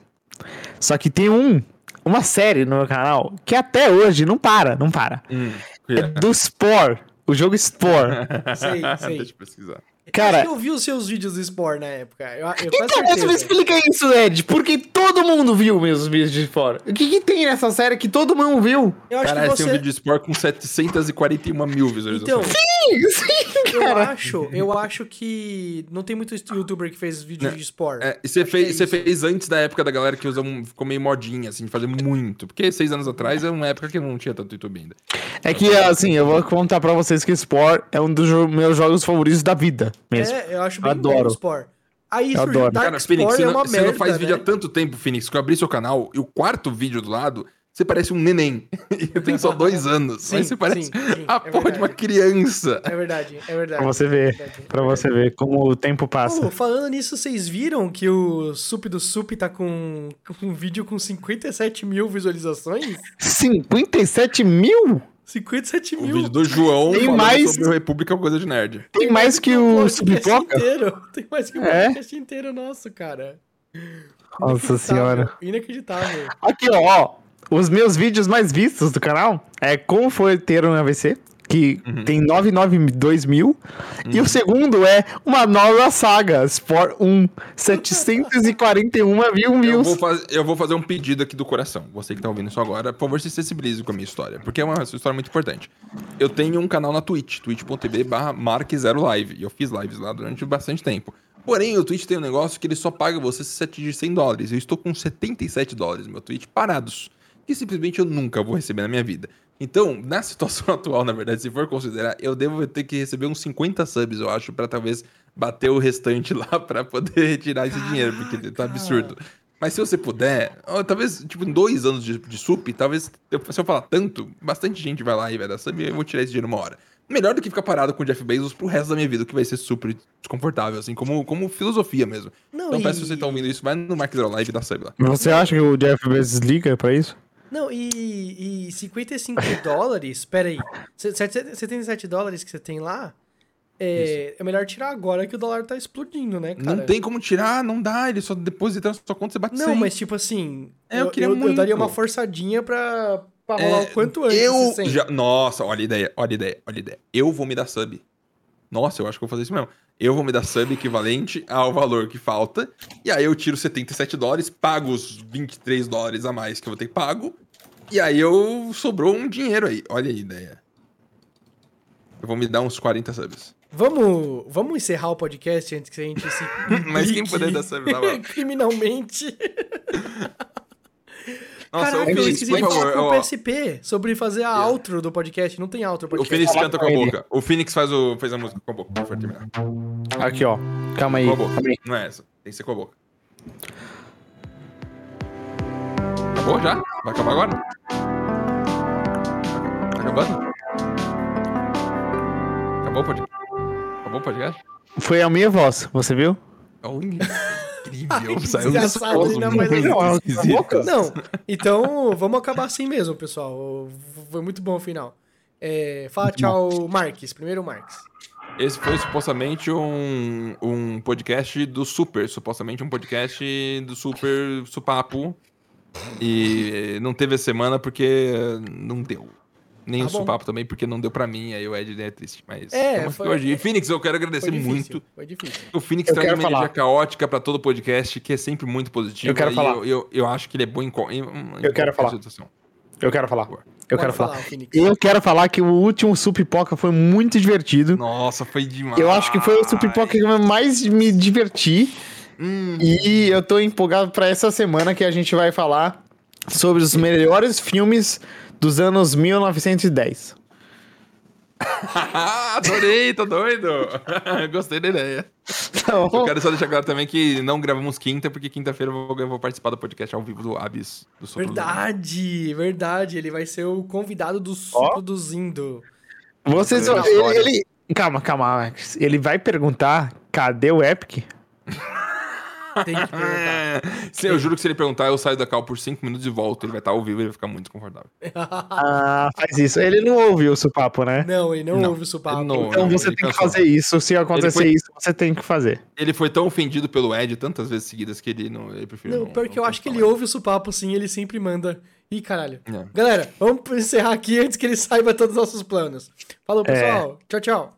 Speaker 3: só que tem um uma série no meu canal que até hoje não para, não para.
Speaker 4: Hum,
Speaker 3: É do Spore, o jogo Spore.
Speaker 2: Sei, sei.
Speaker 4: Deixa eu pesquisar.
Speaker 3: Cara-
Speaker 2: Acho que eu vi os seus vídeos do Spore na época. Eu, eu quase
Speaker 3: Então, você me
Speaker 2: certeza.
Speaker 3: explica isso, Ed, porque todo mundo viu meus vídeos de Spore. O que que tem nessa série que todo mundo viu?
Speaker 2: Eu acho
Speaker 4: Caralho,
Speaker 2: que
Speaker 4: tem um
Speaker 2: você...
Speaker 4: vídeo de assim. Spore com 741 mil
Speaker 2: Então,
Speaker 4: visualizações.
Speaker 3: Sim,
Speaker 2: eu
Speaker 3: cara.
Speaker 2: acho, eu acho que não tem muito youtuber que fez vídeo de Spore.
Speaker 4: É, e você
Speaker 2: Acho que
Speaker 4: fez,
Speaker 2: é
Speaker 4: você
Speaker 2: isso.
Speaker 4: fez antes da época da galera que usa um, ficou meio modinha, assim, de fazer muito. Porque seis anos atrás era uma época que não tinha tanto YouTube ainda.
Speaker 3: É que, assim, eu vou contar pra vocês que Spore é um dos jo- meus jogos favoritos da vida mesmo.
Speaker 2: É, eu acho bem
Speaker 3: Adoro.
Speaker 2: bom o Spore. Aí
Speaker 3: Eu
Speaker 2: surgiu
Speaker 3: adoro.
Speaker 2: Dark
Speaker 4: Cara,
Speaker 2: Spore,
Speaker 4: Phoenix, você,
Speaker 2: é
Speaker 4: não,
Speaker 2: uma
Speaker 4: você
Speaker 2: merda,
Speaker 4: não faz vídeo há
Speaker 2: né?
Speaker 4: tanto tempo, Phoenix, que eu abri seu canal e o quarto vídeo do lado, você parece um neném. E eu tenho só dois anos.
Speaker 2: Sim,
Speaker 4: mas você parece
Speaker 2: sim, sim,
Speaker 4: a
Speaker 2: é
Speaker 4: porra de uma
Speaker 2: verdade.
Speaker 4: criança.
Speaker 2: É verdade, é verdade.
Speaker 3: Pra você ver, pra você ver como o tempo passa.
Speaker 2: Oh, falando nisso, vocês viram que o Sup do Sup tá com com um vídeo com 57 mil visualizações?
Speaker 3: 57 mil?
Speaker 2: 57
Speaker 4: O
Speaker 2: mil.
Speaker 4: Um vídeo do João
Speaker 3: Tem
Speaker 4: falando
Speaker 3: mais-
Speaker 4: sobre o República é uma coisa de nerd.
Speaker 3: Tem mais que o
Speaker 2: um podcast
Speaker 3: Subpoca?
Speaker 2: inteiro. Tem mais que o
Speaker 3: É?
Speaker 2: podcast inteiro nosso, cara.
Speaker 3: Nossa
Speaker 2: Inacreditável,
Speaker 3: senhora.
Speaker 2: Inacreditável.
Speaker 3: Aqui, ó, ó, Os meus vídeos mais vistos do canal é como foi ter um AVC, que tem 992 mil. E o segundo é uma nova saga, Spore 1, 741 mil
Speaker 4: Eu vou,
Speaker 3: views.
Speaker 4: faz- eu vou fazer um pedido aqui do coração. Você que tá ouvindo isso agora, por favor, se sensibilize com a minha história. Porque é uma história muito importante. Eu tenho um canal na Twitch, twitch.tv barra marque0live. E eu fiz lives lá durante bastante tempo. Porém, o Twitch tem um negócio que ele só paga você se você atingir 100 dólares. Eu estou com 77 dólares no meu Twitch parados. Que simplesmente eu nunca vou receber na minha vida. Então, na situação atual, na verdade, se for considerar, eu devo ter que receber uns 50 subs, eu acho, pra talvez bater o restante lá pra poder retirar esse dinheiro,
Speaker 2: Ah,
Speaker 4: porque tá absurdo. Mas se você puder, ó, talvez, tipo, em dois anos de, de sup, talvez, eu- se eu falar tanto, bastante gente vai lá e vai dar sub e eu vou tirar esse dinheiro uma hora. Melhor do que ficar parado com o Jeff Bezos pro resto da minha vida, que vai ser super desconfortável, assim, como, como filosofia mesmo.
Speaker 2: Não,
Speaker 4: então,
Speaker 2: e-
Speaker 4: peço se vocês estão ouvindo isso, vai no Mark Zero Live e dá sub lá.
Speaker 3: Você acha que o Jeff Bezos liga pra isso?
Speaker 2: Não, e, e 55 dólares, peraí. Se- sete- 77 dólares que você tem lá, é, é melhor tirar agora que o dólar tá explodindo, né, cara?
Speaker 4: Não tem como tirar, não dá, ele só deposita na sua conta, você bate
Speaker 2: Não,
Speaker 4: 100.
Speaker 2: mas tipo assim,
Speaker 4: É, eu queria
Speaker 2: eu,
Speaker 4: muito.
Speaker 2: daria uma forçadinha pra, pra
Speaker 4: É,
Speaker 2: rolar o quanto antes. assim.
Speaker 4: Eu
Speaker 2: esse 100.
Speaker 4: já. Nossa, olha a ideia, olha a ideia, olha a ideia. Eu vou me dar sub. Nossa, eu acho que eu vou fazer isso mesmo. Eu vou me dar sub equivalente ao valor que falta. E aí eu tiro 77 dólares, pago os 23 dólares a mais que eu vou ter pago. E aí eu sobrou um dinheiro aí. Olha a ideia. Eu vou me dar uns 40 subs.
Speaker 2: Vamos, vamos encerrar o podcast antes que a gente se.
Speaker 4: Mas quem
Speaker 2: implique
Speaker 4: puder dar essa- tá bom.
Speaker 2: Criminalmente.
Speaker 4: Nossa,
Speaker 2: Caralho,
Speaker 4: o
Speaker 2: eu
Speaker 4: Felix,
Speaker 2: esqueci
Speaker 4: por
Speaker 2: de falar
Speaker 4: favor,
Speaker 2: com o
Speaker 4: ó,
Speaker 2: PSP sobre fazer a outro do podcast. Não tem outro
Speaker 4: o
Speaker 2: podcast.
Speaker 4: Felix canta com a
Speaker 5: com ele.
Speaker 4: boca. O Phoenix faz, o, fez a música com a boca. Pra terminar.
Speaker 3: Aqui, ó. Calma aí.
Speaker 4: Com a boca.
Speaker 5: Também.
Speaker 4: Não é essa. Tem que ser com a boca. Acabou já? Vai acabar agora? Tá acabando? Acabou o podcast? Acabou o podcast?
Speaker 3: Foi a minha voz, você viu?
Speaker 4: Olha, incrível.
Speaker 2: que
Speaker 4: Saiu um
Speaker 2: desgraçado,
Speaker 4: negócio
Speaker 2: ainda mais
Speaker 4: muito
Speaker 3: legal.
Speaker 4: esquisito.
Speaker 2: Não, então vamos acabar assim mesmo, pessoal. Foi muito bom o final. É, fala tchau, Marques. Primeiro, Marques.
Speaker 4: Esse foi supostamente um, um podcast do Super, supostamente um podcast do Super Supapo. E não teve a semana porque não deu. Nem
Speaker 2: Tá
Speaker 4: o
Speaker 2: bom.
Speaker 4: Supapo também, porque não deu pra mim, aí o Ed é triste. Mas
Speaker 2: É,
Speaker 4: estamos aqui
Speaker 2: foi-
Speaker 4: hoje. E Phoenix, eu quero
Speaker 2: Foi
Speaker 4: agradecer
Speaker 2: difícil.
Speaker 4: muito.
Speaker 2: Foi difícil.
Speaker 4: O Phoenix
Speaker 3: Eu
Speaker 4: traz
Speaker 3: quero
Speaker 4: uma energia
Speaker 3: falar.
Speaker 4: caótica pra todo podcast, que é sempre muito positivo.
Speaker 3: Eu quero
Speaker 4: e
Speaker 3: falar.
Speaker 4: Eu, eu, eu acho que ele é bom em. co- em- em
Speaker 3: Eu
Speaker 4: qualquer
Speaker 3: quero falar.
Speaker 4: situação.
Speaker 3: Eu quero falar. Eu
Speaker 2: Pode
Speaker 3: quero falar.
Speaker 2: Phoenix.
Speaker 3: Eu quero falar que o último Supipoca foi muito divertido.
Speaker 4: Nossa, foi demais.
Speaker 3: Eu acho que foi o Supipoca que eu mais me diverti.
Speaker 4: Hum,
Speaker 3: E eu tô empolgado pra essa semana que a gente vai falar sobre os melhores filmes dos anos 1910.
Speaker 4: Adorei, tô doido. Gostei da ideia.
Speaker 3: Então,
Speaker 4: Eu quero só deixar claro também que não gravamos quinta, porque quinta-feira eu vou, eu vou participar do podcast ao vivo do Abis. Do Sopro dos Anjos.
Speaker 2: Verdade, verdade. Ele vai ser o convidado do Suco dos Indo.
Speaker 3: vocês.
Speaker 4: Olha
Speaker 3: ele-
Speaker 4: só, olha.
Speaker 3: ele- calma, calma, Alex. Ele vai perguntar: cadê o Epic?
Speaker 2: Tem que perguntar.
Speaker 4: É. Sim, eu juro que se ele perguntar, eu saio da cal por 5 minutos e volto. Ele vai estar ao vivo e ele vai ficar muito confortável.
Speaker 3: Ah, faz isso. Ele não ouviu o Supapo, né?
Speaker 2: Não, ele não,
Speaker 4: Não,
Speaker 2: ouve o Supapo.
Speaker 4: ele não-
Speaker 3: Então você
Speaker 4: ele
Speaker 3: tem que
Speaker 4: cansou.
Speaker 3: fazer isso. Se acontecer
Speaker 4: foi-
Speaker 3: isso, você tem que fazer.
Speaker 4: Ele foi tão ofendido pelo Ed tantas vezes seguidas que ele não. Ele prefere
Speaker 2: Não, pior que eu acho que ele ouve o Supapo sim, ele sempre manda. Ih, caralho.
Speaker 4: É.
Speaker 2: É. Galera, vamos encerrar aqui antes que ele saiba todos os nossos planos. Falou, pessoal. Tchau, tchau.